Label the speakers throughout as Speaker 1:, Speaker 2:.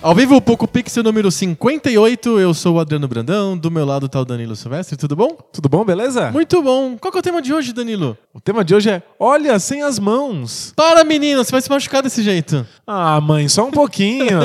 Speaker 1: Ao vivo, o Poco Pixel número 58, eu sou o Adriano Brandão, do meu lado tá o Danilo Silvestre, tudo bom?
Speaker 2: Tudo bom, beleza?
Speaker 1: Muito bom! Qual que é o tema de hoje, Danilo?
Speaker 2: O tema de hoje é Olha sem as mãos.
Speaker 1: Para, menino, você vai se machucar desse jeito.
Speaker 2: Ah, mãe, só um pouquinho.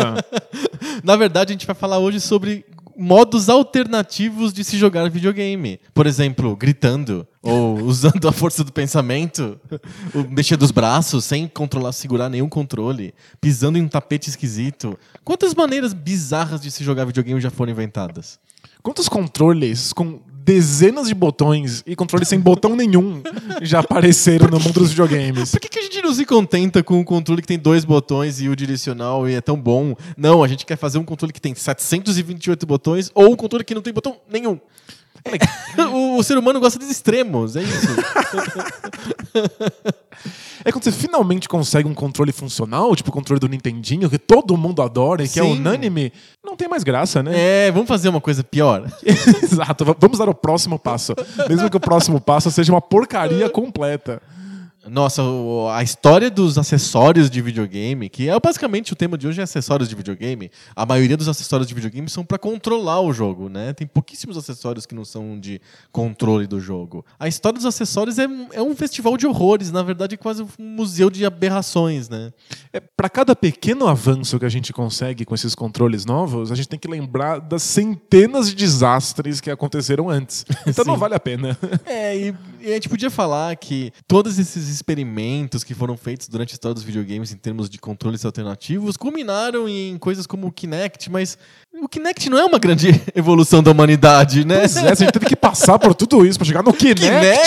Speaker 1: Na verdade, a gente vai falar hoje sobre modos alternativos de se jogar videogame. Por exemplo, gritando, ou usando a força do pensamento, ou mexer dos braços sem controlar, segurar nenhum controle, pisando em um tapete esquisito. Quantas maneiras bizarras de se jogar videogame já foram inventadas?
Speaker 2: Quantos controles com dezenas de botões e controles sem botão nenhum já apareceram no mundo dos videogames?
Speaker 1: Por que, que a gente não se contenta com um controle que tem dois botões e o direcional e é tão bom? Não, a gente quer fazer um controle que tem 728 botões ou um controle que não tem botão nenhum. o, o ser humano gosta dos extremos, é isso.
Speaker 2: É quando você finalmente consegue um controle funcional, tipo o controle do Nintendinho, que todo mundo adora e que é
Speaker 1: Sim.
Speaker 2: unânime, não tem mais graça, né?
Speaker 1: é, vamos fazer uma coisa pior.
Speaker 2: Exato, va- vamos dar o próximo passo. Mesmo que o próximo passo seja uma porcaria completa.
Speaker 1: Nossa, o- a história dos acessórios de videogame, que é basicamente o tema de hoje é acessórios de videogame. A maioria dos acessórios de videogame são para controlar o jogo, né? Tem pouquíssimos acessórios que não são de controle do jogo. A história dos acessórios é, um- é um festival de horrores, na verdade, é quase um museu de aberrações, né?
Speaker 2: É, para cada pequeno avanço que a gente consegue com esses controles novos, a gente tem que lembrar das centenas de desastres que aconteceram antes. Então não
Speaker 1: Sim.
Speaker 2: vale a pena.
Speaker 1: É, e, e a gente podia falar que todos esses experimentos que foram feitos durante a história dos videogames em termos de controles alternativos culminaram em coisas como o Kinect, mas o Kinect não é uma grande evolução da humanidade, né?
Speaker 2: Pois é, a gente teve que passar por tudo isso pra chegar no Kinect.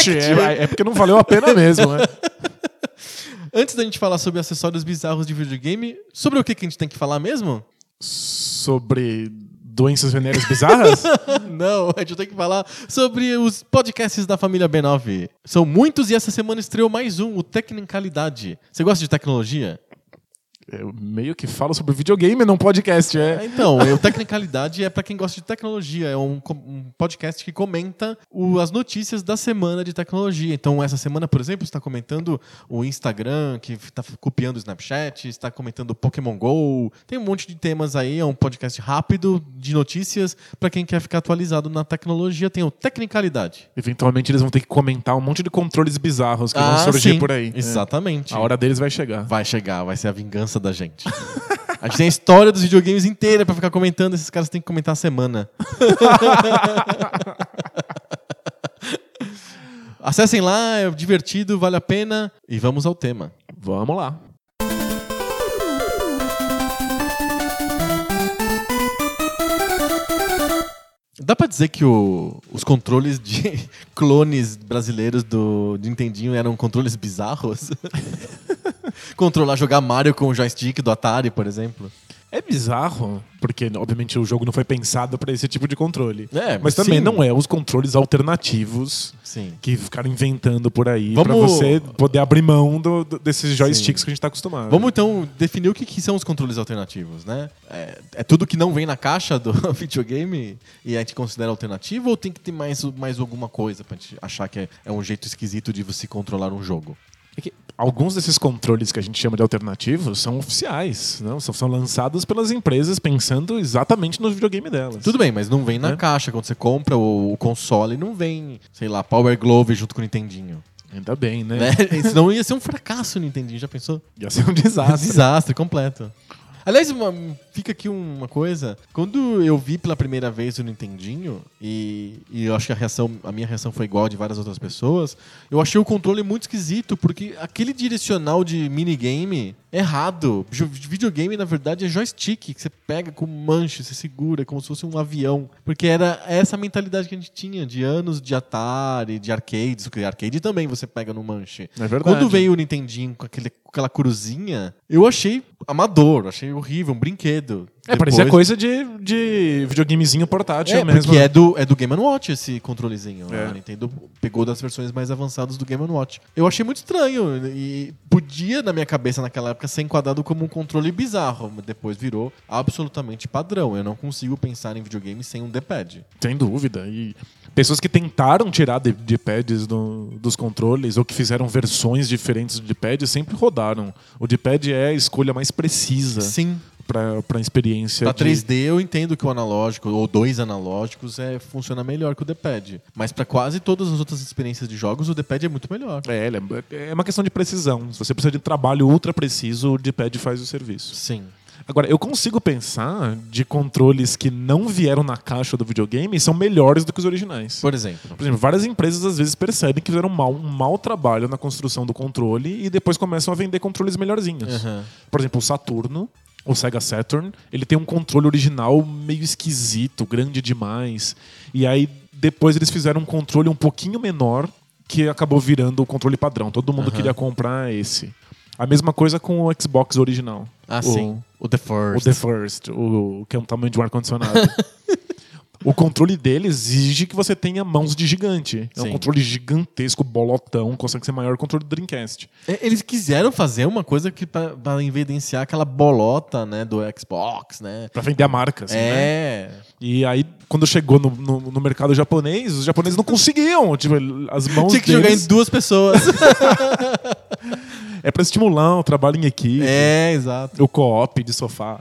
Speaker 1: Kinect?
Speaker 2: É, é porque não valeu a pena mesmo. Né?
Speaker 1: Antes da gente falar sobre acessórios bizarros de videogame, sobre o que, que a gente tem que falar mesmo?
Speaker 2: Sobre doenças venéreas bizarras?
Speaker 1: não, a gente tem que falar sobre os podcasts da família B9. São muitos e essa semana estreou mais um, o Tecnicalidade. Você gosta de tecnologia?
Speaker 2: Eu meio que falo sobre videogame num podcast.
Speaker 1: É,
Speaker 2: É.
Speaker 1: Então, o Tecnicalidade é pra quem gosta de tecnologia. É um, co- um podcast que comenta o- as notícias da semana de tecnologia. Então, essa semana, por exemplo, está comentando o Instagram, que está copiando o Snapchat, está comentando o Pokémon Go. Tem um monte de temas aí. É um podcast rápido de notícias pra quem quer ficar atualizado na tecnologia. Tem o Tecnicalidade.
Speaker 2: Eventualmente eles vão ter que comentar um monte de controles bizarros que vão surgir por aí. É.
Speaker 1: Ah, Exatamente.
Speaker 2: A hora deles vai chegar.
Speaker 1: Vai chegar, vai ser a vingança da gente. A gente tem a história dos videogames inteira pra ficar comentando, esses caras têm que comentar a semana. Acessem lá, é divertido, vale a pena. E vamos ao tema.
Speaker 2: Vamos lá.
Speaker 1: Dá pra dizer que o- os controles de clones brasileiros do Nintendinho eram controles bizarros? Controlar jogar Mario com o joystick do Atari, por exemplo.
Speaker 2: É bizarro, porque obviamente o jogo não foi pensado pra esse tipo de controle.
Speaker 1: É,
Speaker 2: mas também
Speaker 1: sim.
Speaker 2: não é os controles alternativos
Speaker 1: Sim.
Speaker 2: que ficaram inventando por aí pra
Speaker 1: Vamos-
Speaker 2: você poder abrir mão do- do- desses joysticks que a gente tá acostumado.
Speaker 1: Vamos então definir o que, que são os controles alternativos, né? É, é tudo que não vem na caixa do videogame e a gente considera alternativo ou tem que ter mais, mais alguma coisa pra gente achar que é, é um jeito esquisito de você controlar um jogo?
Speaker 2: É que alguns desses controles que a gente chama de alternativos são oficiais, não? São, são lançados pelas empresas pensando exatamente no videogame delas.
Speaker 1: Tudo bem, mas não vem na
Speaker 2: É.
Speaker 1: caixa. Quando você compra o, o console, não vem, sei lá, Power Glove junto com o Nintendinho.
Speaker 2: Ainda bem, né?
Speaker 1: Né? Senão ia ser um fracasso o Nintendinho, já pensou?
Speaker 2: Ia ser um desastre.
Speaker 1: Desastre completo. Aliás, uma- fica aqui uma coisa. Quando eu vi pela primeira vez o Nintendinho, e, e eu acho que a, reação, a minha reação foi igual a de várias outras pessoas, eu achei o controle muito esquisito, porque aquele direcional de minigame é errado. Jo- Videogame, na verdade, é joystick, que você pega com manche, você segura, como se fosse um avião. Porque era essa mentalidade que a gente tinha de anos de Atari, de arcades, porque arcade também você pega no manche.
Speaker 2: É verdade.
Speaker 1: Quando veio o Nintendinho com, aquele, com aquela cruzinha, eu achei amador, achei horrível, um brinquedo.
Speaker 2: É, parecia
Speaker 1: Depois-
Speaker 2: coisa de, de videogamezinho portátil
Speaker 1: É,
Speaker 2: mesmo. né?
Speaker 1: porque é do, é do Game Watch esse controlezinho.
Speaker 2: É.
Speaker 1: A Nintendo pegou das versões mais avançadas do Game Watch. Eu achei muito estranho e podia, na minha cabeça naquela época, ser enquadrado como um controle bizarro, mas depois virou absolutamente padrão. Eu não consigo pensar em videogame sem um D-pad.
Speaker 2: Sem dúvida. E pessoas que tentaram tirar de, de pads do- dos controles ou que fizeram versões diferentes do D-pad sempre rodaram. O D-pad é a escolha mais precisa
Speaker 1: Sim.
Speaker 2: para a
Speaker 1: Pra
Speaker 2: experiência. de-
Speaker 1: 3D Tá eu entendo que o analógico ou dois analógicos é funciona melhor que o D-pad, mas pra quase todas as outras experiências de jogos o D-pad é muito melhor.
Speaker 2: É, ele é é uma questão de precisão. Se você precisa de trabalho ultra preciso, o D-pad faz o serviço.
Speaker 1: Sim.
Speaker 2: Agora, eu consigo pensar de controles que não vieram na caixa do videogame e são melhores do que os originais.
Speaker 1: Por exemplo,
Speaker 2: Por exemplo, várias empresas às vezes percebem que fizeram mal, um mau trabalho na construção do controle e depois começam a vender controles melhorzinhos.
Speaker 1: Aham.
Speaker 2: Por exemplo, o Saturno, o Sega Saturn, ele tem um controle original meio esquisito, grande demais. E aí depois eles fizeram um controle um pouquinho menor que acabou virando o controle padrão. Todo mundo
Speaker 1: Aham.
Speaker 2: queria comprar esse. A mesma coisa com o Xbox original.
Speaker 1: ah,
Speaker 2: O-
Speaker 1: sim, o The First.
Speaker 2: o The First, o, que é um tamanho de um ar-condicionado. o controle dele exige que você tenha mãos de gigante. É um
Speaker 1: Sim.
Speaker 2: controle gigantesco, bolotão, consegue ser maior que o controle do Dreamcast.
Speaker 1: É, Eles quiseram fazer uma coisa que pra, pra evidenciar aquela bolota, né, do Xbox, né?
Speaker 2: Pra vender a marca, assim, né?
Speaker 1: é.
Speaker 2: E aí, quando chegou no, no- no mercado japonês, os japoneses não conseguiam. Tipo, as mãos
Speaker 1: Tinha que jogar
Speaker 2: deles
Speaker 1: em duas pessoas.
Speaker 2: é pra estimular o trabalho em equipe,
Speaker 1: é, exato.
Speaker 2: o co-op de sofá.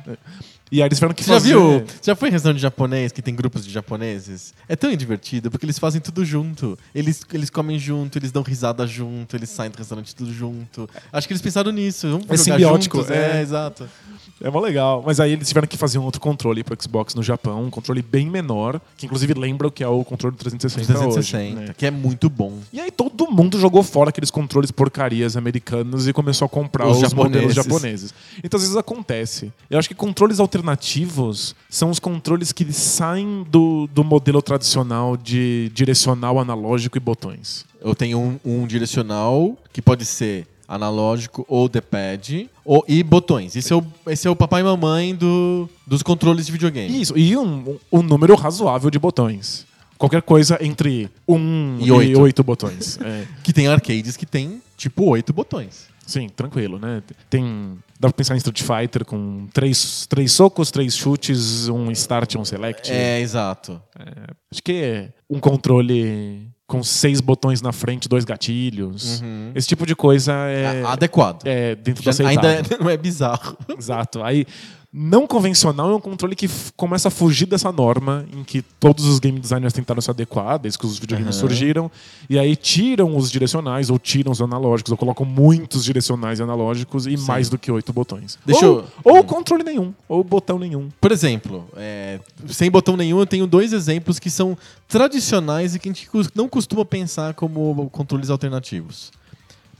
Speaker 2: E aí eles tiveram que
Speaker 1: Você já
Speaker 2: fazer...
Speaker 1: viu? Você já foi em restaurante japonês que tem grupos de japoneses? É tão divertido porque eles fazem tudo junto. Eles, eles comem junto, eles dão risada junto, eles saem do restaurante tudo junto. Acho que eles pensaram nisso. Vamos
Speaker 2: É
Speaker 1: jogar
Speaker 2: simbiótico,
Speaker 1: juntos.
Speaker 2: é.
Speaker 1: É, exato.
Speaker 2: É mó legal. Mas aí eles tiveram que fazer um outro controle pro Xbox no Japão, um controle bem menor, que inclusive lembra o que é o controle do 360, hoje.
Speaker 1: 360,
Speaker 2: né?
Speaker 1: que é muito bom.
Speaker 2: E aí todo mundo jogou fora aqueles controles porcarias americanos e começou a comprar os,
Speaker 1: Os
Speaker 2: modelos
Speaker 1: japoneses.
Speaker 2: japoneses. Então às vezes acontece. Eu acho que controles alternativos são os controles que saem do, do modelo tradicional de direcional analógico e botões.
Speaker 1: Eu tenho um, um direcional que pode ser analógico ou D-pad ou- e botões. Esse é o, esse é o papai e mamãe do, dos controles de videogame.
Speaker 2: Isso, e um, um número razoável de botões. Qualquer coisa entre um
Speaker 1: E
Speaker 2: e
Speaker 1: oito.
Speaker 2: oito botões. É.
Speaker 1: Que tem arcades que tem tipo oito botões.
Speaker 2: Sim, tranquilo, né? Tem. Dá pra pensar em Street Fighter com três, três socos, três chutes, um start e um select.
Speaker 1: É, exato.
Speaker 2: Acho que é um controle com seis botões na frente, dois gatilhos.
Speaker 1: Uhum.
Speaker 2: Esse tipo de coisa é,
Speaker 1: A- Adequado.
Speaker 2: é dentro
Speaker 1: Já-
Speaker 2: da aceitável.
Speaker 1: ainda não é bizarro.
Speaker 2: Exato. Aí, não convencional é um controle que f- começa a fugir dessa norma em que todos os game designers tentaram se adequar desde que os videogames
Speaker 1: Aham.
Speaker 2: surgiram. E aí tiram os direcionais, ou tiram os analógicos, ou colocam muitos direcionais e analógicos e
Speaker 1: Sim.
Speaker 2: mais do que oito botões.
Speaker 1: Deixa
Speaker 2: ou
Speaker 1: eu-
Speaker 2: ou
Speaker 1: Hum.
Speaker 2: controle nenhum, ou botão nenhum.
Speaker 1: Por exemplo, é, sem botão nenhum, eu tenho dois exemplos que são tradicionais e que a gente cos- não costuma pensar como controles alternativos.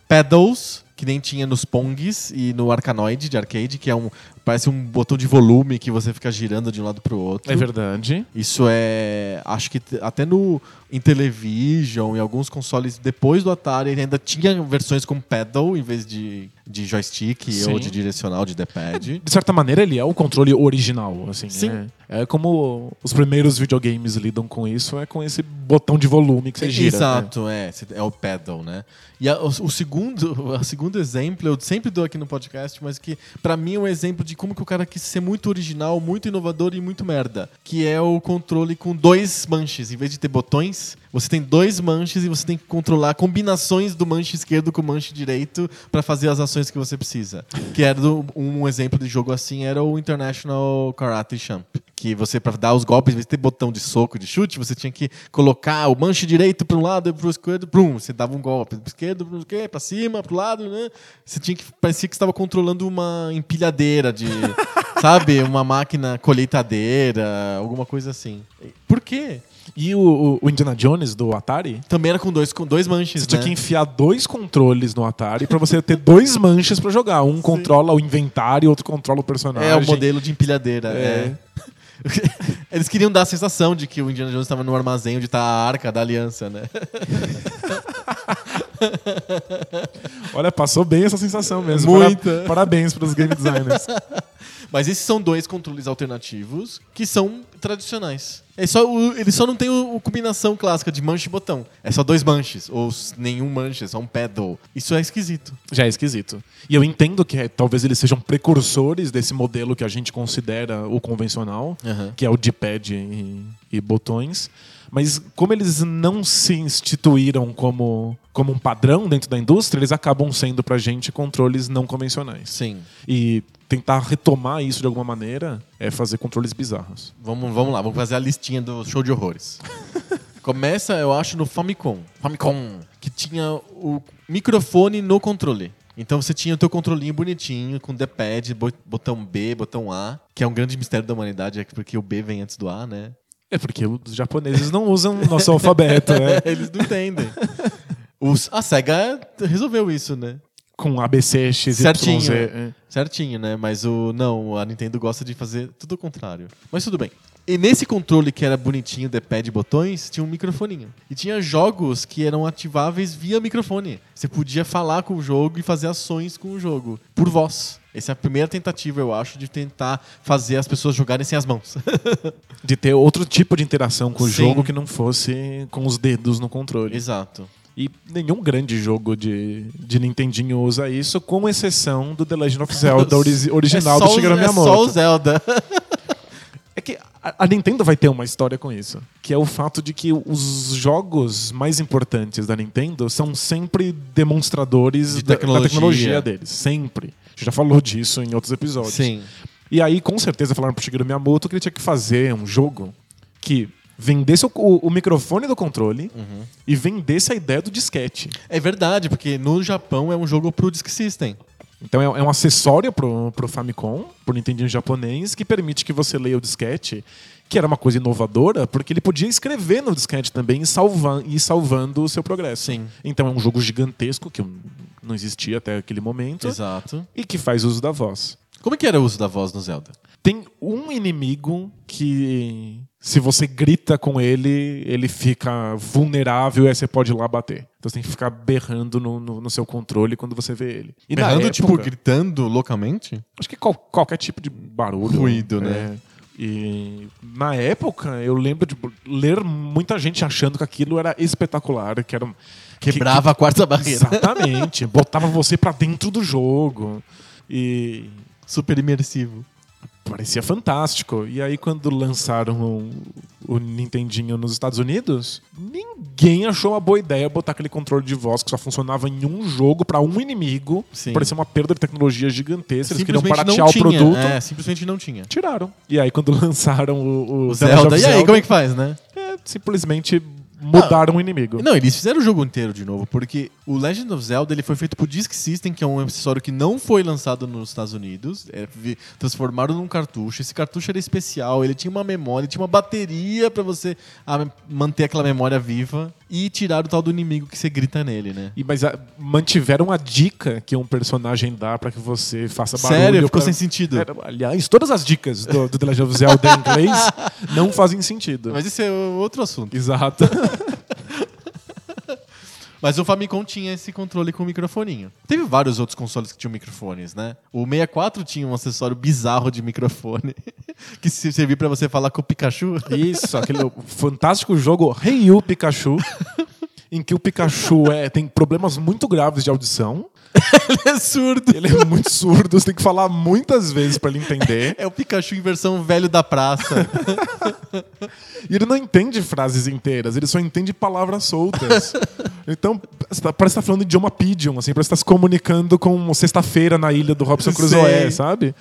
Speaker 1: Pedals, que nem tinha nos Pongs e no Arcanoid de arcade, que é um parece um botão de volume que você fica girando de um lado pro outro.
Speaker 2: É verdade.
Speaker 1: Isso é, acho que t- até no Intellivision e alguns consoles depois do Atari ele ainda tinha versões com pedal em vez de, de joystick
Speaker 2: Sim.
Speaker 1: ou de direcional de D-pad.
Speaker 2: De certa maneira, ele é o controle original, assim.
Speaker 1: Sim.
Speaker 2: né? É como os primeiros videogames lidam com isso, é com esse botão de volume que você gira. né?
Speaker 1: Exato, é. Cê- É o pedal, né? E a- o, o segundo, o segundo exemplo, eu sempre dou aqui no podcast, mas que pra mim é um exemplo de como que o cara quis ser muito original, muito inovador e muito merda. Que é o controle com dois manches. Em vez de ter botões, você tem dois manches e você tem que controlar combinações do manche esquerdo com o manche direito pra fazer as ações que você precisa. Que era do- um exemplo de jogo assim, era o International Karate Champ. Que você, pra dar os golpes, em vez de ter botão de soco, de chute, você tinha que colocar o manche direito para um lado e pro esquerdo, prum, você dava um golpe pro esquerdo, pro esquerdo, pra cima, pro lado, né? Você tinha que. Parecia que você estava controlando uma empilhadeira de. sabe? Uma máquina colheitadeira, alguma coisa assim. Por quê?
Speaker 2: E o- o- o Indiana Jones do Atari,
Speaker 1: Também era com dois, com dois manches,
Speaker 2: Você tinha
Speaker 1: né?
Speaker 2: que enfiar dois controles no Atari pra você ter dois manches pra jogar. Um controla o inventário, outro controla o personagem.
Speaker 1: É o modelo de empilhadeira.
Speaker 2: É.
Speaker 1: é. Eles queriam dar a sensação de que o Indiana Jones estava no armazém onde está a arca da aliança, né?
Speaker 2: Olha, passou bem essa sensação mesmo.
Speaker 1: Muita.
Speaker 2: Para- Parabéns pros game designers.
Speaker 1: Mas esses são dois controles alternativos que são tradicionais. É só o- ele só não tem o, o combinação clássica de manche e botão. É só dois manches, ou s- nenhum manche, é só um pedal. Isso é esquisito.
Speaker 2: Já é esquisito. E eu entendo que é, talvez eles sejam precursores desse modelo que a gente considera o convencional,
Speaker 1: Aham.
Speaker 2: que é o de pad e, e botões. Mas como eles não se instituíram como, como um padrão dentro da indústria, eles acabam sendo pra gente controles não convencionais.
Speaker 1: Sim.
Speaker 2: E tentar retomar isso de alguma maneira é fazer controles bizarros.
Speaker 1: Vamos, vamos lá, vamos fazer a listinha do show de horrores. Começa, eu acho, no Famicom. Famicom. Que tinha o microfone no controle. Então você tinha o teu controlinho bonitinho, com D-pad, bo- botão B, botão A, que é um grande mistério da humanidade, é que- porque o B vem antes do A, né?
Speaker 2: É porque os japoneses não usam o nosso alfabeto, né?
Speaker 1: Eles não entendem. Os- a SEGA resolveu isso, né?
Speaker 2: Com ABC, XYZ.
Speaker 1: Certinho.
Speaker 2: é.
Speaker 1: Certinho, né? Mas o. Não, a Nintendo gosta de fazer tudo o contrário. Mas tudo bem. E nesse controle que era bonitinho, de pad e botões, tinha um microfoninho. E tinha jogos que eram ativáveis via microfone. Você podia falar com o jogo e fazer ações com o jogo, por voz. Essa é a primeira tentativa, eu acho, de tentar fazer as pessoas jogarem sem as mãos.
Speaker 2: De ter outro tipo de interação com o
Speaker 1: Sim.
Speaker 2: jogo que não fosse com os dedos no controle.
Speaker 1: Exato.
Speaker 2: E nenhum grande jogo de, de Nintendinho usa isso, com exceção do The Legend of Zelda ori- original
Speaker 1: é só
Speaker 2: do Shigeru
Speaker 1: o, é só o
Speaker 2: Miyamoto.
Speaker 1: Zelda.
Speaker 2: É que a, a Nintendo vai ter uma história com isso, que é o fato de que os jogos mais importantes da Nintendo são sempre demonstradores
Speaker 1: De
Speaker 2: da- da
Speaker 1: tecnologia.
Speaker 2: tecnologia deles, sempre. A gente já falou disso em outros episódios. E aí, com certeza, falaram pro Shigeru Miyamoto que ele tinha que fazer um jogo que vendesse o, o- o microfone do controle
Speaker 1: Uhum.
Speaker 2: e vendesse a ideia do disquete.
Speaker 1: É verdade, porque no Japão é um jogo pro Disk System.
Speaker 2: Então é, é um acessório pro, pro Famicom, pro Nintendinho japonês, que permite que você leia o disquete, que era uma coisa inovadora, porque ele podia escrever no disquete também e, salva, e ir salvando o seu progresso.
Speaker 1: Sim.
Speaker 2: Então é um jogo gigantesco que não existia até aquele momento
Speaker 1: Exato.
Speaker 2: e que faz uso da voz.
Speaker 1: Como é que era o uso da voz no Zelda?
Speaker 2: Tem um inimigo que, se você grita com ele, ele fica vulnerável e aí você pode ir lá bater. Então você tem que ficar berrando no, no- no seu controle quando você vê ele. E na
Speaker 1: Berrando, tipo,
Speaker 2: época-
Speaker 1: gritando localmente?
Speaker 2: Acho que qual- qualquer tipo de barulho.
Speaker 1: Ruído,
Speaker 2: é.
Speaker 1: né?
Speaker 2: E na época eu lembro de ler muita gente achando que aquilo era espetacular, que era. um, que-
Speaker 1: Quebrava a quarta
Speaker 2: que-
Speaker 1: barreira.
Speaker 2: exatamente. botava você pra dentro do jogo. E
Speaker 1: Super imersivo.
Speaker 2: parecia fantástico. E aí, quando lançaram o, o Nintendinho nos Estados Unidos, ninguém achou uma boa ideia botar aquele controle de voz que só funcionava em um jogo pra um inimigo.
Speaker 1: Sim.
Speaker 2: Parecia uma perda de tecnologia gigantesca. Eles queriam
Speaker 1: Simplesmente
Speaker 2: baratear o produto.
Speaker 1: É, simplesmente não tinha.
Speaker 2: Tiraram. E aí, quando lançaram o, o
Speaker 1: O Zelda,
Speaker 2: Legend of
Speaker 1: e aí, como é que faz, né?
Speaker 2: é, simplesmente mudaram o inimigo.
Speaker 1: Não, eles fizeram o jogo inteiro de novo, porque o Legend of Zelda ele foi feito pro Disk System, que é um acessório que não foi lançado nos Estados Unidos. É, vi- transformaram num cartucho. Esse cartucho era especial, ele tinha uma memória, ele tinha uma bateria pra você ah, manter aquela memória viva e tirar o tal do inimigo que você grita nele, né?
Speaker 2: E, mas a- mantiveram a dica que um personagem dá pra que você faça barulho.
Speaker 1: Sério, ficou
Speaker 2: pra-
Speaker 1: sem sentido.
Speaker 2: Era- aliás, todas as dicas do, do The Legend of Zelda em inglês não fazem sentido.
Speaker 1: Mas isso é outro assunto.
Speaker 2: Exato.
Speaker 1: Mas o Famicom tinha esse controle com microfoninho. Teve vários outros consoles que tinham microfones, né? O 64 tinha um acessório bizarro de microfone que se- servia pra você falar com o Pikachu.
Speaker 2: Isso, aquele fantástico jogo Ryu Pikachu, em que o Pikachu é, tem problemas muito graves de audição.
Speaker 1: Ele é surdo.
Speaker 2: Ele é muito surdo, você tem que falar muitas vezes pra ele entender.
Speaker 1: É o Pikachu em versão velho da praça.
Speaker 2: E ele não entende frases inteiras, ele só entende palavras soltas. Então, parece que tá falando idioma pidium, assim, parece que tá se comunicando com uma sexta-feira na ilha do Robson Crusoe,
Speaker 1: Sei.
Speaker 2: sabe?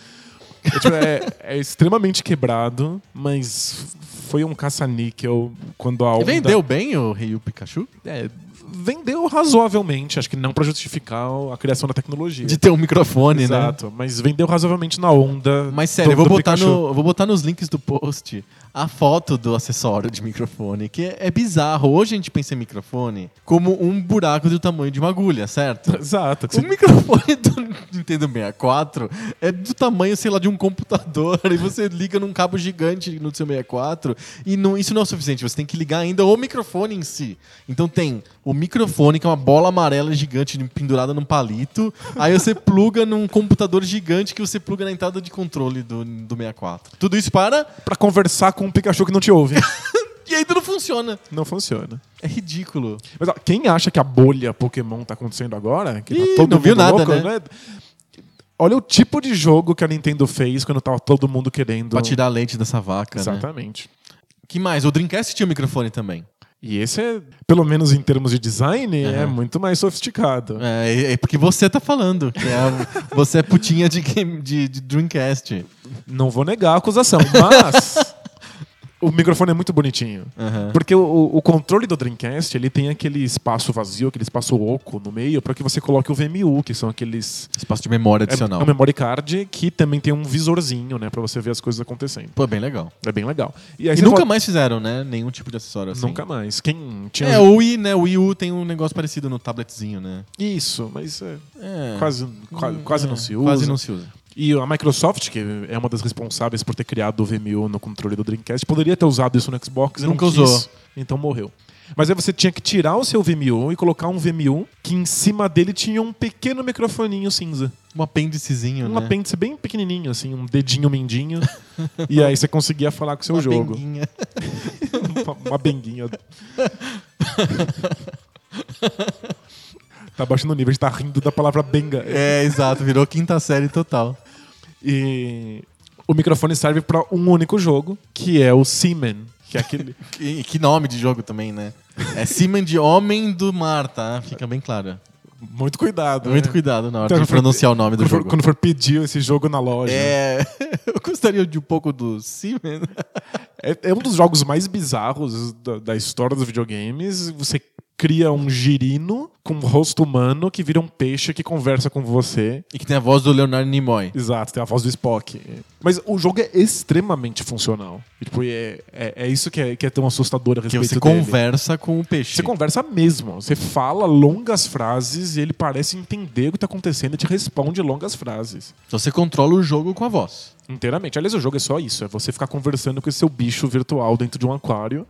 Speaker 2: É, tipo, é- é extremamente quebrado, mas foi um caça-níquel quando a
Speaker 1: E
Speaker 2: onda...
Speaker 1: Vendeu bem o Ryu Pikachu?
Speaker 2: É, vendeu razoavelmente, acho que não pra justificar a criação da tecnologia.
Speaker 1: De ter um microfone, né?
Speaker 2: Exato, mas vendeu razoavelmente na onda.
Speaker 1: Mas sério,
Speaker 2: do-
Speaker 1: eu vou
Speaker 2: do
Speaker 1: botar,
Speaker 2: Pikachu.
Speaker 1: no, eu vou botar nos links do post a foto do acessório de microfone, que é, é bizarro. Hoje a gente pensa em microfone como um buraco do tamanho de uma agulha, certo?
Speaker 2: Exato. que
Speaker 1: O
Speaker 2: você-
Speaker 1: microfone do Nintendo 64 é do tamanho, sei lá, de um computador e você liga num cabo gigante no seu 64 e não- isso não é o suficiente, você tem que ligar ainda o microfone em si. Então tem o microfone, que é uma bola amarela gigante pendurada num palito. Aí você pluga num computador gigante que você pluga na entrada de controle do, do 64. Tudo isso para.
Speaker 2: Pra conversar com um Pikachu que não te ouve.
Speaker 1: E aí tudo funciona.
Speaker 2: não funciona.
Speaker 1: É ridículo.
Speaker 2: Mas ó, quem acha que a bolha Pokémon tá acontecendo agora, que tá
Speaker 1: Ih,
Speaker 2: todo
Speaker 1: não viu
Speaker 2: mundo
Speaker 1: nada,
Speaker 2: louco,
Speaker 1: né?
Speaker 2: Olha o tipo de jogo que a Nintendo fez quando tava todo mundo querendo.
Speaker 1: Pra tirar leite dessa vaca. Né?
Speaker 2: Exatamente.
Speaker 1: que mais? O Dreamcast tinha o microfone também.
Speaker 2: E esse é, pelo menos em termos de design, é
Speaker 1: Aham.
Speaker 2: muito mais sofisticado.
Speaker 1: É, é porque você tá falando. que é- você é putinha de, game, de, de Dreamcast.
Speaker 2: Não vou negar a acusação, mas o microfone é muito bonitinho.
Speaker 1: Aham.
Speaker 2: Porque o, o controle do Dreamcast, ele tem aquele espaço vazio, aquele espaço oco no meio, para que você coloque o VMU, que são aqueles
Speaker 1: Espaço de memória
Speaker 2: é,
Speaker 1: adicional.
Speaker 2: é um memory card que também tem um visorzinho, né, para você ver as coisas acontecendo.
Speaker 1: Pô, bem legal.
Speaker 2: É bem legal. E, aí
Speaker 1: E
Speaker 2: você
Speaker 1: nunca
Speaker 2: fala-
Speaker 1: mais fizeram, né? Nenhum tipo de acessório assim.
Speaker 2: nunca mais. Quem tinha
Speaker 1: É, o Wii, né? O Wii U tem um negócio parecido no tabletzinho, né?
Speaker 2: isso, mas é,
Speaker 1: É.
Speaker 2: quase qua- quase
Speaker 1: É,
Speaker 2: não se usa.
Speaker 1: Quase não se usa.
Speaker 2: E a Microsoft, que é uma das responsáveis por ter criado o VMU no controle do Dreamcast, poderia ter usado isso no Xbox e
Speaker 1: Nunca
Speaker 2: não quis,
Speaker 1: usou.
Speaker 2: Então morreu. Mas aí você tinha que tirar o seu VMU e colocar um VMU que em cima dele tinha um pequeno microfoninho cinza.
Speaker 1: Um apêndicezinho,
Speaker 2: Um
Speaker 1: né?
Speaker 2: apêndice bem pequenininho, assim, um dedinho mindinho. e aí você conseguia falar com o seu jogo.
Speaker 1: benguinha.
Speaker 2: Uma- Uma benguinha. tá baixando o nível, a gente tá rindo da palavra benga.
Speaker 1: É, exato. Virou quinta série total.
Speaker 2: E o microfone serve pra um único jogo, que é o Seaman. Que é aquele.
Speaker 1: Que, que nome de jogo também, né? É Seaman de Homem do Mar, tá? Fica bem claro.
Speaker 2: Muito cuidado.
Speaker 1: Muito
Speaker 2: né?
Speaker 1: cuidado na hora
Speaker 2: Então,
Speaker 1: de
Speaker 2: quando for-
Speaker 1: pronunciar o nome do
Speaker 2: Quando for,
Speaker 1: jogo.
Speaker 2: quando for pedir esse jogo na loja.
Speaker 1: É, eu gostaria de um pouco do Seaman.
Speaker 2: É, é um dos jogos mais bizarros da, da história dos videogames. Você cria um girino com um rosto humano que vira um peixe que conversa com você.
Speaker 1: E que tem a voz do Leonardo Nimoy.
Speaker 2: Exato, tem a voz do Spock. Mas o jogo é extremamente funcional. E, tipo, é, é, é isso que é, que é tão assustador a
Speaker 1: Que
Speaker 2: respeito
Speaker 1: você
Speaker 2: dele.
Speaker 1: conversa com o peixe.
Speaker 2: Você conversa mesmo. Você fala longas frases e ele parece entender o que tá acontecendo e te responde longas frases.
Speaker 1: Então você controla o jogo com a voz.
Speaker 2: Inteiramente. Aliás, o jogo é só isso. É você ficar conversando com esse seu bicho virtual dentro de um aquário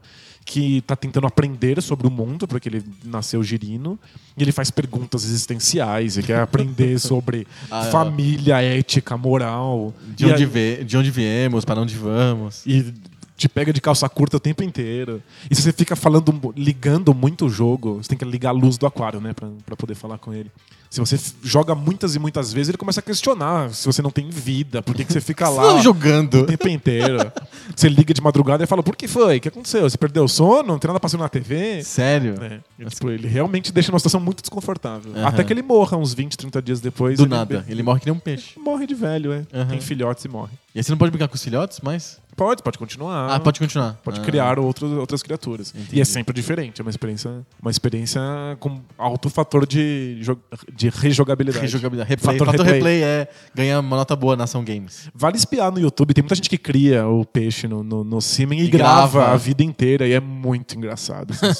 Speaker 2: que tá tentando aprender sobre o mundo, porque ele nasceu girino. E ele faz perguntas existenciais e quer aprender sobre
Speaker 1: Ah, é.
Speaker 2: família, ética, moral.
Speaker 1: De
Speaker 2: E
Speaker 1: onde,
Speaker 2: aí-
Speaker 1: ve- de onde viemos, para onde vamos.
Speaker 2: e te pega de calça curta o tempo inteiro. E se você fica falando, ligando muito o jogo, você tem que ligar a luz do aquário, né, pra, pra poder falar com ele. Se você f- joga muitas e muitas vezes, ele começa a questionar se você não tem vida, por que, que você fica
Speaker 1: Você tá
Speaker 2: lá o
Speaker 1: jogando.
Speaker 2: tempo inteiro. Você liga de madrugada e fala, por que foi? O que aconteceu? Você perdeu o sono? Não tem nada passando na TV?
Speaker 1: Sério?
Speaker 2: É, e, tipo, ele realmente deixa uma situação muito desconfortável.
Speaker 1: Aham.
Speaker 2: Até que ele morra uns 20, 30 dias depois.
Speaker 1: Do
Speaker 2: ele-
Speaker 1: nada. Ele morre que nem um peixe.
Speaker 2: Morre de velho, é.
Speaker 1: Aham.
Speaker 2: Tem filhotes e morre.
Speaker 1: E aí você não pode brincar com os filhotes mais?
Speaker 2: Pode, pode continuar.
Speaker 1: Ah, pode continuar.
Speaker 2: Pode
Speaker 1: Ah.
Speaker 2: criar outros, outras criaturas.
Speaker 1: Entendi.
Speaker 2: E é sempre diferente, é uma experiência, uma experiência com alto fator de, jo- de rejogabilidade.
Speaker 1: Rejogabilidade. Replay.
Speaker 2: Fator
Speaker 1: Fator,
Speaker 2: replay.
Speaker 1: replay. é ganhar uma nota boa na ação games.
Speaker 2: Vale espiar no YouTube, tem muita gente que cria o peixe no, no, no Simen e,
Speaker 1: E
Speaker 2: grava,
Speaker 1: grava.
Speaker 2: a vida inteira, e é muito engraçado.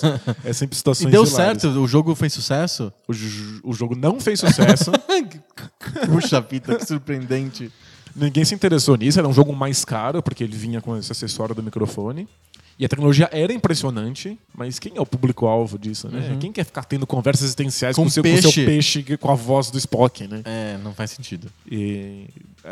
Speaker 2: é sempre
Speaker 1: E
Speaker 2: situações
Speaker 1: deu
Speaker 2: hilárias.
Speaker 1: certo, o jogo fez sucesso.
Speaker 2: O, j- o jogo não fez sucesso,
Speaker 1: Puxa vida, que surpreendente.
Speaker 2: ninguém se interessou nisso, era um jogo mais caro, porque ele vinha com esse acessório do microfone. E a tecnologia era impressionante, mas quem é o público-alvo disso, né? Quem quer ficar tendo conversas existenciais com,
Speaker 1: Uhum. Com
Speaker 2: o seu, com o seu
Speaker 1: peixe.
Speaker 2: peixe, com a voz do Spock, né?
Speaker 1: É, não faz sentido.
Speaker 2: E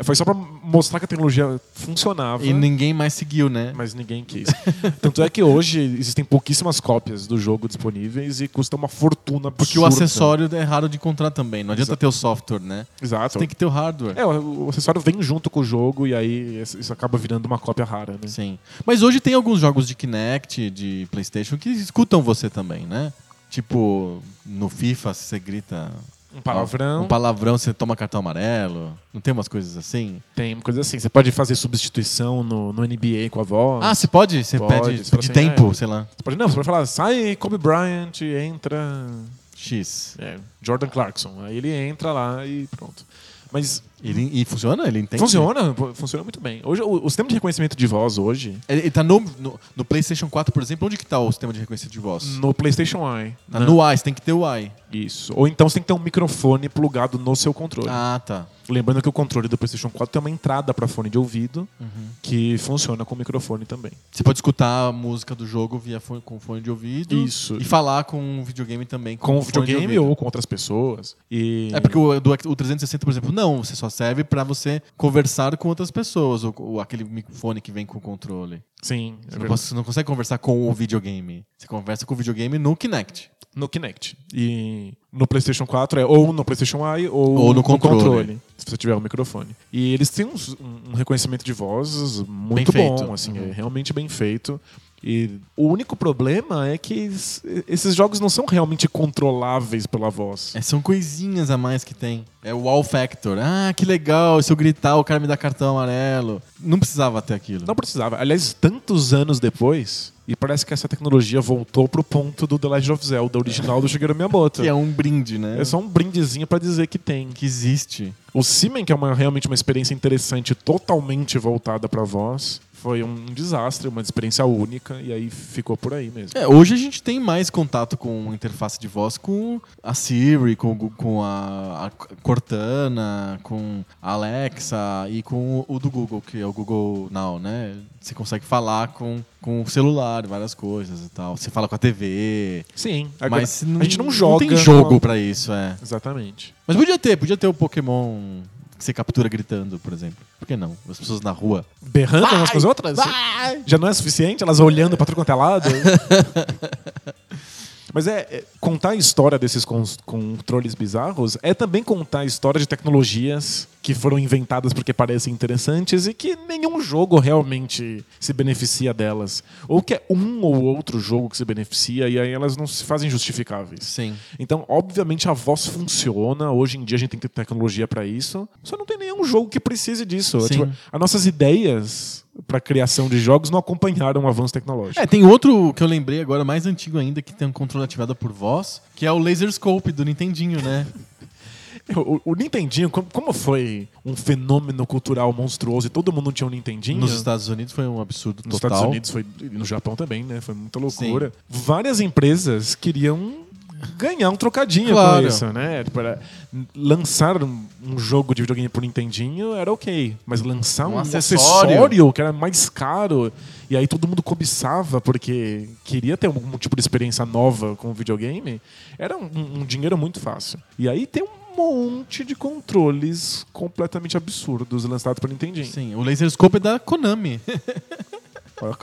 Speaker 2: foi só pra mostrar que a tecnologia funcionava,
Speaker 1: E ninguém mais seguiu, né?
Speaker 2: mas ninguém quis. Tanto é que hoje existem pouquíssimas cópias do jogo disponíveis e custa uma fortuna absurda.
Speaker 1: Porque o acessório é raro de encontrar também. Não adianta ter o software, né?
Speaker 2: Exato.
Speaker 1: Você tem que ter o hardware.
Speaker 2: É, o o acessório vem junto com o jogo e aí isso acaba virando uma cópia rara, né?
Speaker 1: Sim. Mas hoje tem alguns jogos de Kinect, de PlayStation, que escutam você também, né? Tipo, no FIFA, se você grita.
Speaker 2: Um palavrão.
Speaker 1: Um palavrão, você toma cartão amarelo. Não tem umas coisas assim?
Speaker 2: Tem coisa assim. Você pode fazer substituição no, no NBA com a voz.
Speaker 1: Ah, você pode? Você
Speaker 2: Pode,
Speaker 1: pede,
Speaker 2: você fala
Speaker 1: pede
Speaker 2: assim,
Speaker 1: tempo,
Speaker 2: é.
Speaker 1: sei lá.
Speaker 2: Você pode, não, você pode falar, sai Kobe Bryant, entra
Speaker 1: X.
Speaker 2: é, Jordan Clarkson. Aí ele entra lá e pronto. Mas
Speaker 1: Ele, e funciona? Ele entende?
Speaker 2: Funciona, fu- funciona muito bem. Hoje, o, o sistema de reconhecimento de voz hoje,
Speaker 1: Ele, ele tá no, no, no PlayStation 4, por exemplo, onde que tá o sistema de reconhecimento de voz?
Speaker 2: no PlayStation Eye.
Speaker 1: Tá
Speaker 2: né?
Speaker 1: no i, você tem que ter o i.
Speaker 2: Isso. Ou então você tem que ter um microfone plugado no seu controle.
Speaker 1: Ah, tá.
Speaker 2: Lembrando que o controle do PlayStation 4 tem uma entrada para fone de ouvido
Speaker 1: Uhum.
Speaker 2: que funciona com microfone também.
Speaker 1: Você pode escutar a música do jogo via fone, com fone de ouvido.
Speaker 2: Isso.
Speaker 1: E falar com o videogame também.
Speaker 2: Com o
Speaker 1: fone de
Speaker 2: videogame
Speaker 1: ouvido.
Speaker 2: ou com outras pessoas. E...
Speaker 1: É porque o, do, o 360, por exemplo, não. Você só serve pra você conversar com outras pessoas. Ou, ou aquele microfone que vem com o controle.
Speaker 2: Sim, é
Speaker 1: Você não,
Speaker 2: verdade.
Speaker 1: pode- você não consegue conversar com o videogame. Você conversa com o videogame no Kinect.
Speaker 2: no Kinect. E no PlayStation 4 é ou no PlayStation Eye ou,
Speaker 1: Ou no controle.
Speaker 2: se você tiver o microfone. E eles têm uns- um, um reconhecimento de vozes muito
Speaker 1: Bem
Speaker 2: bom,
Speaker 1: feito.
Speaker 2: assim,
Speaker 1: Uhum.
Speaker 2: é realmente bem feito. E o único problema é que es- esses jogos não são realmente controláveis pela voz.
Speaker 1: É, são coisinhas a mais que tem. É o wow factor. Ah, que legal. Se eu gritar, o cara me dá cartão amarelo. Não precisava ter aquilo.
Speaker 2: Não precisava. Aliás, tantos anos depois, e parece que essa tecnologia voltou pro ponto do The Legend of Zelda original do Shigeru Miyamoto.
Speaker 1: Que é um brinde, né?
Speaker 2: É só um brindezinho pra dizer que tem.
Speaker 1: que existe.
Speaker 2: O Simen, que é uma, realmente uma experiência interessante, totalmente voltada pra voz, foi um desastre, uma experiência única, e aí ficou por aí mesmo.
Speaker 1: É, hoje a gente tem mais contato com interface de voz com a Siri, com, o Gu- com a, a Cortana, com a Alexa e com o do Google, que é o Google Now, né? Você consegue falar com, com o celular, várias coisas e tal. Você fala com a TV.
Speaker 2: Sim,
Speaker 1: mas
Speaker 2: mas a gente não joga.
Speaker 1: Não tem jogo
Speaker 2: não-
Speaker 1: pra isso, é.
Speaker 2: Exatamente.
Speaker 1: Mas podia ter, podia ter o Pokémon que você captura gritando, por exemplo. Por que não? As pessoas na rua.
Speaker 2: Berrando umas com as outras? Já não é suficiente? Elas olhando pra tudo quanto é lado? Mas é, é, contar a história desses cons- controles bizarros é também contar a história de tecnologias que foram inventadas porque parecem interessantes e que nenhum jogo realmente se beneficia delas. Ou que é um ou outro jogo que se beneficia e aí elas não se fazem justificáveis.
Speaker 1: Sim.
Speaker 2: Então, obviamente, a voz funciona. Hoje em dia a gente tem que ter tecnologia pra isso. Só não tem nenhum jogo que precise disso.
Speaker 1: Sim.
Speaker 2: Tipo, as nossas ideias pra criação de jogos não acompanharam o avanço tecnológico.
Speaker 1: É, tem outro que eu lembrei agora, mais antigo ainda, que tem um controle ativado por voz, que é o Laser Scope do Nintendinho, né?
Speaker 2: O, o Nintendinho, como, como foi um fenômeno cultural monstruoso e todo mundo tinha um Nintendinho.
Speaker 1: Nos Estados Unidos foi um absurdo
Speaker 2: Nos
Speaker 1: total.
Speaker 2: Estados Unidos foi e no Japão também, né? Foi muita loucura. Várias empresas queriam ganhar um trocadinho
Speaker 1: Claro.
Speaker 2: com isso, né? Tipo, era- lançar um, um jogo de videogame pro Nintendinho era ok, mas lançar
Speaker 1: Um
Speaker 2: um,
Speaker 1: acessório.
Speaker 2: acessório. que era mais caro e aí todo mundo cobiçava porque queria ter algum tipo de experiência nova com o videogame, era um, um dinheiro muito fácil. E aí tem um monte de controles completamente absurdos lançados pro Nintendinho.
Speaker 1: Sim, o Laser Scope é da Konami.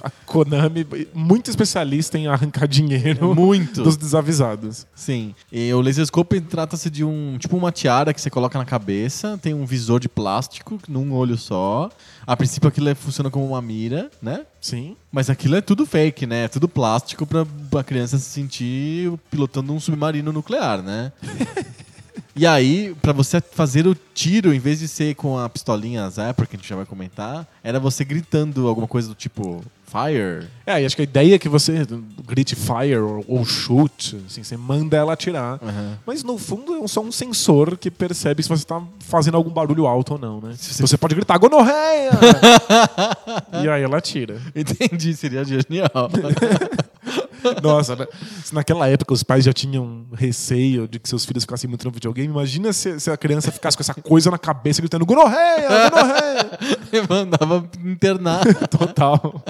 Speaker 2: A Konami, muito especialista em arrancar dinheiro
Speaker 1: Muito.
Speaker 2: dos desavisados.
Speaker 1: Sim. E o Laser Scope trata-se de um tipo uma tiara que você coloca na cabeça, tem um visor de plástico num olho só. A princípio aquilo é- funciona como uma mira, né?
Speaker 2: Sim.
Speaker 1: Mas aquilo é tudo fake, né? É tudo plástico pra, pra criança se sentir pilotando um submarino nuclear, né? e aí, pra você fazer o tiro, em vez de ser com a pistolinha azar, porque a gente já vai comentar, era você gritando alguma coisa do tipo fire.
Speaker 2: É, e acho que a ideia é que você grite fire ou, ou shoot, assim, você manda ela atirar. Mas no fundo é só um sensor que percebe se você tá fazendo algum barulho alto ou não, né?
Speaker 1: Se você-
Speaker 2: Você, pode gritar gonorreia! e aí ela atira.
Speaker 1: Entendi, seria genial.
Speaker 2: Nossa, né? se naquela época os pais já tinham receio de que seus filhos ficassem muito no videogame, imagina se, se a criança ficasse com essa coisa na cabeça gritando gonorreia, gonorreia!
Speaker 1: Eu mandava internar.
Speaker 2: Total.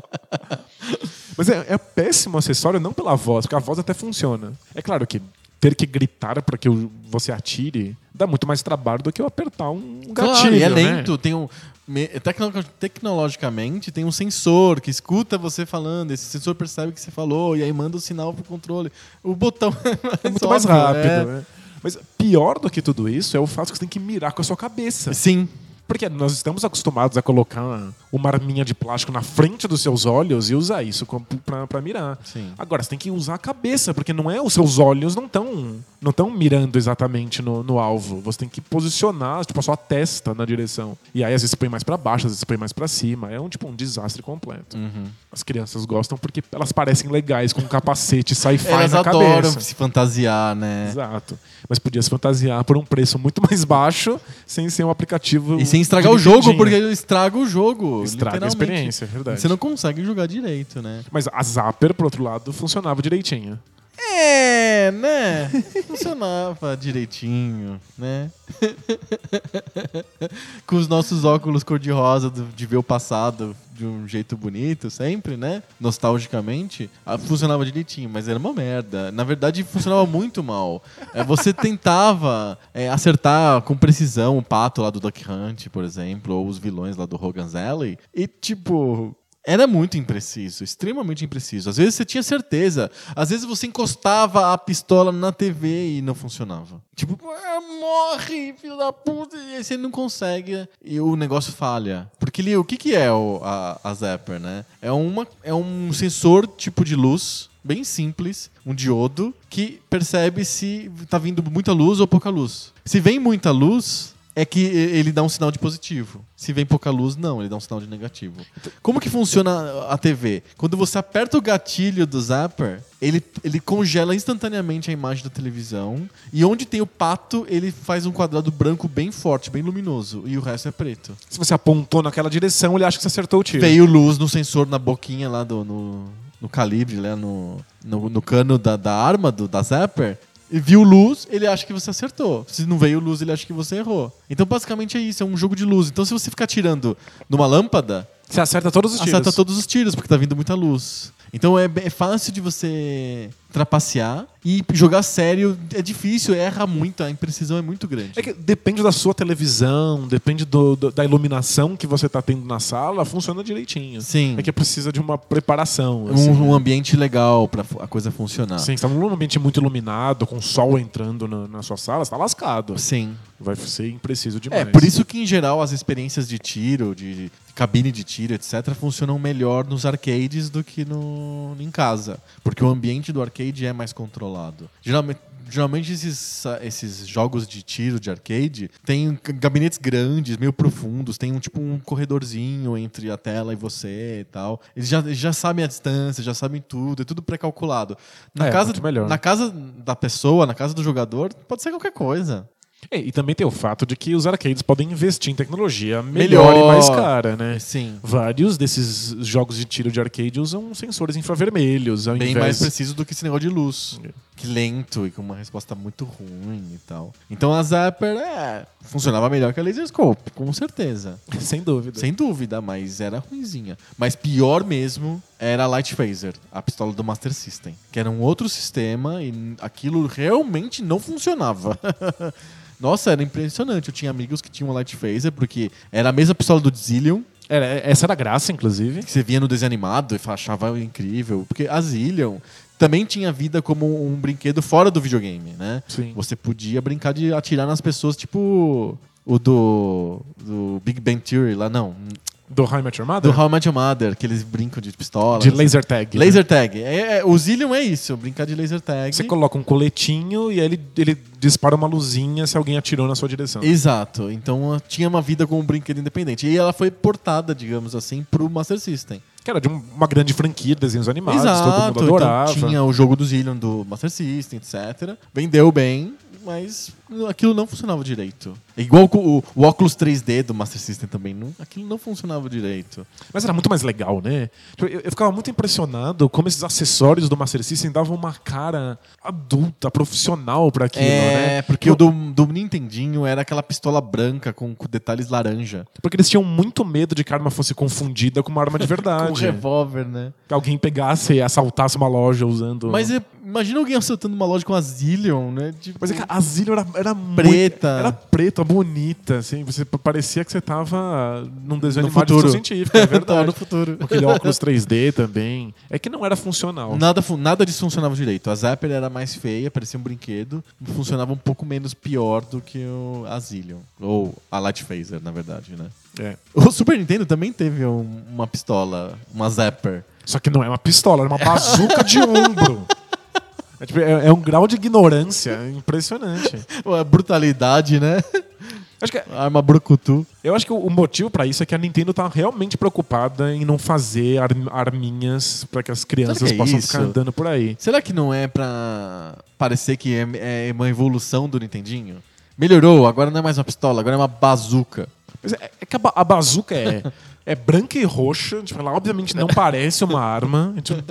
Speaker 2: Mas é, é péssimo acessório, não pela voz, porque a voz até funciona. É claro que ter que gritar para que o- você atire dá muito mais trabalho do que eu apertar um gatilho.
Speaker 1: Claro, e é
Speaker 2: né?
Speaker 1: lento, tem um. me- tecno- tecnologicamente tem um sensor que escuta você falando, esse sensor percebe o que você falou e aí manda o sinal pro controle. O botão
Speaker 2: É muito mais
Speaker 1: óbvio,
Speaker 2: rápido.
Speaker 1: é.
Speaker 2: Né? Mas pior do que tudo isso é o fato que você tem que mirar com a sua cabeça.
Speaker 1: Sim.
Speaker 2: Porque nós estamos acostumados a colocar uma arminha de plástico na frente dos seus olhos e usar isso como pra, pra mirar.
Speaker 1: Sim.
Speaker 2: Agora, você tem que usar a cabeça, porque não é os seus olhos não estão não tão mirando exatamente no, no alvo. Você tem que posicionar, tipo, a sua testa na direção. E aí, às vezes, põe mais pra baixo, às vezes, põe mais pra cima. É um, tipo, um desastre completo.
Speaker 1: Uhum.
Speaker 2: As crianças gostam porque elas parecem legais com um capacete sci-fi
Speaker 1: Elas
Speaker 2: na
Speaker 1: adoram
Speaker 2: cabeça.
Speaker 1: se fantasiar, né?
Speaker 2: Exato. Mas podia se fantasiar por um preço muito mais baixo, sem ser um aplicativo.
Speaker 1: E sem estragar o
Speaker 2: de
Speaker 1: jogo,
Speaker 2: vendinha.
Speaker 1: porque estraga o jogo.
Speaker 2: Estraga
Speaker 1: literalmente.
Speaker 2: a experiência, é verdade.
Speaker 1: Você não consegue jogar direito, né?
Speaker 2: Mas a Zapper, por outro lado, funcionava direitinho.
Speaker 1: É, né? Funcionava direitinho, né? Com os nossos óculos cor-de-rosa do- de ver o passado de um jeito bonito, sempre, né? Nostalgicamente, ah, funcionava direitinho, mas era uma merda. Na verdade, funcionava muito mal. É, você tentava é, acertar com precisão o pato lá do Duck Hunt, por exemplo, ou os vilões lá do Hogan's Alley, e tipo. Era muito impreciso, extremamente impreciso. Às vezes você tinha certeza, às vezes você encostava a pistola na TV e não funcionava. Tipo, "Ah, morre, filho da puta, e aí você não consegue e o negócio falha. Porque ele, o que, que é o, a, a Zapper, né? É, uma, é um sensor tipo de luz, bem simples, um diodo, que percebe se tá vindo muita luz ou pouca luz. Se vem muita luz, é que e- ele dá um sinal de positivo. Se vem pouca luz, não, ele dá um sinal de negativo. Como que funciona a TV? Quando você aperta o gatilho do zapper, ele, ele congela instantaneamente a imagem da televisão. E onde tem o pato, ele faz um quadrado branco bem forte, bem luminoso. E o resto é preto.
Speaker 2: Se você apontou naquela direção, ele acha que você acertou o tiro.
Speaker 1: Veio luz no sensor, na boquinha lá do. No, no calibre, né? No, no, no cano da, da arma, do, da Zapper. E viu luz, ele acha que você acertou. Se não veio luz, ele acha que você errou. Então, basicamente é isso, é um jogo de luz. Então, se você ficar tirando numa lâmpada,
Speaker 2: Você acerta todos os tiros.
Speaker 1: acerta todos os tiros, porque tá vindo muita luz. Então é, é fácil de você trapacear e jogar sério é difícil, erra muito, a imprecisão é muito grande.
Speaker 2: É que depende da sua televisão, depende do- do- da iluminação que você tá tendo na sala, funciona direitinho.
Speaker 1: Sim.
Speaker 2: É que precisa de uma preparação.
Speaker 1: Um,
Speaker 2: assim,
Speaker 1: um
Speaker 2: né?
Speaker 1: ambiente legal pra fu- a coisa funcionar.
Speaker 2: Sim, você tá num ambiente muito iluminado, com sol entrando na, na sua sala, você tá lascado.
Speaker 1: Sim.
Speaker 2: Vai ser impreciso demais.
Speaker 1: É, por isso que em geral as experiências de tiro, de de cabine de tiro, etc, funcionam melhor nos arcades do que no em casa, porque o ambiente do arcade é mais controlado. Geralmente Geralmente esses, ah, esses jogos de tiro de arcade têm c- gabinetes grandes, meio profundos, tem um tipo um corredorzinho entre a tela e você e tal. Eles já, eles já sabem a distância, já sabem tudo, é tudo pré-calculado. Na,
Speaker 2: É,
Speaker 1: casa,
Speaker 2: muito melhor.
Speaker 1: na casa da pessoa, na casa do jogador, pode ser qualquer coisa.
Speaker 2: É, e também tem o fato de que os arcades podem investir em tecnologia melhor, e mais cara, né?
Speaker 1: Sim.
Speaker 2: Vários desses jogos de tiro de arcade usam sensores infravermelhos, ao
Speaker 1: bem
Speaker 2: invés...
Speaker 1: mais preciso do que esse negócio de luz.
Speaker 2: É.
Speaker 1: Que lento e com uma resposta muito ruim e tal. Então a Zapper é, funcionava melhor que a Laser Scope, com certeza.
Speaker 2: Sem dúvida.
Speaker 1: Sem dúvida, mas era ruinzinha. Mas pior mesmo era a Light Phaser, a pistola do Master System. Que era um outro sistema e n- aquilo realmente não funcionava. Nossa, era impressionante. Eu tinha amigos que tinham Light Phaser, porque era a mesma pistola do Zillion,
Speaker 2: Era- É, essa era a graça, inclusive.
Speaker 1: que você via no desenho animado e fa- achava incrível. Porque a Zillion também tinha vida como um brinquedo fora do videogame, né?
Speaker 2: Sim.
Speaker 1: Você podia brincar de atirar nas pessoas, tipo o do, do Big Bang Theory lá, não.
Speaker 2: Do High Match
Speaker 1: Do
Speaker 2: Armada?
Speaker 1: How I Met Your Mother, que eles brincam de pistola.
Speaker 2: De laser tag. né?
Speaker 1: Laser tag. É, é, o Zillion é isso, brincar de laser tag.
Speaker 2: Você coloca um coletinho e aí ele, ele dispara uma luzinha se alguém atirou na sua direção.
Speaker 1: Exato. Então ela tinha uma vida como um brinquedo independente. E ela foi portada, digamos assim, pro Master System.
Speaker 2: Que era de um- uma grande franquia de desenhos animados, todo mundo
Speaker 1: então
Speaker 2: adorava.
Speaker 1: tinha o jogo do Zillion do Master System, etc. Vendeu bem, mas aquilo não funcionava direito. É Igual com o, o óculos 3D do Master System também, não, aquilo não funcionava direito.
Speaker 2: Mas era muito mais legal, né? Tipo, Eu, eu ficava muito impressionado como esses acessórios do Master System davam uma cara adulta, profissional pra aquilo,
Speaker 1: é,
Speaker 2: né?
Speaker 1: porque o do, do Nintendinho era aquela pistola branca com, com detalhes laranja.
Speaker 2: Porque eles tinham muito medo de que a arma fosse confundida com uma arma de
Speaker 1: Com
Speaker 2: verdade.
Speaker 1: Ah, revólver, né?
Speaker 2: que alguém pegasse e assaltasse uma loja usando.
Speaker 1: Mas é- Imagina alguém assaltando uma loja com a Zillion, né? Tipo,
Speaker 2: Mas é que a Zillion era,
Speaker 1: Preta.
Speaker 2: era muito- era preta, bonita, assim. Você p- parecia que você tava num desenho
Speaker 1: No
Speaker 2: animado de
Speaker 1: futuro.
Speaker 2: ficção científica, é
Speaker 1: Tava
Speaker 2: verdade.
Speaker 1: no futuro.
Speaker 2: Com Aquele óculos 3D também. É que não era funcional.
Speaker 1: Nada, fu- nada disso funcionava direito. A Zapper era mais feia, parecia um brinquedo. Funcionava um pouco menos pior do que o a Zillion. Ou a Light Phaser, na verdade, né?
Speaker 2: É.
Speaker 1: O Super Nintendo também teve um- uma pistola, uma Zapper.
Speaker 2: Só que não é uma pistola, é uma bazuca de ombro. É, tipo, é- é um grau de ignorância impressionante.
Speaker 1: Ué, Brutalidade, né?
Speaker 2: Acho que-
Speaker 1: Arma brucutu.
Speaker 2: eu acho que o- o motivo pra isso é que a Nintendo tá realmente preocupada em não fazer ar- arminhas pra que as crianças
Speaker 1: que é
Speaker 2: possam
Speaker 1: isso?
Speaker 2: ficar andando por aí.
Speaker 1: Será que não é pra parecer que é, é uma evolução do Nintendinho? Melhorou, agora não é mais uma pistola, agora é uma bazuca.
Speaker 2: Mas é, é que a, ba a bazuca é, é branca e roxa. Tipo, ela obviamente não parece uma arma. Tipo,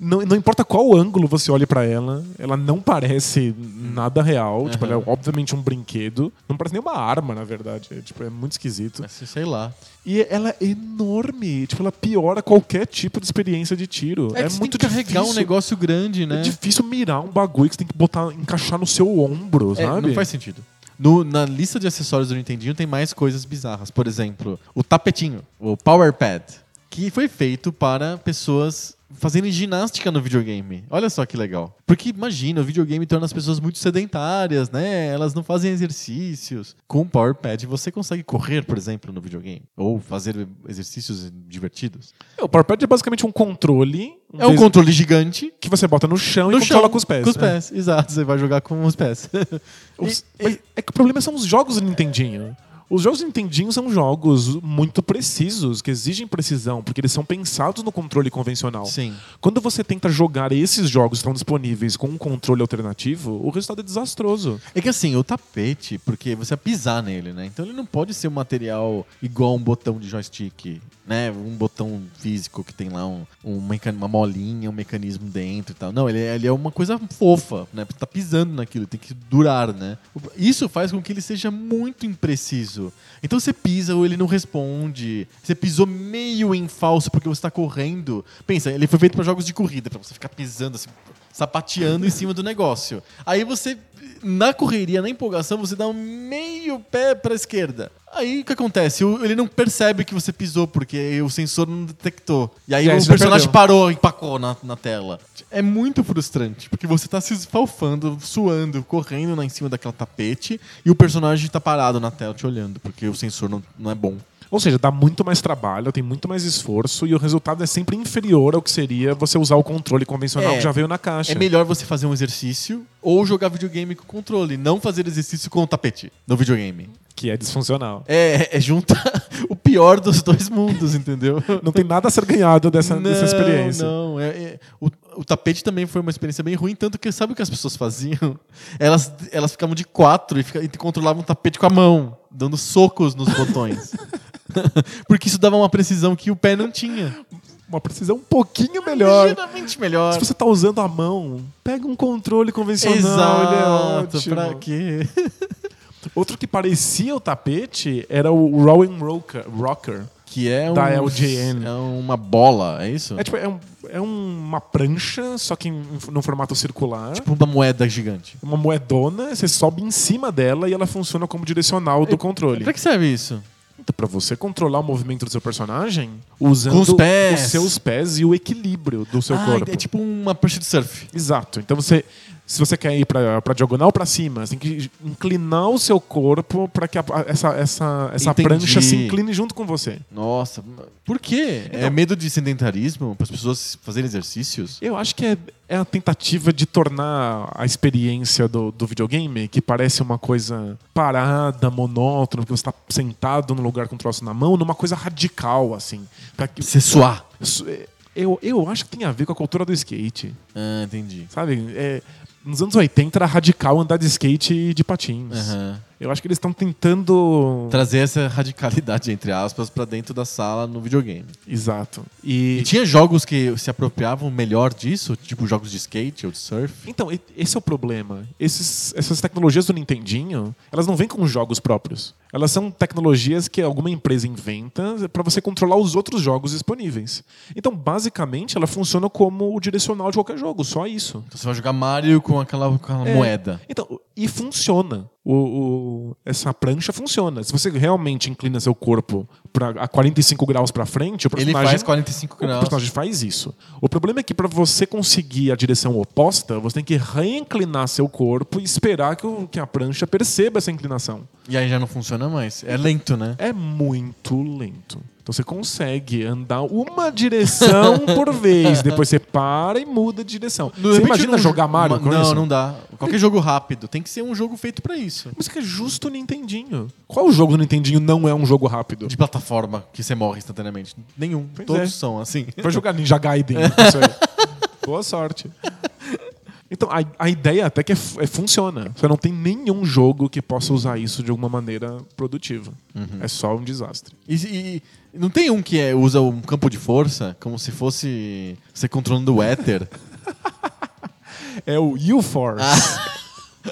Speaker 2: não, não importa qual ângulo você olhe pra ela, ela não parece nada real. Tipo, ela é obviamente um brinquedo. Não parece nenhuma arma, na verdade. É, tipo, é muito esquisito.
Speaker 1: Mas sei lá.
Speaker 2: E ela é enorme. Tipo, ela piora qualquer tipo de experiência de tiro. É,
Speaker 1: que você
Speaker 2: muito
Speaker 1: tem que carregar
Speaker 2: difícil.
Speaker 1: um negócio grande,
Speaker 2: É
Speaker 1: né?
Speaker 2: difícil mirar um bagulho que você tem que botar, encaixar no seu ombro,
Speaker 1: É,
Speaker 2: sabe?
Speaker 1: não faz sentido. No- na lista de acessórios do Nintendinho tem mais coisas bizarras. Por exemplo, o tapetinho, o Power Pad, que foi feito para pessoas fazerem ginástica no videogame. Olha só que legal. Porque imagina, o videogame torna as pessoas muito sedentárias, né? Elas não fazem exercícios. Com o Power Pad você consegue correr, por exemplo, no videogame ou fazer exercícios divertidos.
Speaker 2: É, o Power Pad é basicamente um controle.
Speaker 1: É um
Speaker 2: des-
Speaker 1: controle gigante
Speaker 2: que você bota no chão
Speaker 1: no
Speaker 2: e controla
Speaker 1: chão
Speaker 2: com os pés.
Speaker 1: Com os
Speaker 2: né?
Speaker 1: pés, exato. Você vai jogar com os pés.
Speaker 2: Os- mas É que o problema são os jogos do Nintendinho. Os jogos do Nintendinho são jogos muito precisos, que exigem precisão, porque eles são pensados no controle convencional.
Speaker 1: Sim.
Speaker 2: Quando você tenta jogar esses jogos que estão disponíveis com um controle alternativo, o resultado é desastroso.
Speaker 1: É que assim, o tapete, porque você vai pisar nele, né? Então ele não pode ser um material igual um botão de joystick, né? Um botão físico que tem lá um, um meca- uma molinha, um mecanismo dentro e tal. Não, ele, é- ele é uma coisa fofa, né? Tá pisando naquilo, tem que durar, né? Isso faz com que ele seja muito impreciso. Então você pisa ou ele não responde. Você pisou meio em falso porque você tá correndo. Pensa, ele foi feito para jogos de corrida, para você ficar pisando assim, sapateando em cima do negócio. Aí você, na correria, na empolgação, você dá um meio pé pra esquerda. Aí o que acontece? O- Ele não percebe que você pisou, porque o sensor não detectou. E aí
Speaker 2: E aí
Speaker 1: o
Speaker 2: você já
Speaker 1: personagem
Speaker 2: perdeu.
Speaker 1: parou, empacou na, na tela. É muito frustrante, porque você tá se esfalfando, suando, correndo lá em cima daquela tapete, e o personagem tá parado na tela te olhando, porque o sensor não, não é bom.
Speaker 2: Ou seja, dá muito mais trabalho, tem muito mais esforço e o resultado é sempre inferior ao que seria você usar o controle convencional
Speaker 1: É.
Speaker 2: que já veio na caixa.
Speaker 1: É melhor você fazer um exercício ou jogar videogame com controle, não fazer exercício com o tapete no videogame.
Speaker 2: Que é disfuncional.
Speaker 1: É, é juntar o pior dos dois mundos, entendeu?
Speaker 2: Não tem nada a ser ganhado dessa, dessa experiência.
Speaker 1: Não, é- é- o, o tapete também foi uma experiência bem ruim, tanto que sabe o que as pessoas faziam? Elas, elas ficavam de quatro e, fica- e controlavam o tapete com a mão, dando socos nos botões. Porque isso dava uma precisão que o pé não tinha.
Speaker 2: Uma precisão um pouquinho melhor.
Speaker 1: Ligeiramente melhor.
Speaker 2: Se você tá usando a mão, pega um controle convencional, ele é ótimo.
Speaker 1: pra quê?
Speaker 2: Outro que parecia o tapete era o Rowan Rocker. rocker.
Speaker 1: Que é um.
Speaker 2: Da LJN.
Speaker 1: É uma bola, é isso?
Speaker 2: É tipo, é, um- é uma prancha, só que em, no formato circular.
Speaker 1: tipo uma moeda gigante.
Speaker 2: uma moedona, você sobe em cima dela e ela funciona como direcional do controle.
Speaker 1: Pra que serve isso?
Speaker 2: Então, pra você controlar o movimento do seu personagem usando
Speaker 1: Com os pés.
Speaker 2: seus pés e o equilíbrio do seu
Speaker 1: Ah,
Speaker 2: corpo.
Speaker 1: é tipo uma prancha de surf.
Speaker 2: Exato. Então você, se você quer ir pra pra diagonal ou pra cima, você tem que inclinar o seu corpo pra que a- a- essa essa essa
Speaker 1: Entendi.
Speaker 2: prancha se incline junto com você.
Speaker 1: Nossa, por quê?
Speaker 2: Então-
Speaker 1: é medo de sedentarismo? Para as pessoas fazerem exercícios?
Speaker 2: Eu acho que é, é a tentativa de tornar a experiência do, do videogame, que parece uma coisa parada, monótona, porque você tá sentado num lugar com um troço na mão, numa coisa radical, assim. Pra que,
Speaker 1: Você suar.
Speaker 2: Isso é- eu, eu acho que tem a ver com a cultura do skate.
Speaker 1: Ah, entendi.
Speaker 2: Sabe? É, Nos anos 80 era radical andar de skate e de patins.
Speaker 1: Aham. Tá.
Speaker 2: Eu acho que eles estão tentando.
Speaker 1: Trazer essa radicalidade, entre aspas, pra dentro da sala no videogame.
Speaker 2: Exato.
Speaker 1: E
Speaker 2: E.
Speaker 1: tinha jogos que se apropriavam melhor disso, tipo jogos de skate ou de surf.
Speaker 2: Então, e- esse é o problema. Esses- essas tecnologias do Nintendinho, elas não vêm com jogos próprios. Elas são tecnologias que alguma empresa inventa para você controlar os outros jogos disponíveis. Então, basicamente, ela funciona como o direcional de qualquer jogo, só isso.
Speaker 1: Então você vai jogar Mario com aquela, com aquela
Speaker 2: É.
Speaker 1: moeda.
Speaker 2: Então, e funciona. O- o- essa prancha funciona. Se você realmente inclina seu corpo pra, a 45 graus para frente, o
Speaker 1: Ele
Speaker 2: personagem
Speaker 1: faz 45
Speaker 2: O
Speaker 1: graus.
Speaker 2: personagem faz isso. O problema é que para você conseguir a direção oposta, você tem que reinclinar seu corpo e esperar que, o- que a prancha perceba essa inclinação.
Speaker 1: E aí já não funciona mais. É lento, né?
Speaker 2: É muito lento. Então você consegue andar uma direção por vez, depois você para e muda de direção.
Speaker 1: De
Speaker 2: você
Speaker 1: repente,
Speaker 2: imagina
Speaker 1: um
Speaker 2: jogar
Speaker 1: jo-
Speaker 2: Mario com
Speaker 1: Não,
Speaker 2: isso?
Speaker 1: não dá. Qualquer jogo rápido. Tem que ser um jogo feito pra isso.
Speaker 2: Mas que é justo o Nintendinho. Qual jogo do Nintendinho não é um jogo rápido?
Speaker 1: De plataforma, que você morre instantaneamente. Nenhum.
Speaker 2: Pois
Speaker 1: Todos
Speaker 2: é.
Speaker 1: são assim.
Speaker 2: Vai jogar Ninja Gaiden. isso aí. Boa sorte. Então, a, a ideia até que é, fu- é- funciona. Você não tem nenhum jogo que possa usar isso de alguma maneira produtiva. É só um desastre.
Speaker 1: E, e- e não tem um que é- usa um campo de força como se fosse você controlando o éter.
Speaker 2: É o U-Force.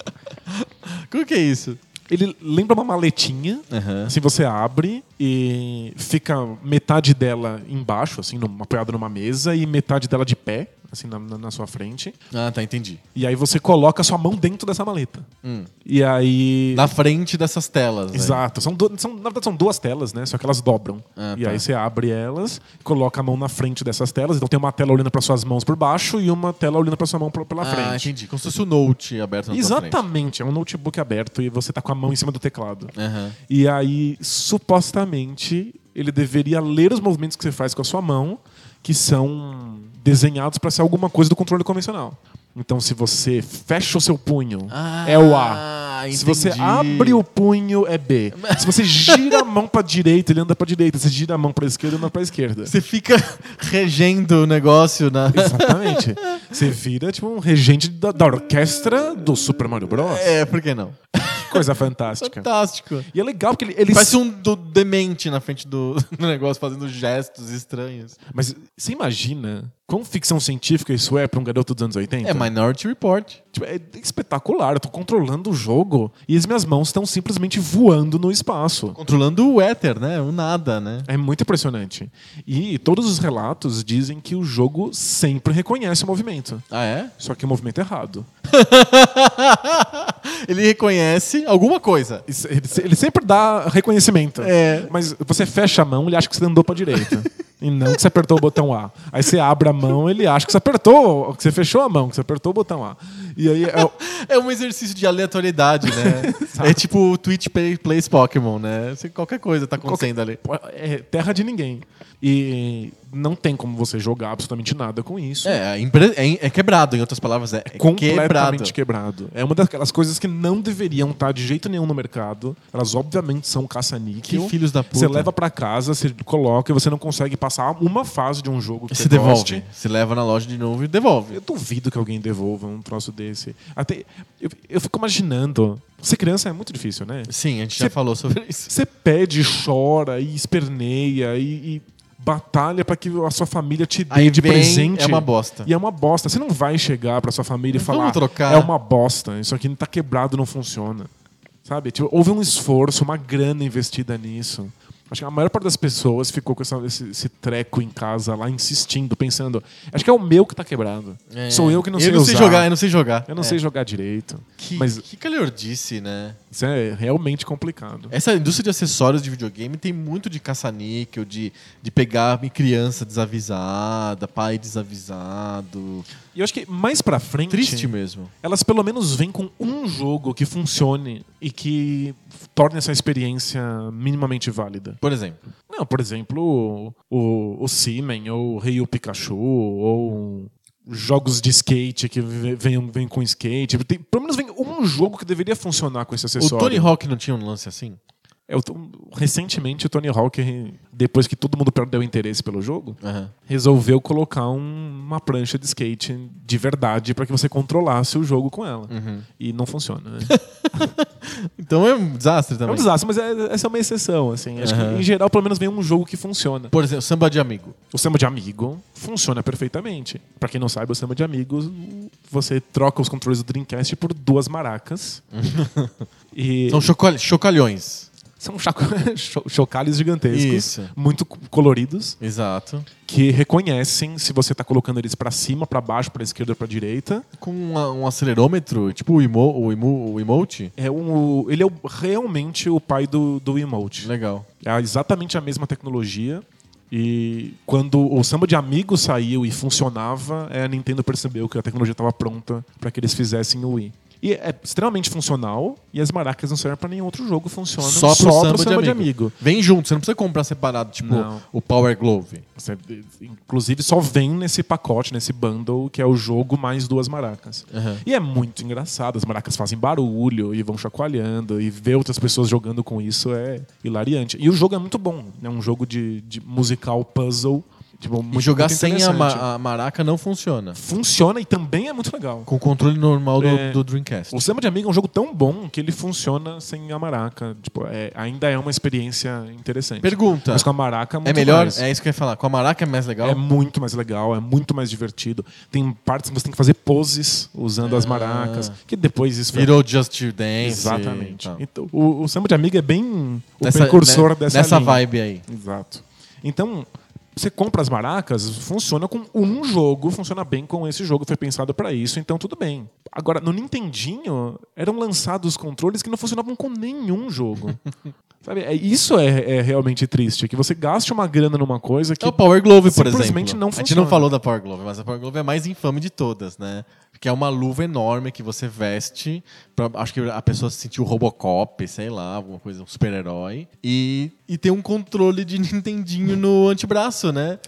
Speaker 1: Como que é isso?
Speaker 2: Ele lembra uma maletinha.
Speaker 1: Aham.
Speaker 2: Assim, você abre e fica metade dela embaixo, assim, num- apoiada numa mesa, e metade dela de pé, assim, na- na- na sua frente.
Speaker 1: Ah, tá, entendi.
Speaker 2: E aí você coloca a sua mão dentro dessa maleta.
Speaker 1: Hum.
Speaker 2: E aí.
Speaker 1: Na frente dessas telas. né?
Speaker 2: Exato. São du- são- na verdade, são duas telas, né? Só que elas dobram.
Speaker 1: Ah,
Speaker 2: e
Speaker 1: tá.
Speaker 2: aí você abre elas, coloca a mão na frente dessas telas. Então tem uma tela olhando para suas mãos por baixo e uma tela olhando para sua mão pro- pela
Speaker 1: Ah,
Speaker 2: frente.
Speaker 1: entendi. Como se fosse o Note aberto na tua frente. É.
Speaker 2: Exatamente. É um notebook aberto e você tá com a mão em cima do teclado.
Speaker 1: Aham.
Speaker 2: E aí, supostamente, ele deveria ler os movimentos que você faz com a sua mão, que são desenhados para ser alguma coisa do controle convencional. Então, se você fecha o seu punho,
Speaker 1: Ah,
Speaker 2: é o A. Se
Speaker 1: entendi.
Speaker 2: você abre o punho, é B. Se você gira a mão para direita, ele anda para direita. Se gira a mão para esquerda, ele anda para esquerda.
Speaker 1: Você fica regendo o negócio na.
Speaker 2: Exatamente. Você vira tipo um regente da, da orquestra do Super Mario Bros.
Speaker 1: É, por que não?
Speaker 2: Que coisa fantástica.
Speaker 1: Fantástico.
Speaker 2: E é legal porque ele, ele
Speaker 1: Parece um do- demente na frente do, do negócio, fazendo gestos estranhos.
Speaker 2: Mas você imagina quão ficção científica isso é pra um garoto dos anos 80?
Speaker 1: É Minority Report.
Speaker 2: Tipo, é espetacular. Eu tô controlando o jogo e as minhas mãos estão simplesmente voando no espaço.
Speaker 1: Controlando o éter, né? O nada, né?
Speaker 2: É muito impressionante. E todos os relatos dizem que o jogo sempre reconhece o movimento.
Speaker 1: Ah, é?
Speaker 2: Só que o movimento é errado.
Speaker 1: Ele reconhece alguma coisa.
Speaker 2: Isso- Ele, se- ele sempre dá reconhecimento.
Speaker 1: É.
Speaker 2: Mas você fecha a mão, ele acha que você andou pra direita. e não que você apertou o botão A. Aí você abre a mão, ele acha que você apertou, que você fechou a mão, que você apertou o botão A. E aí é,
Speaker 1: É um exercício de aleatoriedade, né? é tipo o Twitch Play- Plays Pokémon, né? Se Qualquer coisa tá acontecendo ali.
Speaker 2: Pô, é terra de ninguém. E não tem como você jogar absolutamente nada com isso.
Speaker 1: É, é impre- é, é quebrado, em outras palavras, é, é quebrado.
Speaker 2: completamente quebrado. É uma daquelas coisas que não deveriam estar de jeito nenhum no mercado. Elas obviamente são caça-níquel.
Speaker 1: Que filhos da puta.
Speaker 2: Você leva pra casa, você coloca e você não consegue passar uma fase de um jogo que
Speaker 1: Se
Speaker 2: você
Speaker 1: devolve.
Speaker 2: goste.
Speaker 1: Se leva na loja de novo e
Speaker 2: Eu
Speaker 1: devolve.
Speaker 2: duvido que alguém devolva um troço desse. Até eu, eu fico imaginando. Ser criança é muito difícil, né?
Speaker 1: Sim, a gente
Speaker 2: Você-
Speaker 1: já falou sobre isso.
Speaker 2: Você pede, chora e esperneia e, e batalha pra que a sua família te dê
Speaker 1: Aí
Speaker 2: de
Speaker 1: vem,
Speaker 2: presente.
Speaker 1: é uma bosta.
Speaker 2: E é uma bosta. Você não vai chegar pra sua família e
Speaker 1: Vamos
Speaker 2: falar:
Speaker 1: trocar.
Speaker 2: é uma bosta, isso aqui não tá quebrado, não funciona. Sabe? Tipo, houve um esforço, uma grana investida nisso. Acho que a maior parte das pessoas ficou com essa- esse, esse treco em casa lá insistindo, pensando: acho que é o meu que tá quebrado.
Speaker 1: É.
Speaker 2: Sou eu que não sei
Speaker 1: Eu não sei
Speaker 2: usar.
Speaker 1: jogar, eu não sei jogar.
Speaker 2: Eu não
Speaker 1: É.
Speaker 2: sei jogar direito.
Speaker 1: Que,
Speaker 2: Mas
Speaker 1: que calhordice, né?
Speaker 2: isso é realmente complicado.
Speaker 1: Essa indústria de acessórios de videogame tem muito de caça-níquel, de, de pegar criança desavisada, pai desavisado.
Speaker 2: E eu acho que mais pra frente.
Speaker 1: Triste mesmo.
Speaker 2: elas pelo menos vêm com um jogo que funcione e que torne essa experiência minimamente válida.
Speaker 1: Por exemplo,
Speaker 2: Não, por exemplo, o, o, o Seaman, ou o Ryu Pikachu, ou jogos de skate que ve- venham vem com skate. Tem- pelo menos vem um jogo que deveria funcionar com esse
Speaker 1: o
Speaker 2: acessório.
Speaker 1: Tony Hawk não tinha um lance assim?
Speaker 2: É, o Tom- recentemente o Tony Hawk, re- depois que todo mundo perdeu o interesse pelo jogo,
Speaker 1: Aham.
Speaker 2: resolveu colocar um- uma prancha de skate de verdade para que você controlasse o jogo com ela.
Speaker 1: Uhum.
Speaker 2: E não funciona, né?
Speaker 1: Então é um desastre
Speaker 2: é
Speaker 1: também.
Speaker 2: um desastre, mas é- essa é uma exceção, assim. Acho
Speaker 1: Aham.
Speaker 2: que, em geral, pelo menos vem um jogo que funciona.
Speaker 1: Por exemplo, samba de amigo.
Speaker 2: O samba de amigo funciona perfeitamente. Pra quem não sabe, o samba de amigos, você troca os controles do Dreamcast por duas maracas. e
Speaker 1: São chocal- chocalhões.
Speaker 2: são chaco- cho- chocalhos gigantescos,
Speaker 1: Isso.
Speaker 2: muito co- coloridos,
Speaker 1: Exato.
Speaker 2: que reconhecem se você tá colocando eles pra cima, pra baixo, pra esquerda ou pra direita.
Speaker 1: Com uma- um acelerômetro, tipo o, emo, o, emo, o emote.
Speaker 2: É um, ele é o- realmente o pai do, do emote.
Speaker 1: Legal.
Speaker 2: É exatamente a mesma tecnologia. E quando o Samba de Amigos saiu e funcionava, é, a Nintendo percebeu que a tecnologia estava pronta para que eles fizessem o Wii. E é extremamente funcional, e as maracas não servem para nenhum outro jogo, funciona
Speaker 1: Só pro samba, de, amigo.
Speaker 2: amigo.
Speaker 1: Vem junto, você não precisa comprar separado, tipo
Speaker 2: Não.
Speaker 1: o Power Glove.
Speaker 2: Você, inclusive, só vem nesse pacote, nesse bundle, que é o jogo mais duas maracas.
Speaker 1: Aham.
Speaker 2: E é muito engraçado. As maracas fazem barulho e vão chacoalhando. E ver outras pessoas jogando com isso é hilariante. E o jogo é muito bom. É um jogo de, de musical puzzle. Tipo, muito,
Speaker 1: e jogar
Speaker 2: muito
Speaker 1: sem a, ma-
Speaker 2: interessante.
Speaker 1: a maraca não funciona.
Speaker 2: Funciona e também é muito legal.
Speaker 1: Com o controle normal do,
Speaker 2: É.
Speaker 1: do Dreamcast.
Speaker 2: O Samba de Amigo é um jogo tão bom que ele funciona sem a maraca. Tipo, é- ainda é uma experiência interessante.
Speaker 1: Pergunta.
Speaker 2: Mas com a maraca
Speaker 1: É
Speaker 2: muito
Speaker 1: melhor?
Speaker 2: mais.
Speaker 1: É isso que eu ia falar. Com a maraca é mais legal?
Speaker 2: É muito mais legal, é muito mais divertido. Tem partes que você tem que fazer poses usando as
Speaker 1: Ah.
Speaker 2: maracas, que depois isso foi-
Speaker 1: Virou Just Your Dance.
Speaker 2: Exatamente.
Speaker 1: e tal.
Speaker 2: Então, o, o samba de amiga é bem o
Speaker 1: Nessa-
Speaker 2: precursor
Speaker 1: né-
Speaker 2: dessa
Speaker 1: Nessa
Speaker 2: linha.
Speaker 1: vibe aí.
Speaker 2: Exato. Então, você compra as maracas, funciona com um jogo, funciona bem com esse jogo, foi pensado pra isso, então tudo bem. Agora, no Nintendinho, eram lançados controles que não funcionavam com nenhum jogo. Sabe, é- isso é, é realmente triste, que você gaste uma grana numa coisa que
Speaker 1: É o Power Glove, por exemplo.
Speaker 2: simplesmente não
Speaker 1: A gente não
Speaker 2: funciona.
Speaker 1: falou da Power Glove, mas a Power Glove é a mais infame de todas, né? Porque é uma luva enorme que você veste. pra- acho que a pessoa se sentiu Robocop, sei lá, alguma coisa, um super-herói. E, e tem um controle de Nintendinho no antebraço, né?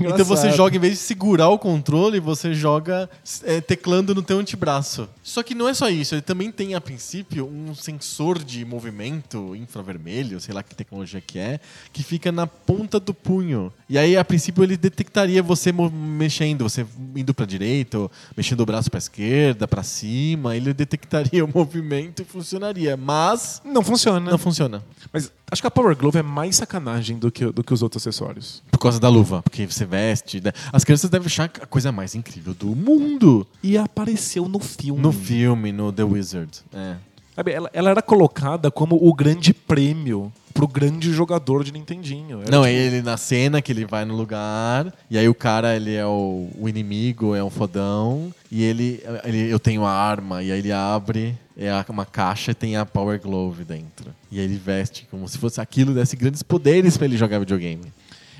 Speaker 1: Então você
Speaker 2: engraçado.
Speaker 1: joga, em vez de segurar o controle, você joga é, teclando no teu antebraço. Só que não é só isso, ele também tem, a princípio, um sensor de movimento infravermelho, sei lá que tecnologia que é, que fica na ponta do punho. E aí, a princípio, ele detectaria você mo- mexendo, você indo pra direita, ou mexendo o braço pra esquerda, pra cima, ele detectaria o movimento e funcionaria. Mas
Speaker 2: não funciona.
Speaker 1: não funciona.
Speaker 2: Mas acho que a Power Glove é mais sacanagem do que, do que os outros acessórios.
Speaker 1: Por causa da luva, porque você veste. né? As crianças devem achar a coisa mais incrível do mundo.
Speaker 2: E apareceu no filme.
Speaker 1: No filme, no The Wizard. É.
Speaker 2: Sabe, ela, ela era colocada como o grande prêmio pro grande jogador de Nintendinho. Era
Speaker 1: Não,
Speaker 2: tipo-
Speaker 1: é ele na cena que ele vai no lugar, e aí o cara, ele é o, o inimigo, é um fodão, e ele, ele- Eu tenho a arma, e aí ele abre é a- uma caixa e tem a Power Glove dentro. E aí ele veste como se fosse aquilo, desse grandes poderes pra ele jogar videogame.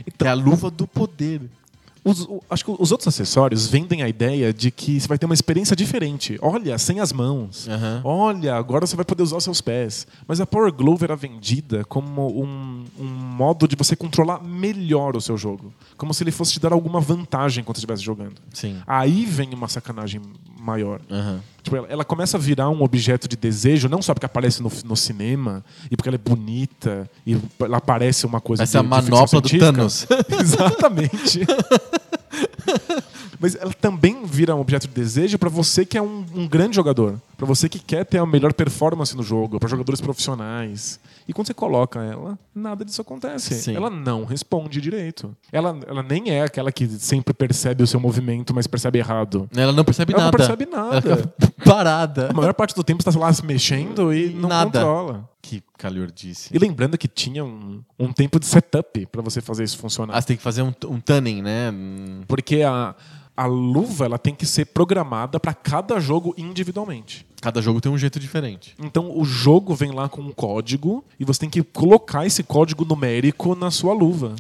Speaker 2: Então,
Speaker 1: Que é a luva do poder.
Speaker 2: Os- o- acho que os outros acessórios vendem a ideia de que você vai ter uma experiência diferente. Olha, sem as mãos.
Speaker 1: Aham.
Speaker 2: Olha, agora você vai poder usar os seus pés. Mas a Power Glove era vendida como um, um modo de você controlar melhor o seu jogo. Como se ele fosse te dar alguma vantagem quando você estivesse jogando.
Speaker 1: Sim.
Speaker 2: Aí vem uma sacanagem maior.
Speaker 1: Aham.
Speaker 2: Tipo, ela, ela começa a virar um objeto de desejo, não só porque aparece no, no cinema, e porque ela é bonita, e ela parece uma coisa
Speaker 1: Essa é a
Speaker 2: de- de ficção
Speaker 1: manopla do
Speaker 2: científica.
Speaker 1: Thanos.
Speaker 2: Exatamente. Mas ela também vira um objeto de desejo para você que é um, um grande jogador. para você que quer ter a melhor performance no jogo, para jogadores profissionais. E quando você coloca ela, nada disso acontece.
Speaker 1: Sim.
Speaker 2: Ela não responde direito. Ela, ela nem é aquela que sempre percebe o seu movimento, mas percebe errado.
Speaker 1: Ela não percebe
Speaker 2: Ela não
Speaker 1: nada.
Speaker 2: percebe nada.
Speaker 1: Ela fica parada.
Speaker 2: A maior parte do tempo está lá se mexendo e não
Speaker 1: Nada.
Speaker 2: controla.
Speaker 1: Que calhordice.
Speaker 2: E lembrando que tinha um, um tempo de setup para você fazer isso funcionar.
Speaker 1: Ah, você tem que fazer um, um tanning, né? Hum,
Speaker 2: Porque a, a luva ela tem que ser programada para cada jogo individualmente.
Speaker 1: Cada jogo tem um jeito diferente.
Speaker 2: Então o jogo vem lá com um código e você tem que colocar esse código numérico na sua luva.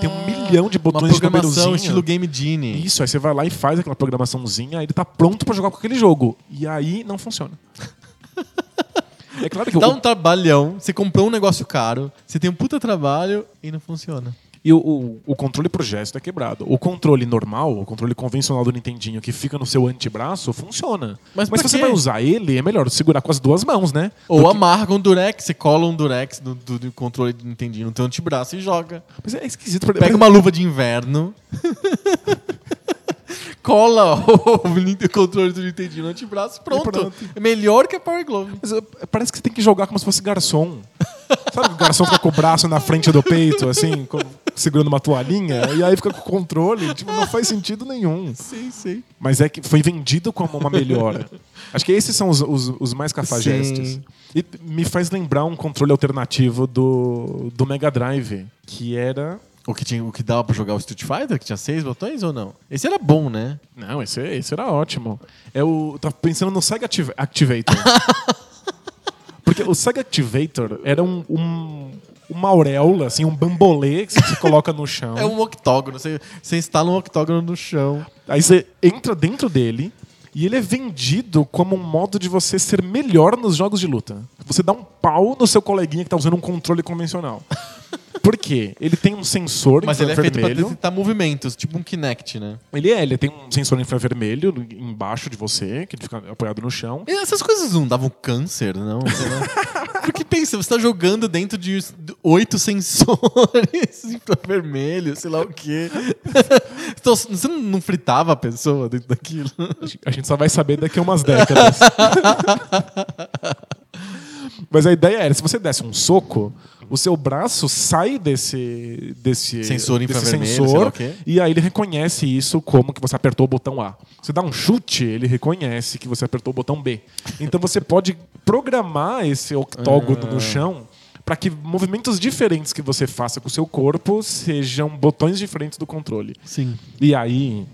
Speaker 2: Tem um milhão de botões
Speaker 1: Ah. Uma
Speaker 2: de
Speaker 1: programação
Speaker 2: numerozinho.
Speaker 1: estilo Game Genie.
Speaker 2: Isso, aí você vai lá e faz aquela programaçãozinha, aí ele tá pronto para jogar com aquele jogo. E aí não funciona. É claro que
Speaker 1: Dá
Speaker 2: o-
Speaker 1: um trabalhão, você comprou um negócio caro, você tem um puta trabalho um e não funciona.
Speaker 2: E o, o, o controle pro gesto é quebrado. O controle normal, o controle convencional do Nintendinho que fica no seu antebraço, funciona.
Speaker 1: Mas pra
Speaker 2: Mas, se você
Speaker 1: quê?
Speaker 2: vai usar ele, é melhor segurar com as duas mãos, né?
Speaker 1: Ou
Speaker 2: Porque-
Speaker 1: amarga um durex, você cola um durex do, do- do controle do Nintendinho no teu um antebraço e joga.
Speaker 2: Mas é esquisito. pra-
Speaker 1: Pega uma luva de inverno. cola o, Nintendo- controle do Nintendinho no antebraço, pronto.
Speaker 2: pronto.
Speaker 1: É melhor que a Power Glove.
Speaker 2: Mas, eh, parece que você tem que jogar como se fosse garçom. Sabe que o garçom fica com o braço na frente do peito, assim, com- segurando uma toalhinha, e aí fica com o controle. Tipo, não faz sentido nenhum.
Speaker 1: Sim, sim.
Speaker 2: Mas é que foi vendido como uma melhora. Acho que esses são os, os- os mais cafajestes.
Speaker 1: Sim.
Speaker 2: E me faz lembrar um controle alternativo do, do Mega Drive, que era.
Speaker 1: O que, tinha, o que dava pra jogar o Street Fighter, que tinha seis botões ou não? Esse era bom, né?
Speaker 2: Não, esse, esse era ótimo. É o. Tava pensando no Sega Activ- Activator. Porque o Sega Activator era um, um- uma auréola, assim, um bambolê que você coloca no chão.
Speaker 1: É um octógono. Você, você instala um octógono no chão.
Speaker 2: Aí você entra dentro dele e ele é vendido como um modo de você ser melhor nos jogos de luta. Você dá um pau no seu coleguinha que tá usando um controle convencional. Por quê? Ele tem um sensor
Speaker 1: Mas ele é feito pra
Speaker 2: infravermelho.
Speaker 1: detectar movimentos, tipo um Kinect, né?
Speaker 2: Ele é, ele tem um sensor infravermelho embaixo de você, que ele fica apoiado no chão.
Speaker 1: E Essas coisas não davam câncer, não? Sei lá. Porque pensa, você tá jogando dentro de oito sensores infravermelho, sei lá o quê. Então, você não- não fritava a pessoa dentro daquilo?
Speaker 2: A gente só vai saber daqui a umas décadas. Mas a ideia era, se você desse um soco, o seu braço sai desse desse
Speaker 1: Sensor
Speaker 2: desse
Speaker 1: infravermelho,
Speaker 2: sensor,
Speaker 1: sei lá o quê.
Speaker 2: e aí ele reconhece isso como que você apertou o botão A. Você dá um chute, ele reconhece que você apertou o botão B. Então você pode programar esse octógono
Speaker 1: Ah.
Speaker 2: no chão para que movimentos diferentes que você faça com o seu corpo sejam botões diferentes do controle.
Speaker 1: Sim.
Speaker 2: E aí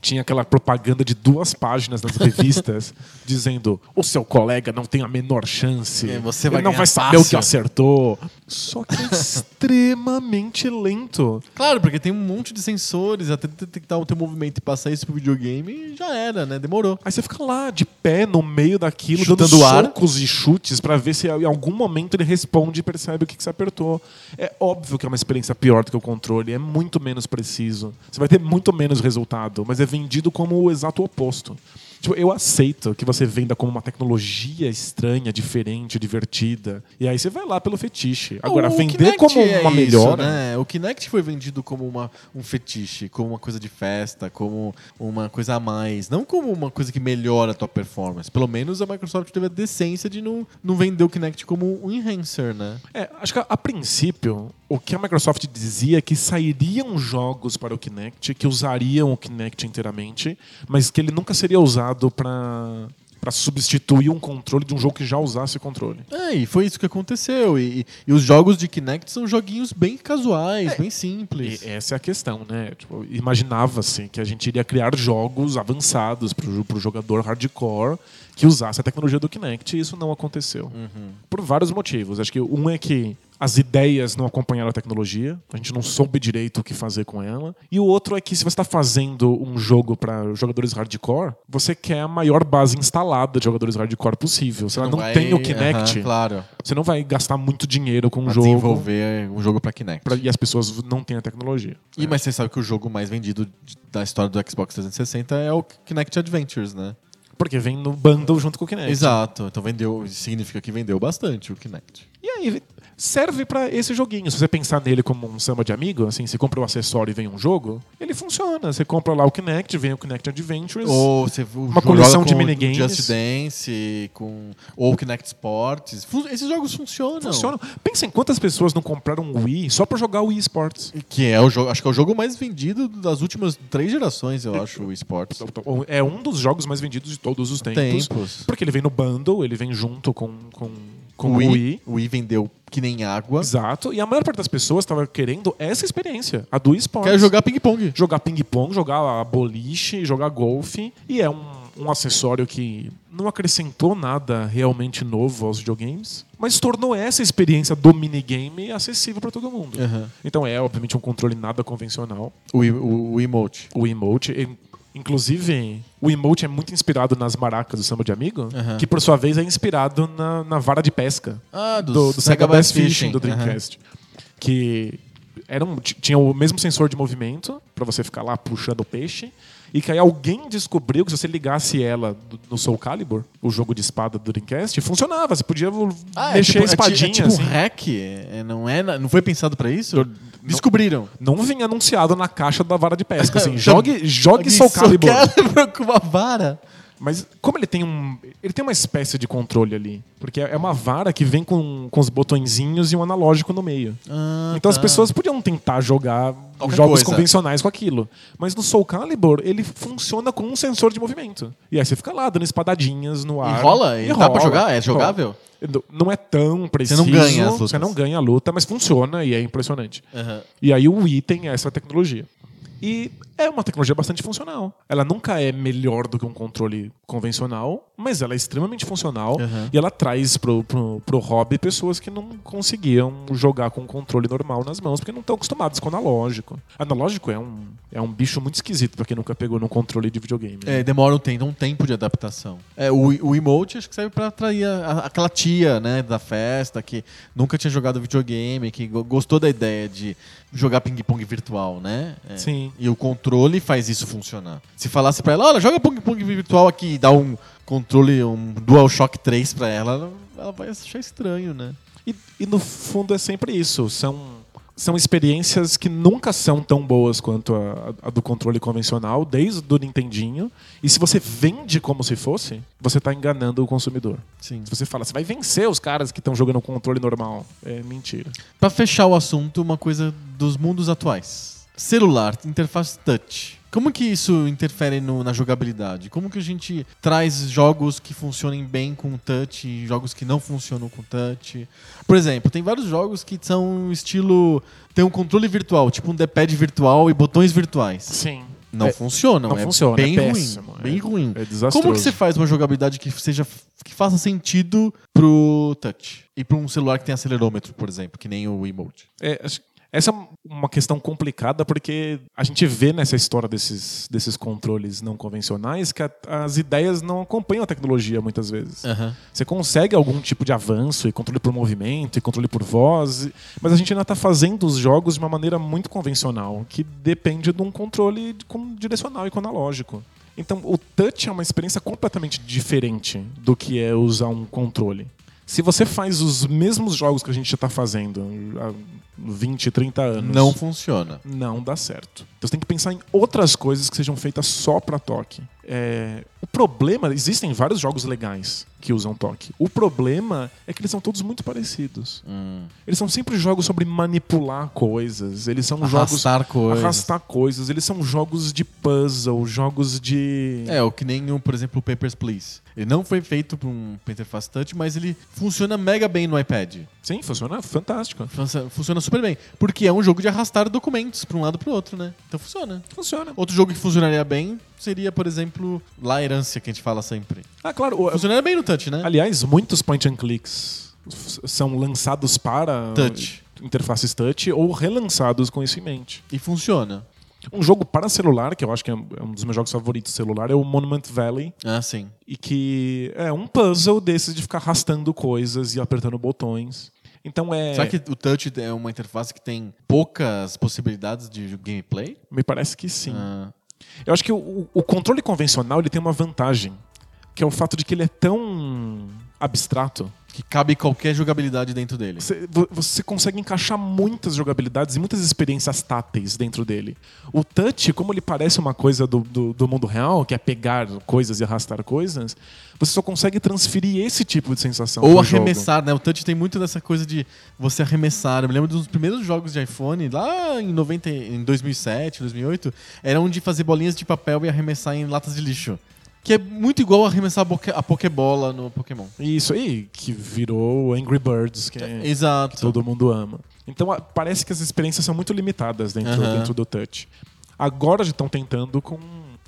Speaker 2: tinha aquela propaganda de duas páginas nas revistas dizendo o seu colega não tem a menor chance.
Speaker 1: É, você
Speaker 2: ele
Speaker 1: vai
Speaker 2: não
Speaker 1: ganhar
Speaker 2: vai saber
Speaker 1: fácil."
Speaker 2: o que acertou. Só que é extremamente lento.
Speaker 1: Claro, porque tem um monte de sensores, até detectar o teu movimento e passar isso pro videogame, já era, né? Demorou.
Speaker 2: Aí você fica lá de pé no meio daquilo,
Speaker 1: Chutando
Speaker 2: dando
Speaker 1: ar.
Speaker 2: socos e chutes pra ver se em algum momento ele responde e percebe o que, que você apertou. É óbvio que é uma experiência pior do que o controle, é muito menos preciso. Você vai ter muito menos resultado, mas é vendido como o exato oposto. Tipo, eu aceito que você venda como uma tecnologia estranha, diferente, divertida. E aí você vai lá pelo fetiche. Agora,
Speaker 1: O
Speaker 2: vender
Speaker 1: Kinect
Speaker 2: como
Speaker 1: é
Speaker 2: uma
Speaker 1: isso,
Speaker 2: melhora.
Speaker 1: né? O Kinect foi vendido como uma, um fetiche, como uma coisa de festa, como uma coisa a mais. Não como uma coisa que melhora a tua performance. Pelo menos a Microsoft teve a decência de não, não vender o Kinect como um enhancer, né?
Speaker 2: É, acho que a, a princípio, o que a Microsoft dizia é que sairiam jogos para o Kinect, que usariam o Kinect inteiramente, mas que ele nunca seria usado para para substituir um controle de um jogo que já usasse o controle.
Speaker 1: É, e foi isso que aconteceu. E, e- e os jogos de Kinect são joguinhos bem casuais, bem
Speaker 2: É, E
Speaker 1: simples.
Speaker 2: essa é a questão, né? Tipo, Imaginava-se que a gente iria criar jogos avançados para o jogador hardcore que usasse a tecnologia do Kinect e isso não aconteceu.
Speaker 1: Uhum.
Speaker 2: Por vários motivos. Acho que um é que as ideias não acompanharam a tecnologia, a gente não soube direito o que fazer com ela. E o outro é que se você está fazendo um jogo para jogadores hardcore, você quer a maior base instalada de jogadores hardcore possível. Se ela não,
Speaker 1: vai-
Speaker 2: tem o Kinect,
Speaker 1: Aham, claro.
Speaker 2: você não vai gastar muito dinheiro com um
Speaker 1: Pra
Speaker 2: jogo.
Speaker 1: desenvolver um jogo pra Kinect.
Speaker 2: pra- e as pessoas não têm a tecnologia.
Speaker 1: E, mas você sabe que o jogo mais vendido de- da história do Xbox 360 é o Kinect Adventures, né?
Speaker 2: Porque vem no bundle junto com o Kinect.
Speaker 1: Exato. Então vendeu, significa que vendeu bastante o Kinect.
Speaker 2: E aí, serve pra esse joguinho. Se você pensar nele como um samba de amigo, assim, você compra o acessório e vem um jogo, ele funciona. Você compra lá o Kinect, vem o Kinect Adventures.
Speaker 1: Ou você uma
Speaker 2: coleção de minigames.
Speaker 1: Just Dance, com ou Kinect Sports. Fu- Esses jogos funcionam.
Speaker 2: Funciona. Pensa em quantas pessoas não compraram um Wii só pra jogar o Wii Sports.
Speaker 1: Que é o jogo, acho que é o jogo mais vendido das últimas três gerações, eu acho, o esportes.
Speaker 2: É um dos jogos mais vendidos de todos os tempos.
Speaker 1: Tempos.
Speaker 2: Porque ele vem no bundle, ele vem junto com, com, com
Speaker 1: O
Speaker 2: o
Speaker 1: Wii,
Speaker 2: Wii.
Speaker 1: o Wii vendeu que nem água.
Speaker 2: Exato. E a maior parte das pessoas estava querendo essa experiência, a do Wii Sports.
Speaker 1: Quer jogar ping-pong.
Speaker 2: jogar ping-pong, jogar boliche, jogar golfe. E é um, um acessório que não acrescentou nada realmente novo aos videogames, mas tornou essa experiência do minigame acessível para todo mundo.
Speaker 1: Aham.
Speaker 2: Então é, obviamente, um controle nada convencional.
Speaker 1: O, Wii- o, o emote.
Speaker 2: O emote. e- Inclusive, o emote é muito inspirado nas maracas do samba de amigo,
Speaker 1: Aham.
Speaker 2: que por sua vez é inspirado na, na vara de pesca
Speaker 1: Ah, do,
Speaker 2: do, do Sega Bass Fishing, do Dreamcast. Que era um- t- tinha o mesmo sensor de movimento pra você ficar lá puxando o peixe. E que aí alguém descobriu que se você ligasse ela do- no Soul Calibur, o jogo de espada do Dreamcast, funcionava. Você podia vo- mexer a espadinha.
Speaker 1: É, tipo
Speaker 2: assim.
Speaker 1: um hack. é- é- não, é, na- não foi pensado pra isso? Descobriram.
Speaker 2: Não vinha anunciado na caixa da vara de pesca. Assim,
Speaker 1: Então,
Speaker 2: jogue jogue
Speaker 1: Alguém
Speaker 2: Soul Calibur.
Speaker 1: Calibur com uma vara.
Speaker 2: Mas como ele tem um. Ele tem uma espécie de controle ali. Porque é uma vara que vem com, com os botõezinhos e um analógico no meio.
Speaker 1: Ah,
Speaker 2: então as
Speaker 1: tá.
Speaker 2: pessoas podiam tentar jogar
Speaker 1: Qualquer
Speaker 2: jogos
Speaker 1: coisa.
Speaker 2: convencionais com aquilo. Mas no Soul Calibur, ele funciona com um sensor de movimento. E aí você fica lá dando espadadinhas no ar.
Speaker 1: E rola? E dá pra jogar? É jogável?
Speaker 2: Rola. Não é tão preciso.
Speaker 1: ganha as lutas.
Speaker 2: Você não ganha a luta, mas funciona e é impressionante. E aí o Wii tem essa tecnologia. E é uma tecnologia bastante funcional. Ela nunca é melhor do que um controle convencional, mas ela é extremamente funcional
Speaker 1: Uhum.
Speaker 2: e ela traz pro, pro, pro hobby pessoas que não conseguiam jogar com um controle normal nas mãos, porque não estão acostumados com analógico. Analógico é um, é um bicho muito esquisito pra quem nunca pegou num controle de videogame. né?
Speaker 1: É, demora um tempo, um tempo de adaptação. É, o, o emote acho que serve pra atrair a- a- aquela tia, né, da festa, que nunca tinha jogado videogame, que go- gostou da ideia de jogar ping-pong virtual, né? É.
Speaker 2: Sim.
Speaker 1: E o controle faz isso funcionar. Se falasse pra ela, olha, joga ping-pong virtual aqui e dá um controle, um DualShock 3 pra ela, ela, ela vai achar estranho, né?
Speaker 2: E, e no fundo é sempre isso. São, são experiências que nunca são tão boas quanto a, a do controle convencional, desde o Nintendinho. E se você vende como se fosse, você está enganando o consumidor.
Speaker 1: Sim.
Speaker 2: Se você fala, você vai vencer os caras que estão jogando com controle normal. É mentira.
Speaker 1: Pra fechar o assunto, uma coisa dos mundos atuais. Celular, interface touch. Como que isso interfere no- na jogabilidade? Como que a gente traz jogos que funcionem bem com touch e jogos que não funcionam com touch? Por exemplo, tem vários jogos que são estilo... Tem um controle virtual, tipo um D-pad virtual e botões virtuais.
Speaker 2: Sim.
Speaker 1: Não
Speaker 2: É,
Speaker 1: funcionam.
Speaker 2: não
Speaker 1: é
Speaker 2: funciona,
Speaker 1: Bem
Speaker 2: é
Speaker 1: ruim.
Speaker 2: péssimo, é-
Speaker 1: bem ruim.
Speaker 2: É desastroso.
Speaker 1: Como que você faz uma jogabilidade que seja que faça sentido pro touch e pra um celular que tem acelerômetro, por exemplo, que nem o emote?
Speaker 2: É, acho- essa é uma questão complicada porque a gente vê nessa história desses, desses controles não convencionais que a- as ideias não acompanham a tecnologia muitas vezes. Você consegue algum tipo de avanço e controle por movimento e controle por voz, mas a gente ainda está fazendo os jogos de uma maneira muito convencional, que depende de um controle de- com direcional e com analógico. Então, o touch é uma experiência completamente diferente do que é usar um controle. Se você faz os mesmos jogos que a gente já está fazendo há 20, 30 anos
Speaker 1: Não funciona.
Speaker 2: não dá certo. Então você tem que pensar em outras coisas que sejam feitas só para toque. É, O problema, existem vários jogos legais que usam toque. O problema é que eles são todos muito parecidos.
Speaker 1: Hum.
Speaker 2: Eles são sempre jogos sobre manipular coisas. Eles são
Speaker 1: Arrastar
Speaker 2: jogos
Speaker 1: coisas.
Speaker 2: arrastar coisas. Eles são jogos de puzzle, jogos de
Speaker 1: É, o que nem, o, por exemplo, o Papers, Please. Ele não foi feito pra um interface touch, mas ele funciona mega bem no iPad.
Speaker 2: Sim, funciona fantástico.
Speaker 1: Funça- Funciona super bem. Porque é um jogo de arrastar documentos pra um lado pro outro, né? Então funciona.
Speaker 2: Funciona.
Speaker 1: Outro jogo que funcionaria bem seria, por exemplo, La Herância, que a gente fala sempre.
Speaker 2: Ah, claro, o-
Speaker 1: Funcionaria bem no touch, né?
Speaker 2: Aliás, muitos point and clicks f- são lançados para
Speaker 1: Touch.
Speaker 2: interfaces touch ou relançados com isso em mente.
Speaker 1: E funciona.
Speaker 2: Um jogo para celular, que eu acho que é um é um dos meus jogos favoritos celular, é o Monument Valley,
Speaker 1: Ah, sim.
Speaker 2: e que é um puzzle desses de ficar arrastando coisas e apertando botões. Então é.
Speaker 1: Será que o touch é uma interface que tem poucas possibilidades de gameplay?
Speaker 2: Me parece que sim.
Speaker 1: Ah,
Speaker 2: Eu acho que o, o controle convencional ele tem uma vantagem, que é o fato de que ele é tão abstrato
Speaker 1: que cabe qualquer jogabilidade dentro dele.
Speaker 2: Você, vo- você consegue encaixar muitas jogabilidades e muitas experiências táteis dentro dele. O touch, como ele parece uma coisa do, do, do mundo real, que é pegar coisas e arrastar coisas, você só consegue transferir esse tipo de sensação.
Speaker 1: Ou
Speaker 2: pro jogo.
Speaker 1: arremessar, né? O touch tem muito dessa coisa de você arremessar. Eu me lembro dos primeiros jogos de iPhone, lá em, 90, e- em 2007, 2008, era onde fazer bolinhas de papel e arremessar em latas de lixo. Que é muito igual arremessar a, boque- a Pokébola no Pokémon.
Speaker 2: Isso aí, que virou Angry Birds, que é-
Speaker 1: Exato.
Speaker 2: que todo mundo ama. Então a- parece que as experiências são muito limitadas dentro,
Speaker 1: Aham.
Speaker 2: dentro do touch. Agora já estão tentando com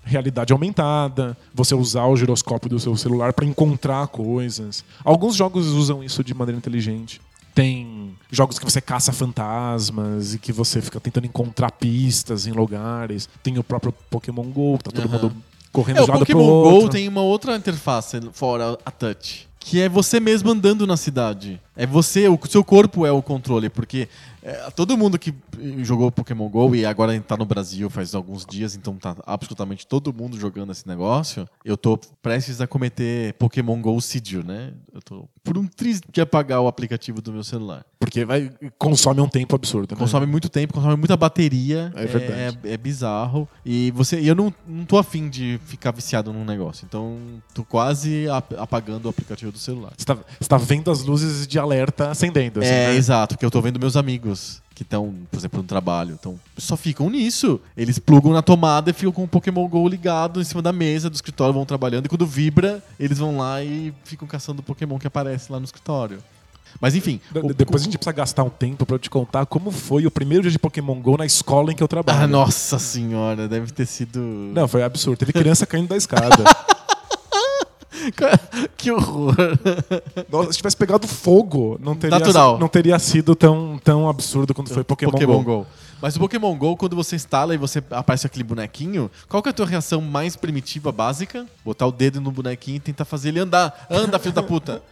Speaker 2: realidade aumentada, você usar o giroscópio do seu celular para encontrar coisas. Alguns jogos usam isso de maneira inteligente. Tem jogos que você caça fantasmas e que você fica tentando encontrar pistas em lugares. Tem o próprio Pokémon GO, que tá todo
Speaker 1: Aham.
Speaker 2: mundo correndo
Speaker 1: É, o
Speaker 2: de um lado pro
Speaker 1: Pokémon GO
Speaker 2: outro.
Speaker 1: tem uma outra interface fora a touch, que é você mesmo andando na cidade. É você, o seu corpo é o controle, porque é, todo mundo que eh, jogou Pokémon GO e agora tá no Brasil faz alguns dias, então tá absolutamente todo mundo jogando esse negócio, eu tô prestes a cometer Pokémon GO Sidio, né? Eu tô por um triz de apagar o aplicativo do meu celular.
Speaker 2: Porque vai, consome um tempo absurdo. né?
Speaker 1: Consome muito tempo, consome muita bateria.
Speaker 2: É verdade.
Speaker 1: É, é bizarro. E você, e eu não, não tô afim de ficar viciado num negócio. Então, tô quase ap- apagando o aplicativo do celular.
Speaker 2: Você tá, você tá vendo as luzes de alerta acendendo. assim,
Speaker 1: é,
Speaker 2: né?
Speaker 1: exato, porque eu tô vendo meus amigos que estão, por exemplo, no trabalho. Então, só ficam nisso. Eles plugam na tomada e ficam com o Pokémon GO ligado em cima da mesa do escritório, vão trabalhando. E quando vibra, eles vão lá e ficam caçando o Pokémon que aparece lá no escritório. Mas enfim.
Speaker 2: De-
Speaker 1: o-
Speaker 2: Depois a gente precisa gastar um tempo pra eu te contar como foi o primeiro dia de Pokémon GO na escola em que eu trabalho.
Speaker 1: Ah, nossa senhora, deve ter sido.
Speaker 2: Não, foi absurdo. Teve criança caindo da escada.
Speaker 1: que horror.
Speaker 2: Nossa, se tivesse pegado fogo, não teria,
Speaker 1: Natural.
Speaker 2: Não teria sido tão, tão absurdo quanto foi Pokémon,
Speaker 1: Pokémon
Speaker 2: Go.
Speaker 1: Go. Mas o Pokémon Go, quando você instala e você aparece aquele bonequinho, qual que é a tua reação mais primitiva, básica? Botar o dedo no bonequinho e tentar fazer ele andar. Anda, filho da puta.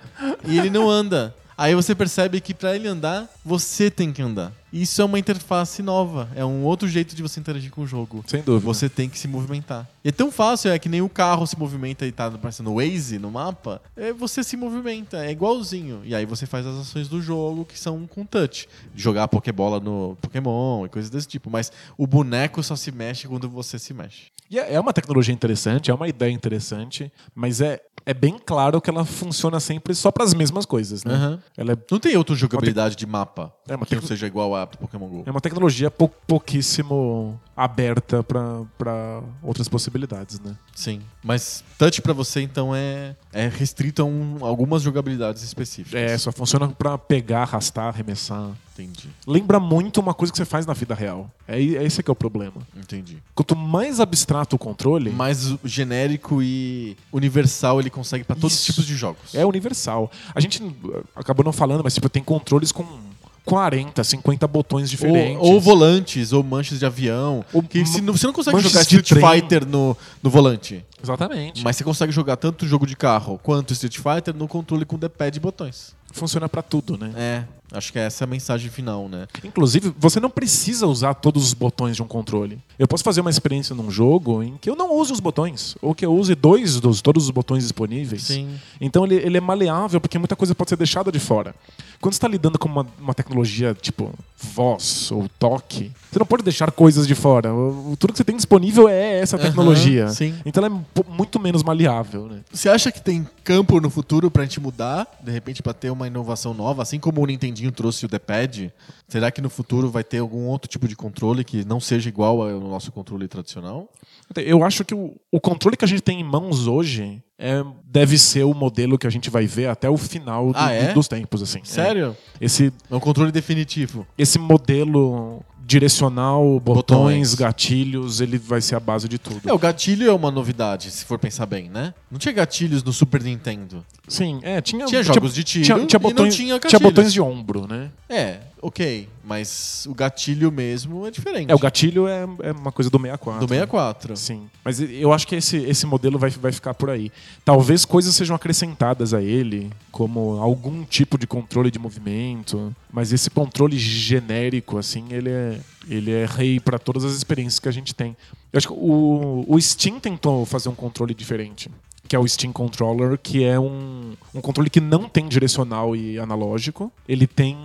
Speaker 1: E ele não anda. Aí você percebe que pra ele andar, você tem que andar. Isso é uma interface nova, é um outro jeito de você interagir com o jogo.
Speaker 2: Sem dúvida.
Speaker 1: Você tem que se movimentar. E é tão fácil, é que nem o carro se movimenta e tá aparecendo Waze no mapa. É, você se movimenta, é igualzinho. E aí você faz as ações do jogo que são com touch. Jogar Pokébola no Pokémon e coisas desse tipo. Mas o boneco só se mexe quando você se mexe.
Speaker 2: E é é uma tecnologia interessante, é uma ideia interessante, mas é, é bem claro que ela funciona sempre só para as mesmas coisas, né?
Speaker 1: Aham.
Speaker 2: Ela é,
Speaker 1: Não tem outra jogabilidade de mapa
Speaker 2: É, mas
Speaker 1: que
Speaker 2: tem-
Speaker 1: não seja igual a do Pokémon GO.
Speaker 2: é uma tecnologia pou, pouquíssimo aberta para outras possibilidades, né?
Speaker 1: Sim. Mas touch pra você, então, é, é restrito a um- algumas jogabilidades específicas.
Speaker 2: É, só funciona para pegar, arrastar, arremessar.
Speaker 1: Entendi,
Speaker 2: Lembra muito uma coisa que você faz na vida real. É, é esse que é o problema.
Speaker 1: entendi.
Speaker 2: Quanto mais abstrato o controle,
Speaker 1: mais genérico e universal ele consegue pra todos os
Speaker 2: Isso.
Speaker 1: tipos de jogos.
Speaker 2: É universal. A gente uh, acabou não falando, mas tipo, tem controles com 40, 50 botões diferentes.
Speaker 1: ou, ou volantes, ou manchas de avião.
Speaker 2: Ou
Speaker 1: que se
Speaker 2: ma-
Speaker 1: não- você não consegue
Speaker 2: manchas
Speaker 1: jogar
Speaker 2: de
Speaker 1: Street
Speaker 2: trem.
Speaker 1: Fighter no, no volante.
Speaker 2: Exatamente.
Speaker 1: Mas você consegue jogar tanto o jogo de carro quanto Street Fighter no controle com D-pad e botões.
Speaker 2: Funciona pra tudo, né?
Speaker 1: É, acho que essa é a mensagem final, né?
Speaker 2: Inclusive, você não precisa usar todos os botões de um controle. Eu posso fazer uma experiência num jogo em que eu não use os botões, ou que eu use dois dos todos os botões disponíveis.
Speaker 1: Sim.
Speaker 2: Então ele, ele é maleável porque muita coisa pode ser deixada de fora. Quando você está lidando com uma, uma tecnologia tipo voz ou toque, você não pode deixar coisas de fora. O- o- tudo que você tem disponível é essa
Speaker 1: Aham,
Speaker 2: tecnologia.
Speaker 1: sim.
Speaker 2: Então ela é um po- muito menos maleável, né?
Speaker 1: Você acha que tem campo no futuro pra gente mudar? De repente, pra ter uma inovação nova? Assim como o Nintendinho trouxe o D-pad, será que no futuro vai ter algum outro tipo de controle que não seja igual ao nosso controle tradicional?
Speaker 2: Eu acho que o, o controle que a gente tem em mãos hoje é, deve ser o modelo que a gente vai ver até o final do-
Speaker 1: Ah, é?
Speaker 2: dos tempos, assim.
Speaker 1: Sério?
Speaker 2: É. Esse,
Speaker 1: É um controle definitivo.
Speaker 2: esse modelo direcional, botões,
Speaker 1: Botões.
Speaker 2: gatilhos, ele vai ser a base de tudo.
Speaker 1: É, o gatilho é uma novidade, se for pensar bem, né? Não tinha gatilhos no Super Nintendo.
Speaker 2: Sim, é, tinha,
Speaker 1: Tinha jogos de tiro
Speaker 2: tinha, tinha
Speaker 1: e não
Speaker 2: botões,
Speaker 1: tinha
Speaker 2: tinha
Speaker 1: gatilhos.
Speaker 2: botões de ombro, né?
Speaker 1: É, ok. Mas o gatilho mesmo é diferente.
Speaker 2: É, o gatilho é, é uma coisa do 64.
Speaker 1: Do 64.
Speaker 2: Sim. Mas eu acho que esse, esse modelo vai, vai ficar por aí. Talvez coisas sejam acrescentadas a ele, como algum tipo de controle de movimento, mas esse controle genérico, assim, ele é, ele é rei para todas as experiências que a gente tem. Eu acho que o, o Steam tentou fazer um controle diferente. Que é o Steam Controller, que é um, um controle que não tem direcional e analógico. Ele tem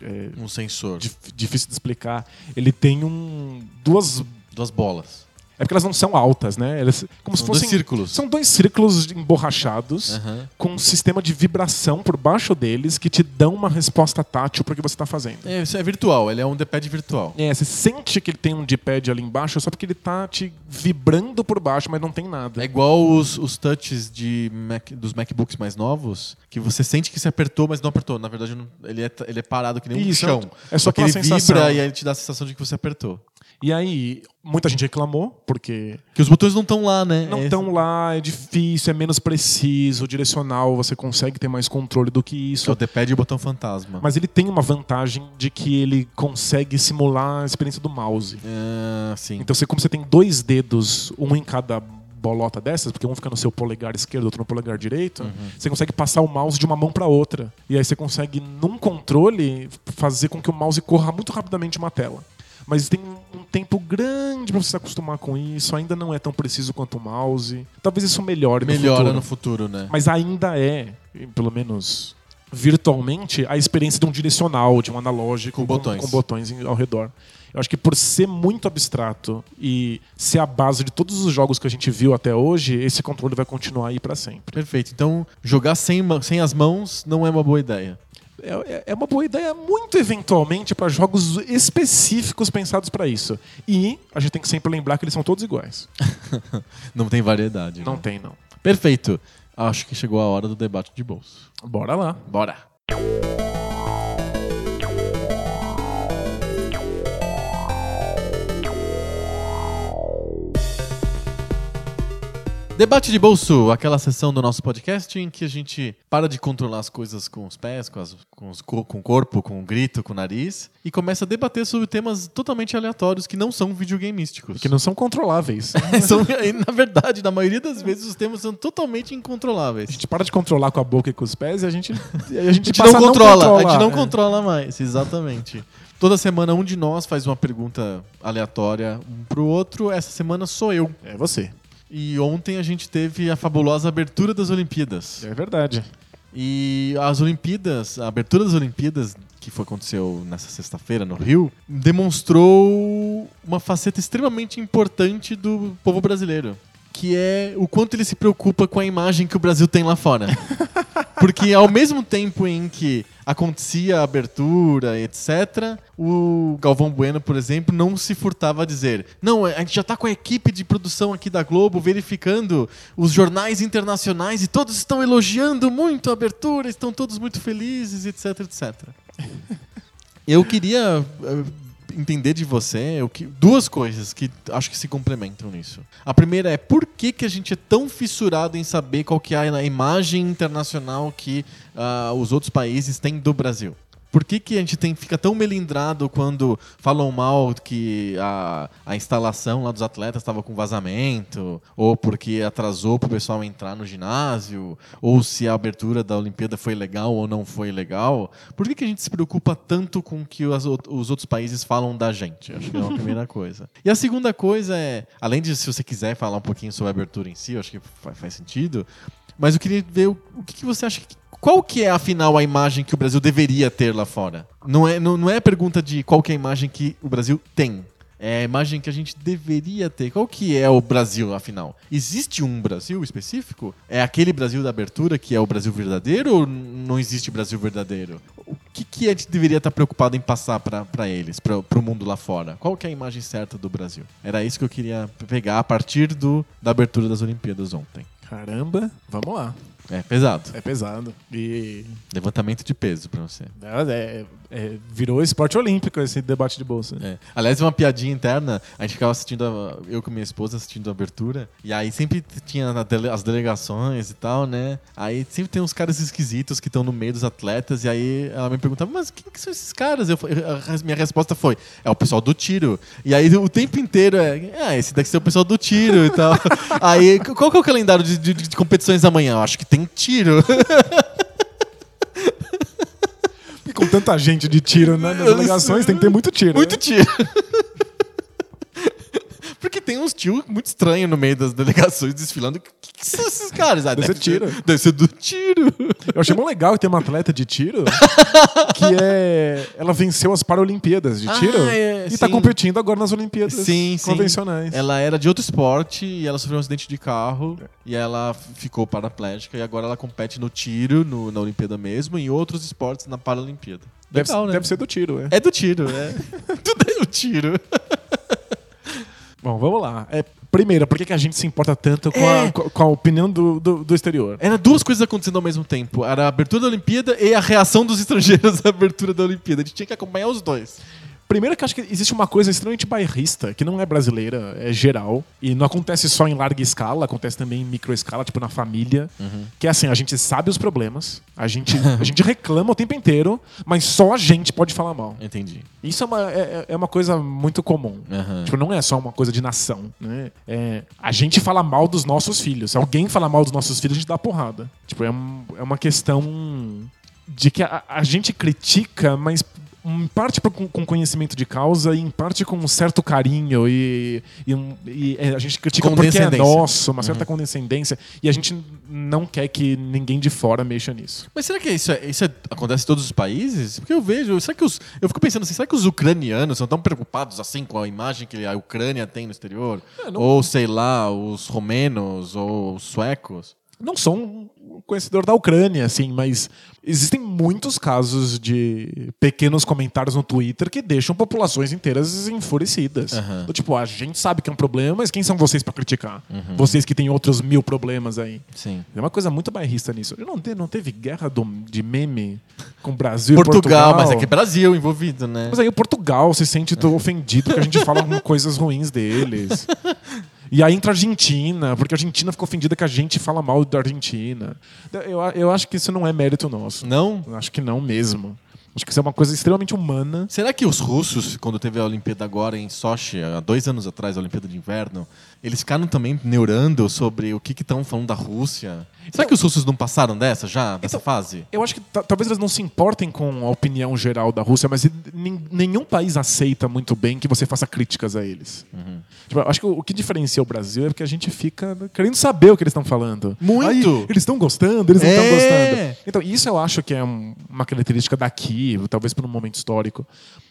Speaker 2: é,
Speaker 1: Um sensor.
Speaker 2: dif- difícil de explicar. Ele tem um duas
Speaker 1: Duas bolas.
Speaker 2: é porque elas não são altas, né? Elas como se
Speaker 1: São dois
Speaker 2: fossem
Speaker 1: círculos.
Speaker 2: São dois círculos emborrachados
Speaker 1: Aham.
Speaker 2: com um sistema de vibração por baixo deles que te dão uma resposta tátil para o que você está fazendo.
Speaker 1: É, isso é virtual, ele é um D-pad virtual.
Speaker 2: É, você sente que ele tem um D-pad ali embaixo só porque ele tá te vibrando por baixo, mas não tem nada.
Speaker 1: É igual os, os touches de Mac- dos MacBooks mais novos, que você sente que se apertou, mas não apertou. Na verdade, não- ele é, ele é parado que nem um
Speaker 2: Isso,
Speaker 1: chão.
Speaker 2: é só
Speaker 1: que
Speaker 2: pela
Speaker 1: ele
Speaker 2: sensação.
Speaker 1: vibra e aí ele te dá a sensação de que você apertou.
Speaker 2: E aí, muita gente reclamou porque
Speaker 1: Que os botões não estão lá, né?
Speaker 2: não
Speaker 1: É-
Speaker 2: estão lá, é difícil, é menos preciso, direcional, você consegue ter mais controle do que
Speaker 1: É
Speaker 2: isso.
Speaker 1: o D-pad e o botão fantasma.
Speaker 2: Mas ele tem uma vantagem de que ele consegue simular a experiência do mouse.
Speaker 1: Ah, sim.
Speaker 2: Então, você, como você tem dois dedos, um em cada bolota dessas, porque um fica no seu polegar esquerdo, outro no polegar direito,
Speaker 1: Uhum.
Speaker 2: você consegue passar o mouse de uma mão para outra. E aí você consegue, num controle, fazer com que o mouse corra muito rapidamente uma tela. Mas tem um tempo grande pra você se acostumar com isso, ainda não é tão preciso quanto o mouse. Talvez isso melhore no
Speaker 1: Melhora
Speaker 2: futuro.
Speaker 1: no futuro, né?
Speaker 2: Mas ainda é, pelo menos virtualmente, a experiência de um direcional, de um analógico
Speaker 1: Com botões.
Speaker 2: com botões em- ao redor. Eu acho que por ser muito abstrato e ser a base de todos os jogos que a gente viu até hoje, esse controle vai continuar aí para sempre.
Speaker 1: Perfeito. Então, jogar sem, ma- sem as mãos não é uma boa ideia.
Speaker 2: É- É, é uma boa ideia muito eventualmente para jogos específicos pensados para isso. E a gente tem que sempre lembrar que eles são todos iguais.
Speaker 1: Não tem variedade.
Speaker 2: Não
Speaker 1: né?
Speaker 2: tem não.
Speaker 1: Perfeito. Acho que chegou a hora do debate de bolso.
Speaker 2: Bora lá.
Speaker 1: Bora. Debate de bolso, aquela sessão do nosso podcast em que a gente para de controlar as coisas com os pés, com, as- com os co- com o corpo, com o grito, com o nariz, e começa a debater sobre temas totalmente aleatórios que não são videogameísticos.
Speaker 2: Que não são controláveis. a
Speaker 1: São- e, na verdade, na maioria das vezes, os temas são totalmente incontroláveis.
Speaker 2: gente para de controlar com a boca e com os pés e a gente, e a
Speaker 1: A
Speaker 2: gente
Speaker 1: gente
Speaker 2: passa
Speaker 1: não controla, a gente não
Speaker 2: controlar. É.
Speaker 1: controla mais, exatamente. Toda semana um de nós faz uma pergunta aleatória um pro outro, essa semana sou eu.
Speaker 2: É você.
Speaker 1: E ontem a gente teve a fabulosa abertura das Olimpíadas.
Speaker 2: É verdade.
Speaker 1: E as Olimpíadas, a abertura das Olimpíadas, que foi, aconteceu nessa sexta-feira no Rio, demonstrou uma faceta extremamente importante do povo brasileiro. Que é o quanto ele se preocupa com a imagem que o Brasil tem lá fora. Porque ao mesmo tempo em que acontecia a abertura, etc., o Galvão Bueno, por exemplo, não se furtava a dizer: Não, a gente já tá com a equipe de produção aqui da Globo verificando os jornais internacionais e todos estão elogiando muito a abertura, estão todos muito felizes, etc, etc. Eu queria eh, entender de você o que- duas coisas que acho que se complementam nisso. A primeira é por que, que a gente é tão fissurado em saber qual que é a imagem internacional que ah, os outros países têm do Brasil? Por que, que a gente tem, fica tão melindrado quando falam mal que a, a instalação lá dos atletas estava com vazamento, ou porque atrasou para o pessoal entrar no ginásio, ou se a abertura da Olimpíada foi legal ou não foi legal? Por que, que a gente se preocupa tanto com o que as out- os outros países falam da gente? Acho que é uma primeira coisa. E a segunda coisa é, além de se você quiser falar um pouquinho sobre a abertura em si, eu acho que fa- faz sentido, mas eu queria ver o, o que, que você acha que. Qual que é, afinal, a imagem que o Brasil deveria ter lá fora? Não é, não, não é a pergunta de qual que é a imagem que o Brasil tem. É a imagem que a gente deveria ter. Qual que é o Brasil, afinal? Existe um Brasil específico? É aquele Brasil da abertura que é o Brasil verdadeiro ou não existe Brasil verdadeiro? O que, que a gente deveria estar preocupado em passar para eles, para o mundo lá fora? Qual que é a imagem certa do Brasil? Era isso que eu queria pegar a partir do, da abertura das Olimpíadas ontem.
Speaker 2: Caramba, vamos lá.
Speaker 1: É pesado.
Speaker 2: É pesado. E
Speaker 1: Levantamento de peso pra você.
Speaker 2: é, é, virou esporte olímpico esse debate de bolsa.
Speaker 1: É. Aliás, uma piadinha interna, a gente ficava assistindo, a- eu com minha esposa assistindo a abertura, e aí sempre t- tinha na dele- as delegações e tal, né? Aí sempre tem uns caras esquisitos que estão no meio dos atletas, e aí ela me perguntava, mas quem que são esses caras? Eu fa- eu- a res- minha resposta foi, é o pessoal do tiro. E aí o tempo inteiro é, ah, esse daqui é o pessoal do tiro e tal. aí, c- qual que é o calendário de, de- de competições amanhã? Eu acho que tem tiro. É.
Speaker 2: E com tanta gente de tiro né, nas delegações, tem que ter muito tiro.
Speaker 1: Muito
Speaker 2: né?
Speaker 1: tio. Porque tem uns tio muito estranho no meio das delegações desfilando. O que, que são esses caras? Ah,
Speaker 2: Deve ser tiro.
Speaker 1: Deve ser do tiro.
Speaker 2: Eu achei muito legal que tem uma atleta de tiro que é. Ela venceu as Paralimpíadas de
Speaker 1: Ah,
Speaker 2: tiro
Speaker 1: é,
Speaker 2: e está
Speaker 1: sim.
Speaker 2: competindo agora nas Olimpíadas
Speaker 1: Sim, sim.
Speaker 2: convencionais.
Speaker 1: Ela era de outro esporte e ela sofreu um acidente de carro e ela ficou paraplégica e agora ela compete no tiro, no- na Olimpíada mesmo, e em outros esportes na Paralimpíada.
Speaker 2: Deve,
Speaker 1: Legal, né?
Speaker 2: deve ser do tiro, é.
Speaker 1: É do tiro, é. Tudo é do tiro.
Speaker 2: Bom, vamos lá. É, primeiro, por que, que a gente se importa tanto com, a,
Speaker 1: É.
Speaker 2: com a- com a opinião do, do, do exterior? É,
Speaker 1: Era duas coisas acontecendo ao mesmo tempo. Era a abertura da Olimpíada e a reação dos estrangeiros à abertura da Olimpíada. A gente tinha que acompanhar os dois.
Speaker 2: Primeiro que eu acho que existe uma coisa extremamente bairrista, que não é brasileira, é geral. E não acontece só em larga escala, acontece também em microescala, tipo na família. Que é assim, a gente sabe os problemas, a gente, a gente reclama o tempo inteiro, mas só a gente pode falar mal.
Speaker 1: Entendi.
Speaker 2: Isso é uma, é, é uma coisa muito comum.
Speaker 1: Aham.
Speaker 2: Tipo, não é só uma coisa de nação, né? É, a gente fala mal dos nossos filhos. Se alguém fala mal dos nossos filhos, a gente dá porrada. Tipo, é, um- é uma questão de que a, a gente critica, mas em parte por- com, com conhecimento de causa e em parte com um certo carinho e, e um- e, é, a gente critica porque é
Speaker 1: Condescendência. Uhum.
Speaker 2: nosso, uma certa condescendência e a gente não quer que ninguém de fora mexa nisso.
Speaker 1: Mas será que isso, é- isso é- acontece em todos os países? Porque eu vejo, será que os. Eu fico pensando assim, será que os ucranianos são tão preocupados assim com a imagem que a Ucrânia tem no exterior?
Speaker 2: É, não-
Speaker 1: Ou, sei lá, os romenos ou os suecos?
Speaker 2: não sou um conhecedor da Ucrânia, assim, mas existem muitos casos de pequenos comentários no Twitter que deixam populações inteiras enfurecidas.
Speaker 1: Aham.
Speaker 2: Do tipo, a gente sabe que é um problema, mas quem são vocês pra criticar?
Speaker 1: Uhum.
Speaker 2: Vocês que têm outros mil problemas aí.
Speaker 1: Sim.
Speaker 2: É uma coisa muito bairrista nisso. Não, te- não teve guerra do- de meme com o Brasil e
Speaker 1: Portugal,
Speaker 2: Portugal,
Speaker 1: mas é que é Brasil envolvido, né?
Speaker 2: Mas é aí o Portugal se sente do-
Speaker 1: É.
Speaker 2: ofendido porque a gente fala algumas coisas ruins deles. E aí entra a Argentina, porque a Argentina fica ofendida que a gente fala mal da Argentina. Eu, a- eu acho que isso não é mérito nosso.
Speaker 1: Não?
Speaker 2: Eu Acho que não mesmo. Acho que isso é uma coisa extremamente humana.
Speaker 1: Será que os russos, quando teve a Olimpíada agora em Sochi, há dois anos atrás, a Olimpíada de Inverno, eles ficaram também neurando sobre o que estão falando da Rússia? Será que os russos não passaram dessa já, dessa fase?
Speaker 2: Eu acho que ta- talvez eles não se importem com a opinião geral da Rússia, mas nin- nenhum país aceita muito bem que você faça críticas a eles.
Speaker 1: Uhum.
Speaker 2: Tipo, eu acho que o, o que diferencia o Brasil é porque a gente fica querendo saber o que eles estão falando.
Speaker 1: Muito!
Speaker 2: Aí, eles estão gostando, eles não estão
Speaker 1: É!
Speaker 2: gostando. Então, isso eu acho que é um- uma característica daqui, talvez por um momento histórico.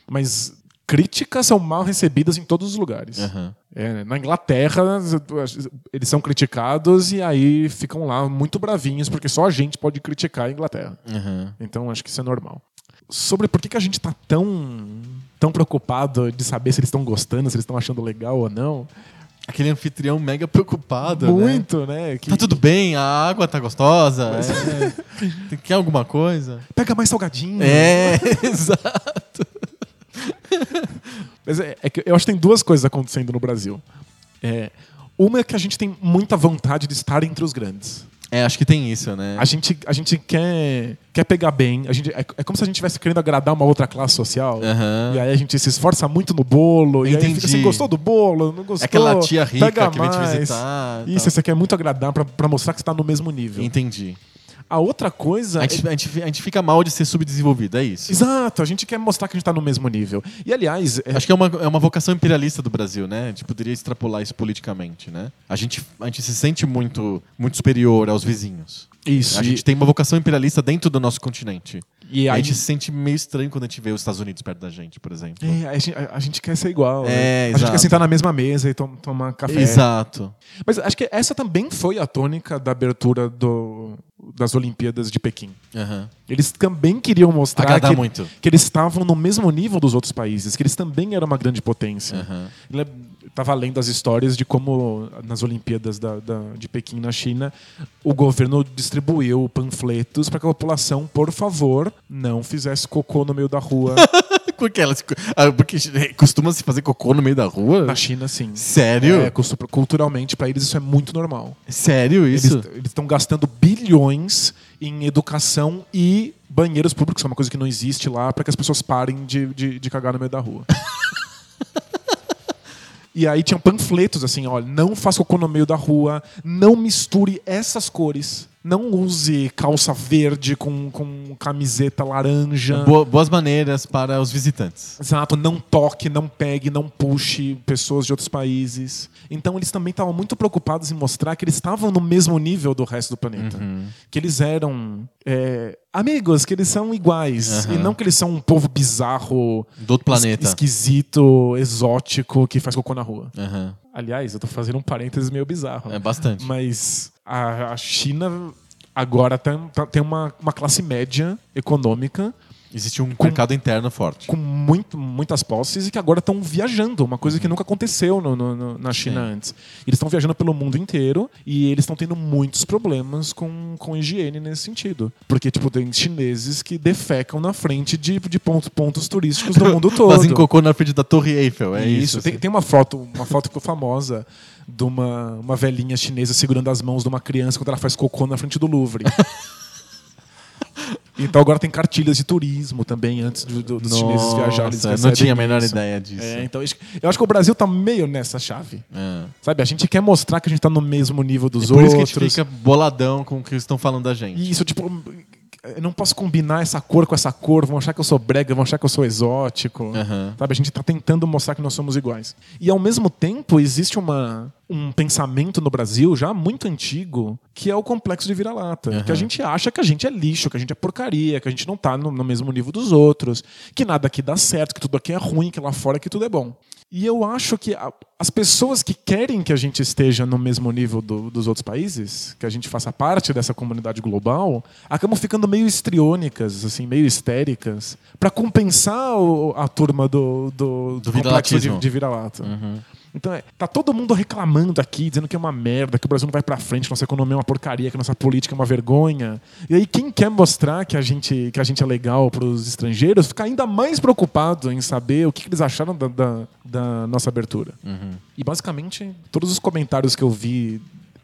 Speaker 2: Mas críticas são mal recebidas em todos os lugares.
Speaker 1: Aham.
Speaker 2: É, né? na Inglaterra, eles são criticados e aí ficam lá muito bravinhos, porque só a gente pode criticar a Inglaterra.
Speaker 1: Aham.
Speaker 2: Então acho que isso é normal. Sobre por que, que a gente tá tão, tão preocupado de saber se eles estão gostando, se eles estão achando legal ou não.
Speaker 1: Aquele anfitrião mega preocupado, né?
Speaker 2: Muito, né? Que
Speaker 1: Tá tudo bem, a água tá gostosa. é. Tem- Quer alguma coisa?
Speaker 2: Pega mais salgadinho.
Speaker 1: É, exato.
Speaker 2: Mas é, é que eu acho que tem duas coisas acontecendo no Brasil. É, uma é que a gente tem muita vontade de estar entre os grandes.
Speaker 1: É, acho que tem isso, né?
Speaker 2: A gente, a gente quer, quer pegar bem. A gente, é, é como se a gente estivesse querendo agradar uma outra classe social.
Speaker 1: Aham.
Speaker 2: E aí a gente se esforça muito no bolo. E aí
Speaker 1: Entendi.
Speaker 2: fica assim, gostou do bolo? Não gostou?
Speaker 1: É aquela tia rica
Speaker 2: Pega
Speaker 1: que vem te
Speaker 2: mais.
Speaker 1: visitar e
Speaker 2: Isso,
Speaker 1: tal.
Speaker 2: você quer muito agradar pra, pra mostrar que você tá no mesmo nível.
Speaker 1: Entendi.
Speaker 2: A outra coisa... é
Speaker 1: A gente, a gente- a gente fica mal de ser subdesenvolvido, é isso.
Speaker 2: Exato, a gente quer mostrar que a gente tá no mesmo nível. E aliás, é-
Speaker 1: Acho que é uma, é uma vocação imperialista do Brasil, né? A gente poderia extrapolar isso politicamente, né? A gente, a gente se sente muito, muito superior aos vizinhos.
Speaker 2: isso.
Speaker 1: A gente tem uma vocação imperialista dentro do nosso continente.
Speaker 2: E
Speaker 1: E a
Speaker 2: aí-
Speaker 1: gente se sente meio estranho quando a gente vê os Estados Unidos perto da gente, por exemplo.
Speaker 2: É, a, gente, a- a gente quer ser igual. né?
Speaker 1: É,
Speaker 2: A gente quer
Speaker 1: exato.
Speaker 2: sentar na mesma mesa e tom- tomar café.
Speaker 1: Exato.
Speaker 2: Mas acho que essa também foi a tônica da abertura do- das Olimpíadas de Pequim.
Speaker 1: Aham.
Speaker 2: Eles também queriam mostrar
Speaker 1: Agradar
Speaker 2: que,
Speaker 1: muito.
Speaker 2: que eles estavam no mesmo nível dos outros países, que eles também eram uma grande potência.
Speaker 1: Aham.
Speaker 2: Ele- Tava lendo as histórias de como nas Olimpíadas da- da- de Pequim na China o governo distribuiu panfletos para que a população, por favor, não fizesse cocô no meio da rua.
Speaker 1: Porque elas. ah, Porque costuma se fazer cocô no meio da rua?
Speaker 2: na China, sim.
Speaker 1: Sério?
Speaker 2: É, costum- culturalmente, para eles isso é muito normal.
Speaker 1: Sério isso?
Speaker 2: Eles estão gastando bilhões em educação e banheiros públicos, que é uma coisa que não existe lá, para que as pessoas parem de, de, de cagar no meio da rua. E aí tinham panfletos assim, olha, não faça cocô no meio da rua, não misture essas cores, não use calça verde com, com camiseta laranja.
Speaker 1: Boa- boas maneiras para os visitantes.
Speaker 2: Exato, não toque, não pegue, não puxe pessoas de outros países. Então eles também estavam muito preocupados em mostrar que eles estavam no mesmo nível do resto do planeta.
Speaker 1: Uhum.
Speaker 2: Que eles eram é, amigos, que eles são iguais.
Speaker 1: Uhum.
Speaker 2: E não que eles são um povo bizarro,
Speaker 1: Do outro planeta.
Speaker 2: es- esquisito, exótico, que faz cocô na rua.
Speaker 1: Aham.
Speaker 2: Aliás, eu tô fazendo um parênteses meio bizarro.
Speaker 1: É bastante.
Speaker 2: Mas a, a China agora tá- tá- tem uma, uma classe média econômica
Speaker 1: Existia um
Speaker 2: Com-
Speaker 1: mercado interno forte.
Speaker 2: com muito, muitas posses e que agora estão viajando, uma coisa que nunca aconteceu no- no- no- na China
Speaker 1: Uhum. Sim.
Speaker 2: antes. Eles estão viajando pelo mundo inteiro e eles estão tendo muitos problemas com, com higiene nesse sentido. Porque, tipo, tem chineses que defecam na frente de, de ponto- pontos turísticos do mundo todo.
Speaker 1: Mas encocou na frente da Torre Eiffel, é isso.
Speaker 2: isso, tem, tem uma foto, uma foto que ficou famosa de uma, uma velhinha chinesa segurando as mãos de uma criança quando ela faz cocô na frente do Louvre. Então agora tem cartilhas de turismo também antes do- do- dos chineses
Speaker 1: Nossa,
Speaker 2: viajarem. eles
Speaker 1: não
Speaker 2: recebem
Speaker 1: tinha a menor
Speaker 2: isso.
Speaker 1: ideia disso.
Speaker 2: É, então isso- eu acho que o Brasil tá meio nessa chave.
Speaker 1: É.
Speaker 2: Sabe, a gente quer mostrar que a gente tá no mesmo nível dos
Speaker 1: Por
Speaker 2: outros.
Speaker 1: isso que a gente fica boladão com o que eles estão falando da gente.
Speaker 2: E isso, tipo, eu não posso combinar essa cor com essa cor, vão achar que eu sou brega, vão achar que eu sou exótico.
Speaker 1: Aham.
Speaker 2: Sabe, a gente tá tentando mostrar que nós somos iguais. E ao mesmo tempo, existe uma, um pensamento no Brasil já muito antigo, que é o complexo de vira-lata.
Speaker 1: Aham.
Speaker 2: Que a gente acha que a gente é lixo, que a gente é porcaria, que a gente não tá no, no mesmo nível dos outros, que nada aqui dá certo, que tudo aqui é ruim, que lá fora que tudo é bom. E eu acho que a- as pessoas que querem que a gente esteja no mesmo nível do- dos outros países, que a gente faça parte dessa comunidade global, acabam ficando meio estriônicas, assim, meio histéricas, para compensar o- a turma do, do,
Speaker 1: Do
Speaker 2: complexo de,
Speaker 1: vira-latismo.
Speaker 2: de vira-lata.
Speaker 1: Uhum.
Speaker 2: Então, é, tá todo mundo reclamando aqui, dizendo que é uma merda, que o Brasil não vai pra frente, que nossa economia é uma porcaria, que nossa política é uma vergonha. E aí, quem quer mostrar que a gente, que a gente é legal pros estrangeiros, fica ainda mais preocupado em saber o que, que eles acharam da, da- da nossa abertura.
Speaker 1: Uhum.
Speaker 2: E basicamente, todos os comentários que eu vi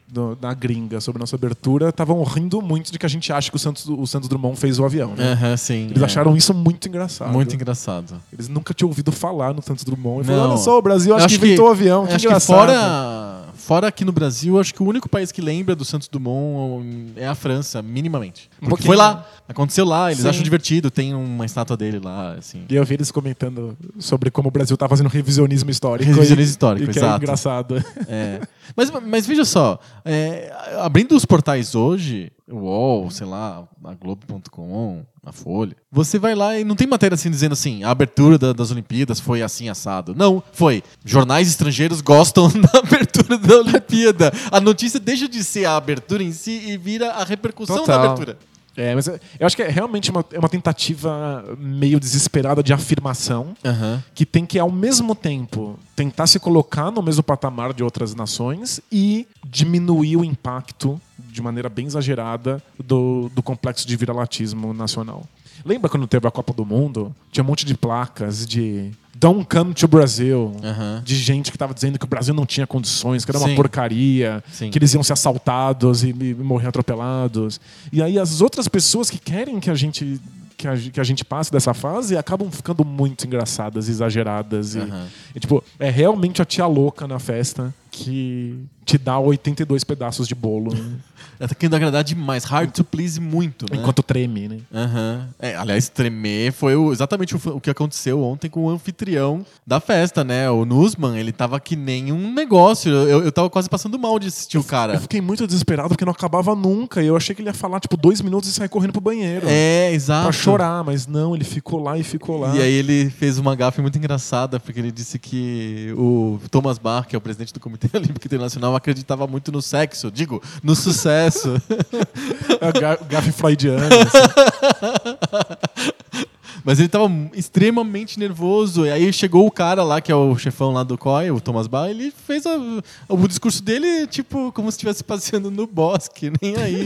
Speaker 2: do- da gringa sobre nossa abertura estavam rindo muito de que a gente acha que o Santos, o Santos Drummond fez o avião. né?
Speaker 1: Aham, sim.
Speaker 2: Eles
Speaker 1: é.
Speaker 2: acharam isso muito engraçado.
Speaker 1: muito engraçado.
Speaker 2: Eles nunca tinham ouvido falar no Santos Drummond. E falaram,
Speaker 1: Não.
Speaker 2: olha só, o Brasil
Speaker 1: Eu
Speaker 2: acho, que inventou o avião. Que
Speaker 1: acho que
Speaker 2: engraçado.
Speaker 1: fora, fora aqui no Brasil, acho que o único país que lembra do Santos Dumont é a França, minimamente.
Speaker 2: Um
Speaker 1: Porque
Speaker 2: pouquinho.
Speaker 1: foi lá, aconteceu lá, eles
Speaker 2: Sim.
Speaker 1: acham divertido, tem uma estátua dele lá, assim.
Speaker 2: E eu vi eles comentando sobre como o Brasil tá fazendo revisionismo histórico.
Speaker 1: Revisionismo
Speaker 2: e-
Speaker 1: histórico,
Speaker 2: e que
Speaker 1: exato.
Speaker 2: é engraçado.
Speaker 1: É. Mas, mas veja só, é, abrindo os portais hoje, o UOL, sei lá, a Globo.com, a Folha, você vai lá e não tem matéria assim dizendo assim, a abertura da- das Olimpíadas foi assim assado. Não, foi. Jornais estrangeiros gostam da abertura da Olimpíada. A notícia deixa de ser a abertura em si e vira a repercussão da
Speaker 2: Total.
Speaker 1: abertura.
Speaker 2: É, mas eu eu acho que é realmente uma, é uma tentativa meio desesperada de afirmação
Speaker 1: Aham.
Speaker 2: que tem que, ao mesmo tempo, tentar se colocar no mesmo patamar de outras nações e diminuir o impacto, de maneira bem exagerada, do, do complexo de viralatismo nacional. Lembra quando teve a Copa do Mundo? Tinha um monte de placas de Don't come to Brazil.
Speaker 1: Aham.
Speaker 2: De gente que estava dizendo que o Brasil não tinha condições, que era
Speaker 1: Sim.
Speaker 2: uma porcaria,
Speaker 1: Sim.
Speaker 2: que eles iam ser assaltados e, e morrer atropelados. E aí as outras pessoas que querem que a gente que a, que a gente passe dessa fase acabam ficando muito engraçadas, exageradas e,
Speaker 1: Aham.
Speaker 2: e, tipo é realmente a tia louca na festa que te dá 82 pedaços de bolo né?
Speaker 1: Ela tá querendo agradar demais. Hard to please muito, né?
Speaker 2: enquanto treme, né?
Speaker 1: Aham. É, aliás, tremer foi o- exatamente o, fa- o que aconteceu ontem com o anfitrião da festa, né? O Nusman, ele tava que nem um negócio. Eu, eu tava quase passando mal de assistir o
Speaker 2: Eu
Speaker 1: cara.
Speaker 2: fiquei muito desesperado porque não acabava nunca. E eu achei que ele ia falar tipo dois minutos e sair correndo pro banheiro.
Speaker 1: É, exato.
Speaker 2: Pra chorar, né? mas não, ele ficou lá e ficou lá.
Speaker 1: E aí ele fez uma gafe muito engraçada, porque ele disse que o Thomas Bach, que é o presidente do Comitê Olímpico Internacional, acreditava muito no sexo, digo, no sucesso.
Speaker 2: É A ga- gafe freudiana.
Speaker 1: Mas ele tava extremamente nervoso. E aí chegou o cara lá, que é o chefão lá do COI, o Thomas Bach, ele fez a- o discurso dele, tipo, como se estivesse passeando no bosque, nem aí,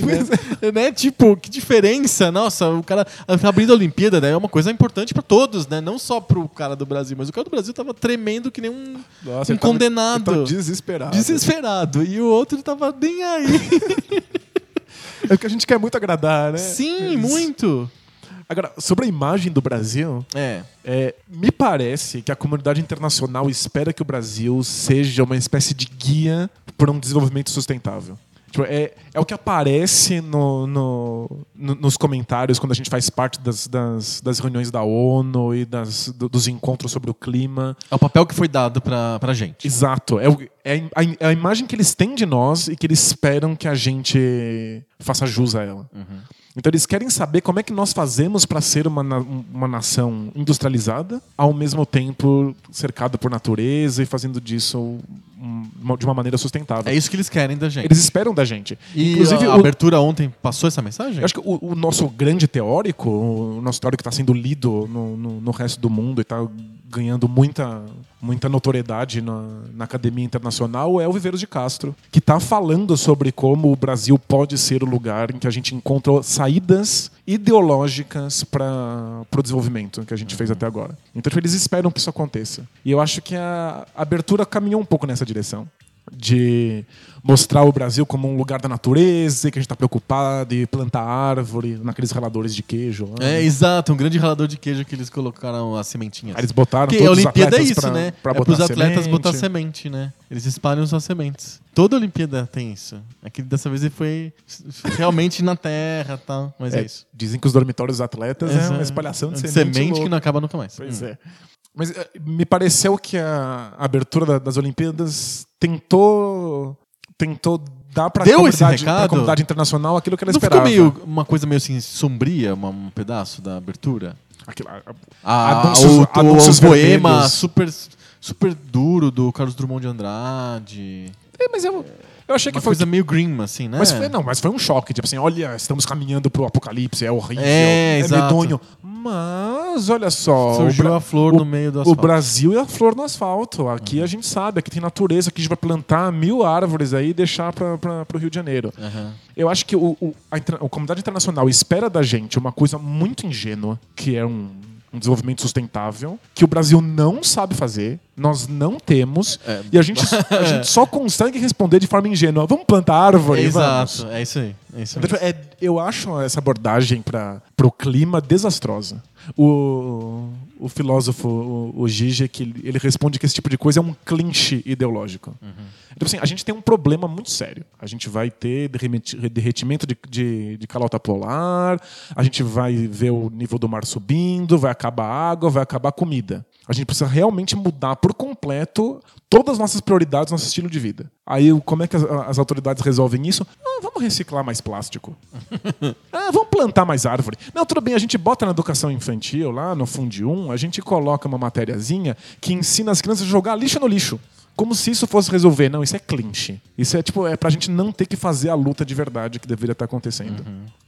Speaker 1: né?
Speaker 2: é.
Speaker 1: Né? Tipo, que diferença, nossa, o cara tá abrindo a Olimpíada, né? É uma coisa importante pra todos, né? Não só pro cara do Brasil, mas o cara do Brasil tava tremendo que nem um,
Speaker 2: Nossa,
Speaker 1: um
Speaker 2: ele tava-
Speaker 1: condenado.
Speaker 2: ele tava desesperado.
Speaker 1: Desesperado. E o outro tava nem aí.
Speaker 2: É porque a gente quer muito agradar, né?
Speaker 1: Sim, muito.
Speaker 2: Agora, sobre a imagem do Brasil,
Speaker 1: É.
Speaker 2: é, me parece que a comunidade internacional espera que o Brasil seja uma espécie de guia para um desenvolvimento sustentável. Tipo, é, é o que aparece no- no- no- nos comentários quando a gente faz parte das, das- das reuniões da ONU e das- do- dos encontros sobre o clima.
Speaker 1: É o papel que foi dado pra, pra gente.
Speaker 2: Exato. É, o- é a im- é a
Speaker 1: Uhum.
Speaker 2: imagem que eles têm de nós e que eles esperam que a gente faça jus a ela. Então eles querem saber como é que nós fazemos para ser uma, na- uma nação industrializada, ao mesmo tempo cercada por natureza e fazendo disso um- uma- de uma maneira sustentável.
Speaker 1: É isso que eles querem da gente.
Speaker 2: Eles esperam da gente.
Speaker 1: E
Speaker 2: Inclusive,
Speaker 1: a
Speaker 2: o-
Speaker 1: abertura ontem passou essa mensagem?
Speaker 2: eu acho que o, o nosso grande teórico, o nosso teórico que está sendo lido no, no- no resto do mundo e está ganhando muita, muita notoriedade na, na academia internacional é o Viveiros de Castro, que está falando sobre como o Brasil pode ser o lugar em que a gente encontra saídas ideológicas para o desenvolvimento que a gente fez até agora. Então tipo, eles esperam que isso aconteça. E eu acho que a abertura caminhou um pouco nessa direção de mostrar o Brasil como um lugar da natureza, e que a gente está preocupado e plantar árvore naqueles raladores de queijo. lá. né?
Speaker 1: É, exato, um grande ralador de queijo que eles colocaram as
Speaker 2: Aí
Speaker 1: sementinhas.
Speaker 2: Ah, eles botaram
Speaker 1: Porque a
Speaker 2: todos os
Speaker 1: Olimpíada é
Speaker 2: atletas
Speaker 1: isso,
Speaker 2: pra,
Speaker 1: né?
Speaker 2: pra
Speaker 1: é
Speaker 2: botar
Speaker 1: pros atletas
Speaker 2: semente.
Speaker 1: botar semente, né? Eles espalham suas sementes. Toda Olimpíada tem isso. Aqui dessa vez ele foi realmente na terra e tal, mas é,
Speaker 2: É,
Speaker 1: isso.
Speaker 2: Dizem que os dormitórios dos atletas é, uma espalhação de semente.
Speaker 1: que
Speaker 2: louca.
Speaker 1: não Hum. acaba nunca mais.
Speaker 2: Pois é. Mas eh, me pareceu que a abertura da- das Olimpíadas tentou tentou dar para a
Speaker 1: Deu esse
Speaker 2: comunidade,
Speaker 1: recado?
Speaker 2: pra comunidade internacional aquilo que ela
Speaker 1: Não ficou
Speaker 2: esperava.
Speaker 1: meio uma coisa meio assim sombria, uma- um pedaço da abertura?
Speaker 2: Aquilo- a- a-
Speaker 1: Ah,
Speaker 2: Anúncios-
Speaker 1: o,
Speaker 2: anúncios
Speaker 1: o poema
Speaker 2: vermelhos.
Speaker 1: super, super duro do Carlos Drummond de Andrade.
Speaker 2: É, mas eu, eu achei que
Speaker 1: Uma
Speaker 2: foi,
Speaker 1: coisa meio grim, assim, né?
Speaker 2: Mas foi, não, mas foi um choque, tipo assim, olha, estamos caminhando pro apocalipse, é horrível,
Speaker 1: É,
Speaker 2: é,
Speaker 1: exato.
Speaker 2: medonho. Mas olha só,
Speaker 1: Surgiu
Speaker 2: o, Bra-
Speaker 1: a flor
Speaker 2: o-
Speaker 1: no meio do
Speaker 2: o
Speaker 1: asfalto. Uhum.
Speaker 2: Brasil é a flor no asfalto. Aqui a gente sabe, aqui tem natureza, aqui a gente vai plantar mil árvores aí e deixar para o Rio de Janeiro.
Speaker 1: Aham.
Speaker 2: Eu acho que o, o- a, inter- a comunidade internacional espera da gente uma coisa muito ingênua, que é um, um desenvolvimento sustentável, que o Brasil não sabe fazer, nós não temos,
Speaker 1: É.
Speaker 2: e a gente, a gente só consegue responder de forma ingênua. Vamos plantar árvore, vamos.
Speaker 1: Exato, é isso aí. É isso aí.
Speaker 2: Então, tipo, é- eu acho essa abordagem para o clima desastrosa. O, o filósofo, o, o Gigi, que ele, ele responde que esse tipo de coisa é um clinch ideológico. Então, assim, a gente tem um problema muito sério. A gente vai ter derremeti- derretimento de, de, de calota polar, a gente vai ver o nível do mar subindo, vai acabar a água, vai acabar a comida. A gente precisa realmente mudar por completo todas as nossas prioridades, nosso estilo de vida. Aí, o- como é que as, as autoridades resolvem isso? Ah, vamos reciclar mais plástico. Ah, vamos plantar mais árvore. Não, tudo bem, a gente bota na educação infantil, lá no Fundi 1, a gente coloca uma matériazinha que ensina as crianças a jogar lixo no lixo. Como se isso fosse resolver. Não, isso é clinch. Isso é tipo, é pra gente não ter que fazer a luta de verdade que deveria estar acontecendo.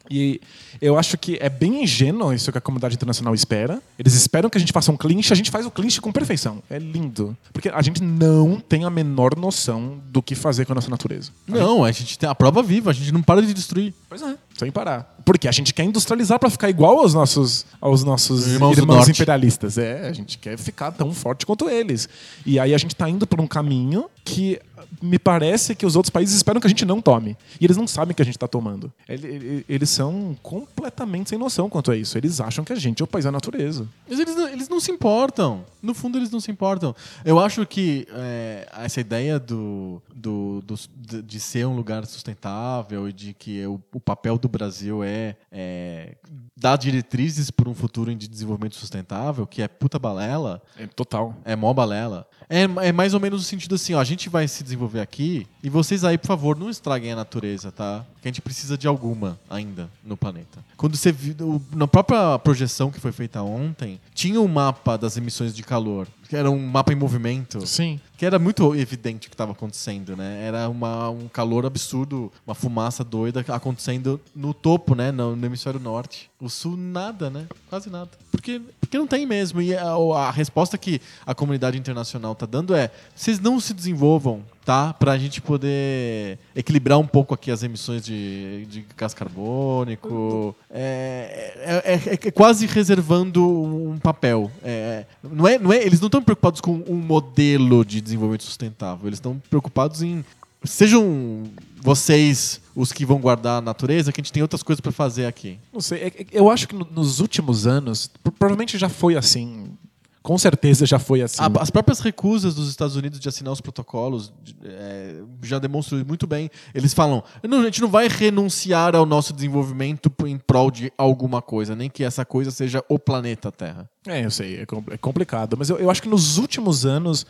Speaker 2: E eu acho que é bem ingênuo isso que a comunidade internacional espera. Eles esperam que a gente faça um clinch, a gente faz o clinch com perfeição. É lindo. Porque a gente não tem a menor noção do que fazer com a nossa natureza.
Speaker 1: Não, a gente tem a prova viva, a gente não para de destruir.
Speaker 2: Pois é, sem parar. Porque a gente quer industrializar pra ficar igual aos nossos, aos nossos
Speaker 1: Irmãos do
Speaker 2: irmãos,
Speaker 1: norte.
Speaker 2: imperialistas. É, a gente quer ficar tão forte quanto eles. E aí a gente tá indo por um caminho que me parece que os outros países esperam que a gente não tome. E eles não sabem que a gente tá tomando. Ele- ele- Eles são completamente sem noção quanto a isso. Eles acham que a gente é o país da natureza.
Speaker 1: Mas eles não, eles não se importam. No fundo, eles não se importam. Eu acho que é, essa ideia do, do, dos- de- de ser um lugar sustentável e de que é o, o papel do Brasil é, é dar diretrizes para um futuro de desenvolvimento sustentável, que é puta balela,
Speaker 2: É total.
Speaker 1: é mó balela. É, é mais ou menos o sentido assim, ó, a gente vai se desenvolver aqui e vocês aí, por favor, não estraguem a natureza, tá? Porque a gente precisa de alguma ainda no planeta. Quando você viu, na própria projeção que foi feita ontem, tinha um mapa das emissões de calor, que era um mapa em movimento.
Speaker 2: Sim.
Speaker 1: Que era muito evidente o que estava acontecendo, né? Era uma, um calor absurdo, uma fumaça doida acontecendo no topo, né? No, no hemisfério norte. O sul, nada, né? Quase nada. Porque, porque não tem mesmo. E a, a resposta que a comunidade internacional tá dando é: vocês não se desenvolvam, tá? Pra gente poder equilibrar um pouco aqui as emissões de, de gás carbônico. É, é- é- é quase reservando um papel. É, não é, não é, eles não estão preocupados com um modelo de desenvolvimento sustentável. Eles estão preocupados em. Sejam vocês os que vão guardar a natureza, que a gente tem outras coisas pra fazer aqui.
Speaker 2: Não sei, é- é- eu acho que no- nos últimos anos, pro- provavelmente já foi assim Com certeza já foi assim.
Speaker 1: A- As próprias recusas dos Estados Unidos de assinar os protocolos de- é, já demonstram muito bem. Eles falam: "Não, a gente não vai renunciar ao nosso desenvolvimento p- em prol de alguma coisa, nem que essa coisa seja o planeta Terra.
Speaker 2: É, eu sei, é, com- é complicado. Mas eu, eu acho que nos últimos anos,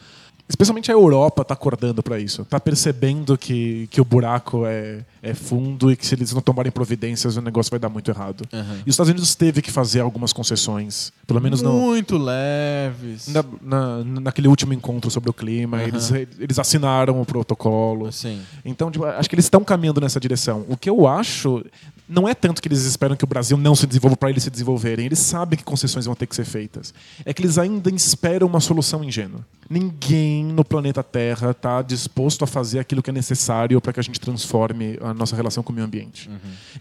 Speaker 2: especialmente a Europa tá acordando para isso. Tá percebendo que, que o buraco é, é fundo e que se eles não tomarem providências, o negócio vai dar muito errado. E os Estados Unidos teve que fazer algumas concessões. Pelo menos não.
Speaker 1: Muito leves.
Speaker 2: Na, na- naquele último encontro sobre o clima, eles, eles assinaram o protocolo.
Speaker 1: Sim.
Speaker 2: Então, tipo, acho que eles estão caminhando nessa direção. O que eu acho não é tanto que eles esperam que o Brasil não se desenvolva para eles se desenvolverem. Eles sabem que concessões vão ter que ser feitas. É que eles ainda esperam uma solução ingênua. Ninguém no planeta Terra está disposto a fazer aquilo que é necessário para que a gente transforme a nossa relação com o meio ambiente.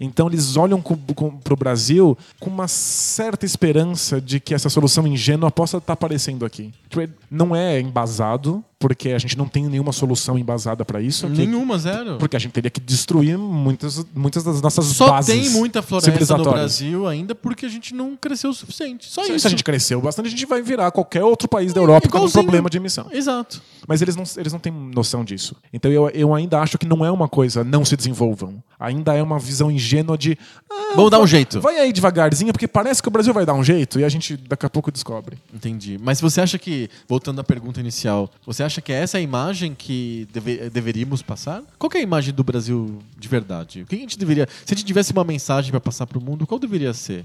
Speaker 2: Então, eles olham para o Brasil com uma certa esperança de que essa solução ingênua possa estar aparecendo aqui. Tipo, ele Não é embasado, porque a gente não tem nenhuma solução embasada para isso. que-
Speaker 1: Nenhuma, zero.
Speaker 2: porque a gente teria que destruir muitas, muitas das nossas
Speaker 1: Só
Speaker 2: bases
Speaker 1: tem muita floresta no
Speaker 2: civilizatórias.
Speaker 1: Brasil ainda porque a gente não cresceu o suficiente. Só
Speaker 2: Se
Speaker 1: isso.
Speaker 2: a gente cresceu bastante, a gente vai virar qualquer outro país da Europa com um
Speaker 1: Igualzinho.
Speaker 2: problema de emissão.
Speaker 1: Exato.
Speaker 2: Mas eles não, eles não têm noção disso. Então eu, eu ainda acho que não é uma coisa não se desenvolvam. Ainda é uma visão ingênua de. ah,
Speaker 1: Vamos dar um jeito.
Speaker 2: Vai aí devagarzinho, porque parece que o Brasil vai dar um jeito e a gente daqui a pouco descobre.
Speaker 1: Entendi. Mas você acha que, voltando à pergunta inicial, você acha que essa é a imagem que deve- eh, deveríamos passar? Qual que é a imagem do Brasil de verdade? O que a gente deveria. Se a gente tivesse uma mensagem para passar pro mundo, qual deveria ser?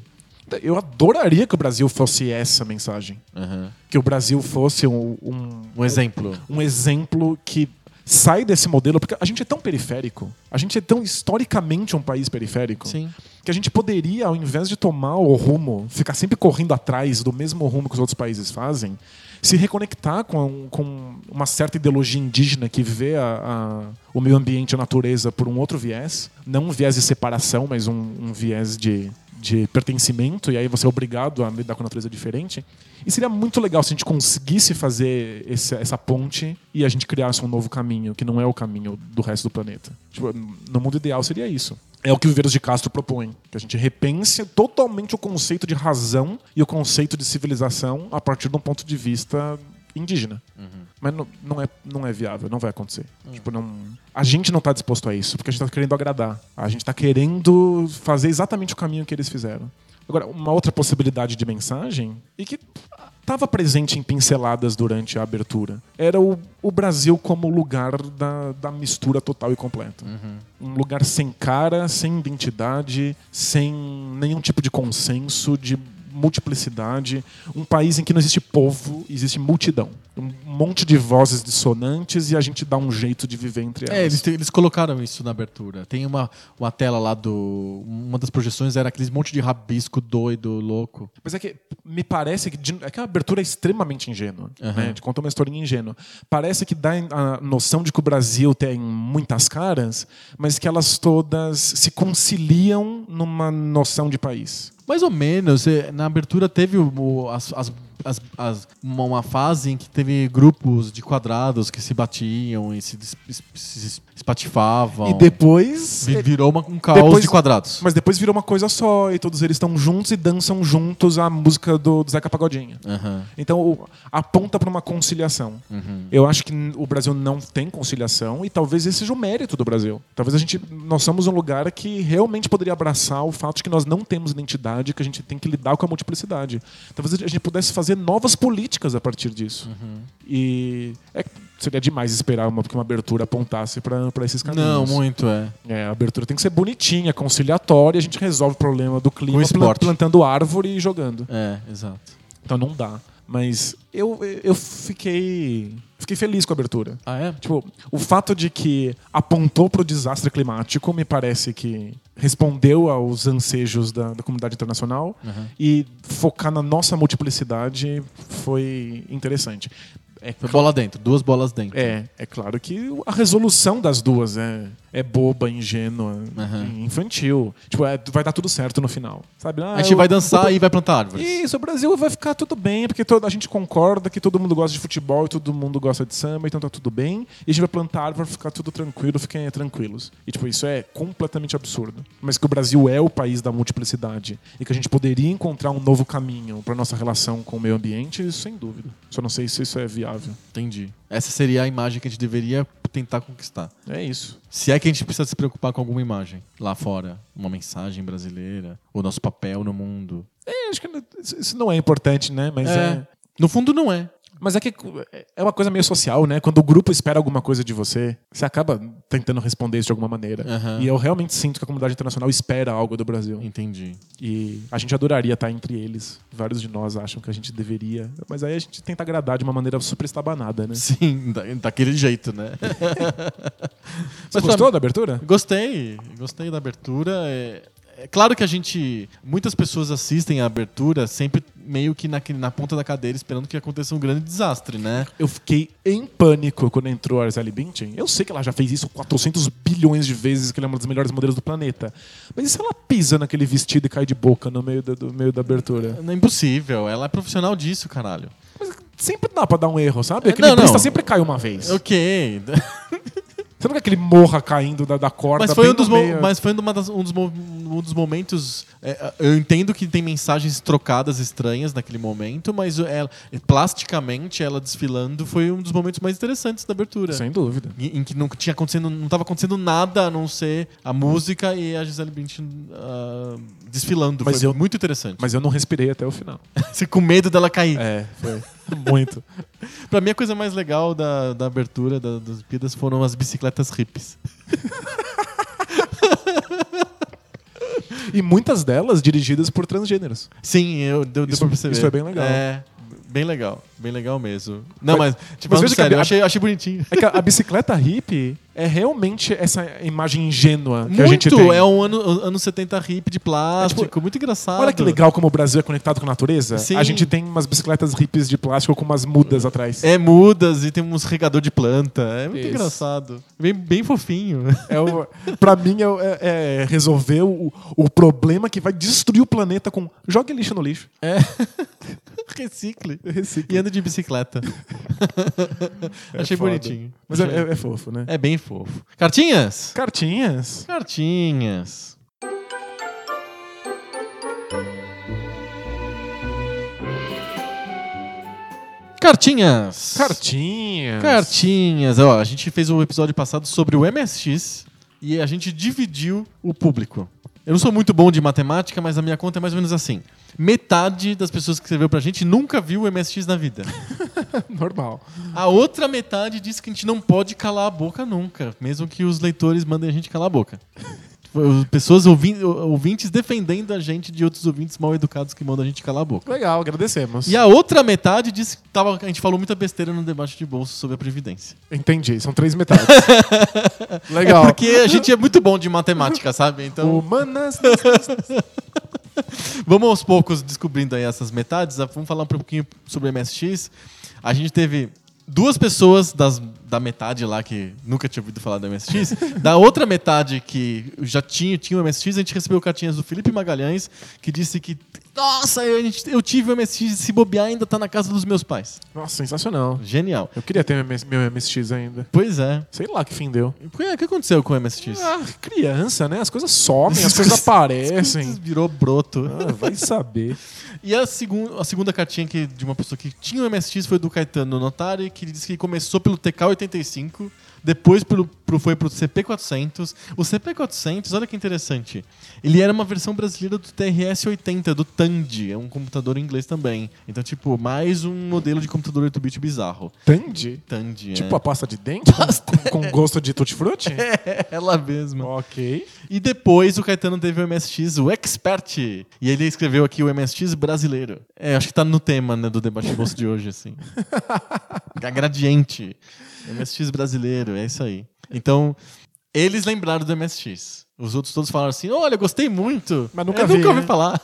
Speaker 2: Eu adoraria que o Brasil fosse essa mensagem. Que o Brasil fosse um- um
Speaker 1: Um exemplo.
Speaker 2: um exemplo que sai desse modelo, porque a gente é tão periférico, a gente é tão historicamente um país periférico,
Speaker 1: Sim.
Speaker 2: que a gente poderia, ao invés de tomar o rumo, ficar sempre correndo atrás do mesmo rumo que os outros países fazem, se reconectar com, com uma certa ideologia indígena que vê a- a- o meio ambiente e a natureza por um outro viés, não um viés de separação, mas um, um viés de, de pertencimento, e aí você é obrigado a lidar com a natureza diferente. E seria muito legal se a gente conseguisse fazer esse- essa ponte e a gente criasse um novo caminho, que não é o caminho do resto do planeta. Tipo, no mundo ideal seria isso. É o que o Viveiros de Castro propõe, que a gente repense totalmente o conceito de razão e o conceito de civilização a partir de um ponto de vista indígena. Mas não, não é, não é viável, não vai acontecer. Tipo, não, a gente não está disposto a isso, porque a gente está querendo agradar. A gente está querendo fazer exatamente o caminho que eles fizeram. Agora, uma outra possibilidade de mensagem, e que estava presente em pinceladas durante a abertura, era o, o Brasil como lugar da, da mistura total e completa. Um lugar sem cara, sem identidade, sem nenhum tipo de consenso, de multiplicidade. Um país em que não existe povo, existe multidão. Um monte de vozes dissonantes e a gente dá um jeito de viver entre elas.
Speaker 1: É, eles, te- eles colocaram isso na abertura. Tem uma, uma tela lá do. Uma das projeções era aqueles monte de rabisco doido, louco.
Speaker 2: Mas é que me parece que. de- É que a abertura é extremamente ingênua.
Speaker 1: Aham.
Speaker 2: Né? Te conta uma historinha ingênua. Parece que dá a noção de que o Brasil tem muitas caras, mas que elas todas se conciliam numa noção de país.
Speaker 1: Mais ou menos. eh, Na abertura teve o- o- as- as- as- as- uma, uma fase em que teve grupos de quadrados que se batiam e se, des- es- se espatifavam.
Speaker 2: E depois.
Speaker 1: Vi- virou uma- um caos
Speaker 2: Depois-
Speaker 1: de quadrados.
Speaker 2: Mas depois virou uma coisa só, e todos eles estão juntos e dançam juntos a música do, do Zeca Pagodinho.
Speaker 1: Aham.
Speaker 2: Então o- aponta para uma conciliação.
Speaker 1: Uhum.
Speaker 2: Eu acho que n- o Brasil não tem conciliação e talvez esse seja o mérito do Brasil. Talvez a gente nós somos um lugar que realmente poderia abraçar o fato de que nós não temos identidade, que a gente tem que lidar com a multiplicidade. Talvez a gente pudesse fazer novas políticas a partir disso.
Speaker 1: Uhum.
Speaker 2: E é- seria demais esperar uma, que uma abertura apontasse para esses caminhos.
Speaker 1: Não, muito, é.
Speaker 2: É, a abertura tem que ser bonitinha, conciliatória, a gente resolve o problema do clima
Speaker 1: Com esporte.
Speaker 2: plan- plantando árvore e jogando.
Speaker 1: É, exato.
Speaker 2: Então não dá. Mas eu, eu fiquei. Fiquei feliz com a abertura.
Speaker 1: Ah, é?
Speaker 2: Tipo, o fato de que apontou para o desastre climático me parece que respondeu aos ansejos da, da comunidade internacional e focar na nossa multiplicidade foi interessante. É,
Speaker 1: Foi bola dentro, duas bolas dentro.
Speaker 2: é, é claro que a resolução das duas é, é boba, ingênua,
Speaker 1: Aham.
Speaker 2: infantil. Tipo, é, vai dar tudo certo no final. Sabe? Ah,
Speaker 1: a gente
Speaker 2: eu-
Speaker 1: vai dançar e vai plantar árvores.
Speaker 2: Isso, o Brasil vai ficar tudo bem, porque toda, a gente concorda que todo mundo gosta de futebol e todo mundo gosta de samba, então tá tudo bem. E a gente vai plantar árvore, vai ficar tudo tranquilo, fiquem tranquilos. E tipo, isso é completamente absurdo. Mas que o Brasil é o país da multiplicidade e que a gente poderia encontrar um novo caminho pra nossa relação com o meio ambiente, isso sem dúvida. Só não sei se isso é viável.
Speaker 1: Entendi. Essa seria a imagem que a gente deveria tentar conquistar.
Speaker 2: É isso.
Speaker 1: Se é que a gente precisa se preocupar com alguma imagem lá fora, uma mensagem brasileira, o nosso papel no mundo.
Speaker 2: É, acho que isso não é importante, né? Mas é.
Speaker 1: No fundo, não é.
Speaker 2: Mas é que é uma coisa meio social, né? Quando o grupo espera alguma coisa de você, você acaba tentando responder isso de alguma maneira.
Speaker 1: Aham.
Speaker 2: E eu realmente sinto que a comunidade internacional espera algo do Brasil.
Speaker 1: Entendi.
Speaker 2: E a gente adoraria estar entre eles. Vários de nós acham que a gente deveria. Mas aí a gente tenta agradar de uma maneira super estabanada, né?
Speaker 1: Sim, da- daquele jeito, né?
Speaker 2: Você
Speaker 1: Mas,
Speaker 2: gostou da abertura?
Speaker 1: Gostei, gostei da abertura. É, é claro que a gente. Muitas pessoas assistem a abertura sempre meio que naquele- na ponta da cadeira esperando que aconteça um grande desastre, né?
Speaker 2: Eu fiquei em pânico quando entrou a Arsene Bintin. Eu sei que ela já fez isso 400 bilhões de vezes, que ela é uma das melhores modelos do planeta. Mas e se ela pisa naquele vestido e cai de boca no meio da, do meio da abertura?
Speaker 1: Não é impossível, ela é profissional disso, caralho.
Speaker 2: Mas sempre dá pra dar um erro, sabe?
Speaker 1: É,
Speaker 2: Aquele
Speaker 1: não,
Speaker 2: pista
Speaker 1: não.
Speaker 2: sempre cai uma vez.
Speaker 1: Ok.
Speaker 2: Você não quer aquele morra caindo da, da corda
Speaker 1: Mas foi,
Speaker 2: bem
Speaker 1: um dos,
Speaker 2: no
Speaker 1: mo-
Speaker 2: meio?
Speaker 1: mas foi uma das- um, dos mo- um dos momentos. é, eu entendo que tem mensagens trocadas estranhas naquele momento, mas ela, plasticamente ela desfilando foi um dos momentos mais interessantes da abertura.
Speaker 2: Sem dúvida.
Speaker 1: Em, em que não tinha acontecendo, não tava acontecendo nada a não ser a música e a Gisele Bündchen ah, desfilando.
Speaker 2: Mas
Speaker 1: foi
Speaker 2: eu-
Speaker 1: muito interessante.
Speaker 2: Mas eu não respirei até o final.
Speaker 1: Você com medo dela cair.
Speaker 2: É, foi. Muito.
Speaker 1: Pra mim a coisa mais legal da, da abertura da, das Olimpíadas foram as bicicletas hippies.
Speaker 2: E muitas delas dirigidas por transgêneros.
Speaker 1: Sim, eu deu, deu
Speaker 2: Isso-
Speaker 1: pra perceber.
Speaker 2: isso é bem legal.
Speaker 1: É, bem legal, bem legal mesmo. Não, mas,
Speaker 2: Mas-
Speaker 1: tipo,
Speaker 2: mas
Speaker 1: falando
Speaker 2: veja que a
Speaker 1: sério,
Speaker 2: bi-
Speaker 1: eu achei, achei bonitinho.
Speaker 2: É que a, a bicicleta hippie é realmente essa imagem ingênua que
Speaker 1: Muito,
Speaker 2: a gente tem.
Speaker 1: é um ano, ano 70 hip de plástico,
Speaker 2: É, tipo,
Speaker 1: muito engraçado.
Speaker 2: Olha que legal como o Brasil é conectado com a natureza.
Speaker 1: Sim.
Speaker 2: A gente tem umas bicicletas hippies de plástico com umas mudas atrás.
Speaker 1: É mudas e tem uns regador de planta. É muito
Speaker 2: Isso.
Speaker 1: engraçado. Bem, bem fofinho.
Speaker 2: É o, pra mim, é, o- é- é resolver o, o problema que vai destruir o planeta com jogue lixo no lixo.
Speaker 1: É. Recicle.
Speaker 2: Recicla.
Speaker 1: E é anda de bicicleta. Achei
Speaker 2: foda.
Speaker 1: bonitinho.
Speaker 2: Mas é,
Speaker 1: Achei-
Speaker 2: é- é fofo, né?
Speaker 1: é bem fofo. Cartinhas?
Speaker 2: Cartinhas.
Speaker 1: Cartinhas. Cartinhas.
Speaker 2: Cartinhas.
Speaker 1: Cartinhas. Ó, a gente fez um episódio passado sobre o MSX e a gente dividiu o público. Eu não sou muito bom de matemática, mas a minha conta é mais ou menos assim. Metade das pessoas que escreveu pra gente nunca viu o MSX na vida.
Speaker 2: Normal.
Speaker 1: A outra metade diz que a gente não pode calar a boca nunca, mesmo que os leitores mandem a gente calar a boca. Tipo, Pessoas ouvindo, ouvintes defendendo a gente de outros ouvintes mal educados que mandam a gente calar a boca.
Speaker 2: Legal, agradecemos.
Speaker 1: E a outra metade disse que tava, a gente falou muita besteira no debate de bolso sobre a Previdência.
Speaker 2: Entendi, são três metades.
Speaker 1: É
Speaker 2: Legal.
Speaker 1: porque a gente é muito bom de matemática, sabe? Então
Speaker 2: Humanas.
Speaker 1: vamos aos poucos descobrindo aí essas metades. Ah, Vamos falar um pouquinho sobre o MSX. A gente teve duas pessoas das, da metade lá que nunca tinha ouvido falar do MSX. da outra metade que já tinha, tinha o MSX, a gente recebeu cartinhas do Felipe Magalhães que disse que nossa, eu, a gente- eu tive o MSX e se bobear ainda tá na casa dos meus pais.
Speaker 2: Nossa, sensacional.
Speaker 1: Genial.
Speaker 2: Eu queria ter meu MS meu MSX ainda.
Speaker 1: Pois é.
Speaker 2: Sei lá que fim deu.
Speaker 1: O que o que aconteceu com o MSX?
Speaker 2: Ah, criança, né? As coisas somem, as coisas aparecem.
Speaker 1: Virou broto.
Speaker 2: Ah, vai saber.
Speaker 1: E a, segun, a segunda cartinha que, de uma pessoa que tinha o MSX foi do Caetano Notari, que ele disse que começou pelo TK85, depois pelo, pro, foi pro CP400. O CP400, olha que interessante, ele era uma versão brasileira do TRS-80, do Tandy, é um computador inglês também. Então, tipo, mais um modelo de computador 8-bit bizarro.
Speaker 2: Tandy?
Speaker 1: Tandy,
Speaker 2: Tipo a pasta de dente? Com, com gosto de tutti frutti?
Speaker 1: é. Ela mesma.
Speaker 2: Ok.
Speaker 1: E depois o Caetano teve o MSX, o Expert. E ele escreveu aqui o MSX brasileiro. É, acho que tá no tema né, do debate de bolso de hoje, assim. A gradiente. MSX brasileiro, é isso aí. Então, eles lembraram do MSX. Os outros todos falaram assim: olha, gostei muito.
Speaker 2: Mas nunca
Speaker 1: Eu
Speaker 2: vi,
Speaker 1: nunca
Speaker 2: né?
Speaker 1: ouvi falar.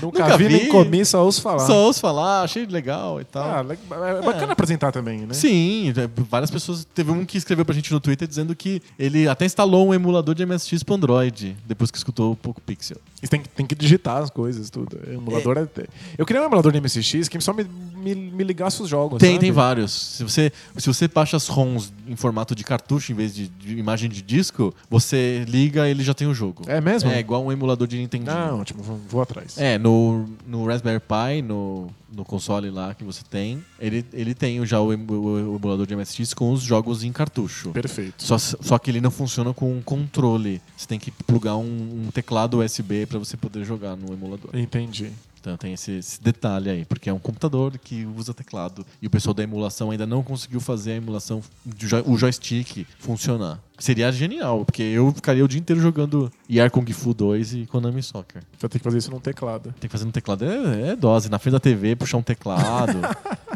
Speaker 2: Nunca,
Speaker 1: Nunca
Speaker 2: vi,
Speaker 1: vi.
Speaker 2: nem comi, só ouço falar.
Speaker 1: Só ouço falar, achei legal e tal.
Speaker 2: Ah, le- é bacana apresentar também, né?
Speaker 1: Sim, é, várias pessoas. Teve um que escreveu pra gente no Twitter dizendo que ele até instalou um emulador de MSX pro Android, depois que escutou o Poco Pixel.
Speaker 2: E Tem, que- tem que digitar as coisas, tudo. Emulador é. te- Eu queria um emulador de MSX que só me, me, me ligasse os jogos.
Speaker 1: Tem,
Speaker 2: sabe?
Speaker 1: tem vários. Se você, se você baixa as ROMs em formato de cartucho em vez de, de imagem de disco, você liga ele já tem o jogo.
Speaker 2: É mesmo?
Speaker 1: É igual um emulador de Nintendo.
Speaker 2: Ah, ótimo, vou, vou atrás.
Speaker 1: É, no, no Raspberry Pi, no, no console lá que você tem, ele, ele tem já o, em- o- o emulador de MSX com os jogos em cartucho.
Speaker 2: Perfeito.
Speaker 1: Só, só que ele não funciona com um controle. Você tem que plugar um, um teclado USB pra você poder jogar no emulador.
Speaker 2: Entendi.
Speaker 1: Então tem esse, esse detalhe aí, porque é um computador que usa teclado e o pessoal da emulação ainda não conseguiu fazer a emulação, de joy- o joystick funcionar. Seria genial, porque eu ficaria o dia inteiro jogando Yar Kung Fu 2 e Konami Soccer.
Speaker 2: Vai ter que fazer isso num teclado.
Speaker 1: Tem que fazer no teclado, é, é dose. Na frente da TV, puxar um teclado.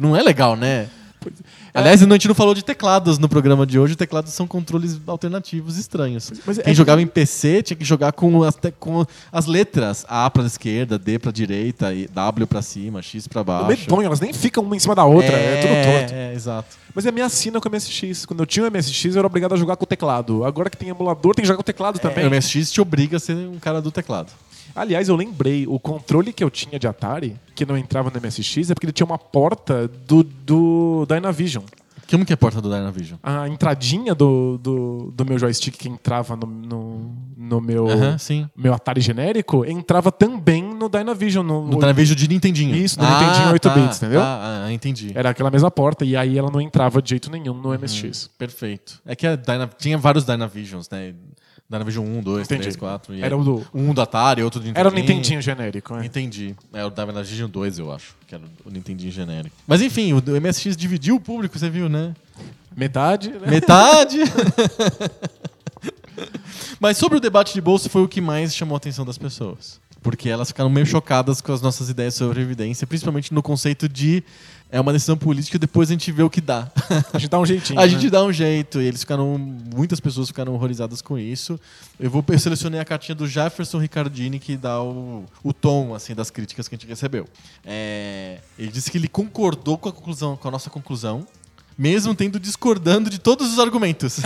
Speaker 1: não é legal, né?
Speaker 2: é.
Speaker 1: Aliás, a gente não falou de teclados no programa de hoje. Teclados são controles alternativos estranhos.
Speaker 2: Mas é
Speaker 1: Quem
Speaker 2: que-
Speaker 1: jogava em PC tinha que jogar com as, te- com as letras A pra esquerda, D pra direita, e W pra cima, X pra
Speaker 2: É
Speaker 1: baixo.
Speaker 2: medonho, elas nem ficam uma em cima da outra, é, tudo torto.
Speaker 1: É, exato.
Speaker 2: Mas é a minha sina com o MSX. Quando eu tinha o MSX, eu era obrigado a jogar com o teclado. Agora que tem emulador, tem que jogar com o teclado também.
Speaker 1: O MSX te obriga a ser um cara do teclado.
Speaker 2: Aliás, eu lembrei, o controle que eu tinha de Atari, que não entrava no MSX, é porque ele tinha uma porta do, do Dynavision.
Speaker 1: Como que é a porta do Dynavision?
Speaker 2: A entradinha do, do, do meu joystick que entrava no, no, no meu,
Speaker 1: Aham, sim.
Speaker 2: meu Atari genérico, entrava também no Dynavision. No,
Speaker 1: No Dynavision de Nintendinho.
Speaker 2: Isso, do Nintendinho 8
Speaker 1: tá,
Speaker 2: bits, entendeu?
Speaker 1: Ah, ah, entendi.
Speaker 2: Era aquela mesma porta, e aí ela não entrava de jeito nenhum
Speaker 1: Uhum.
Speaker 2: no MSX.
Speaker 1: Perfeito. É que a Dyna- tinha vários Dynavisions, né? Dynavision 1, 2,
Speaker 2: Entendi.
Speaker 1: 3, 4. e
Speaker 2: Era
Speaker 1: é-
Speaker 2: o do-
Speaker 1: Um do Atari, outro do Nintendinho.
Speaker 2: Era o Nintendinho genérico, é.
Speaker 1: Entendi. É o Dynavision 2, eu acho. Que era o Nintendinho genérico. Mas enfim, o do MSX dividiu o público, você viu, né?
Speaker 2: Metade, né?
Speaker 1: Metade! Mas sobre o debate de bolsa foi o que mais chamou a atenção das pessoas. Porque elas ficaram meio chocadas com as nossas ideias sobre evidência, principalmente no conceito de é uma decisão política e depois a gente vê o que dá.
Speaker 2: A gente dá um jeitinho.
Speaker 1: A
Speaker 2: né?
Speaker 1: gente dá um jeito, e eles ficaram. Muitas pessoas ficaram horrorizadas com isso. Eu vou eu selecionei a cartinha do Jefferson Ricardini, que dá o, o tom assim, das críticas que a gente recebeu. É, ele disse que ele concordou com a conclusão, com a nossa conclusão, mesmo tendo discordando de todos os argumentos.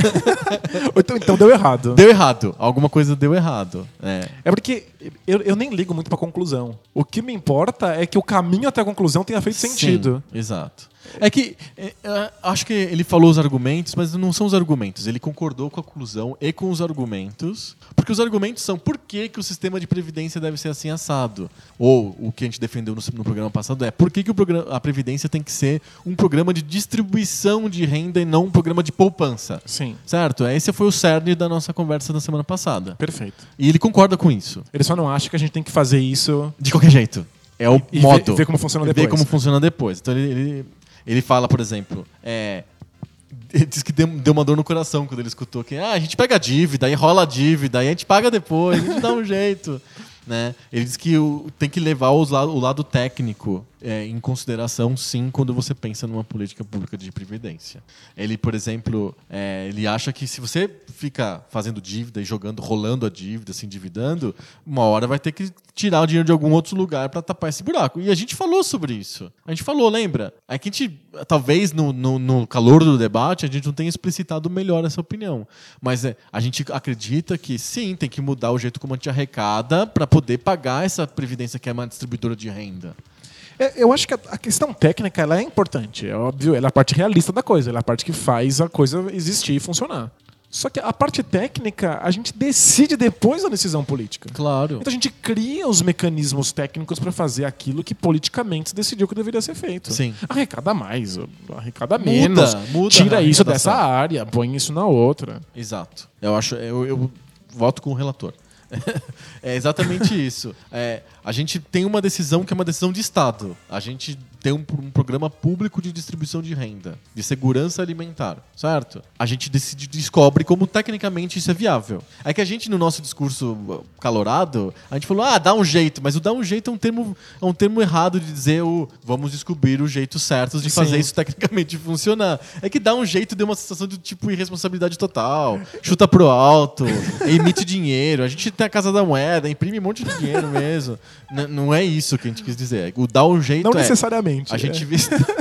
Speaker 2: Ou Então, então deu errado.
Speaker 1: deu errado. Alguma coisa deu errado. É.
Speaker 2: É porque eu, eu nem ligo muito pra conclusão. O que me importa é que o caminho até a conclusão tenha feito sentido.
Speaker 1: Sim, exato. É que é, é, acho que ele falou os argumentos, mas não são os argumentos. Ele concordou com a conclusão e com os argumentos, porque os argumentos são por que, que o sistema de previdência deve ser assim assado. Ou o que a gente defendeu no, no programa passado é por que, que o programa, a previdência tem que ser um programa de distribuição de renda e não um programa de poupança.
Speaker 2: Sim.
Speaker 1: Certo? Esse foi o cerne da nossa conversa da semana passada.
Speaker 2: Perfeito.
Speaker 1: E ele concorda com isso.
Speaker 2: Ele só não acha que a gente tem que fazer isso.
Speaker 1: De qualquer jeito. É o
Speaker 2: E- e
Speaker 1: modo.
Speaker 2: ver- ver como funciona
Speaker 1: E Ver
Speaker 2: depois.
Speaker 1: como funciona depois. Então ele, ele, ele fala, por exemplo, é, ele diz que deu, deu uma dor no coração quando ele escutou que ah, a gente pega a dívida, aí rola a dívida, aí a gente paga depois, a gente dá um jeito. Né? Ele diz que o- tem que levar os la- o lado técnico é, em consideração, sim, quando você pensa numa política pública de previdência. Ele, por exemplo, é, ele acha que se você fica fazendo dívida e jogando, rolando a dívida, se endividando, uma hora vai ter que tirar o dinheiro de algum outro lugar para tapar esse buraco. E a gente falou sobre isso. A gente falou, lembra? É que a gente, talvez no, no, no calor do debate, a gente não tenha explicitado melhor essa opinião. Mas é, a gente acredita que sim, tem que mudar o jeito como a gente arrecada para poder pagar essa previdência que é uma distribuidora de renda.
Speaker 2: É, eu acho que a, a questão técnica ela é importante. É óbvio, ela é a parte realista da coisa, ela é a parte que faz a coisa existir e funcionar. Só que a parte técnica a gente decide depois da decisão política.
Speaker 1: Claro.
Speaker 2: Então a gente cria os mecanismos técnicos para fazer aquilo que politicamente se decidiu que deveria ser feito.
Speaker 1: Sim.
Speaker 2: Arrecada mais, arrecada
Speaker 1: Muda,
Speaker 2: menos.
Speaker 1: muda a
Speaker 2: tira isso
Speaker 1: arrecadação.
Speaker 2: dessa área, põe isso na outra.
Speaker 1: Exato. Eu acho, eu, eu voto com o relator. é exatamente isso. É, a gente tem uma decisão que é uma decisão de Estado. A gente tem um, um programa público de distribuição de renda, de segurança alimentar, certo? A gente decide, descobre como tecnicamente isso é viável. É que a gente, no nosso discurso uh, calorado, a gente falou, ah, dá um jeito, mas o dar um jeito é um termo, é um termo errado de dizer o vamos descobrir os jeitos certos de fazer
Speaker 2: Sim.
Speaker 1: isso tecnicamente funcionar. É que dá um jeito deu uma sensação de tipo irresponsabilidade total. Chuta pro alto, emite dinheiro. A gente até a casa da moeda, imprime um monte de dinheiro mesmo. N- não é isso que a gente quis dizer. O dar um jeito
Speaker 2: Não
Speaker 1: é,
Speaker 2: necessariamente.
Speaker 1: a
Speaker 2: é.
Speaker 1: gente vê.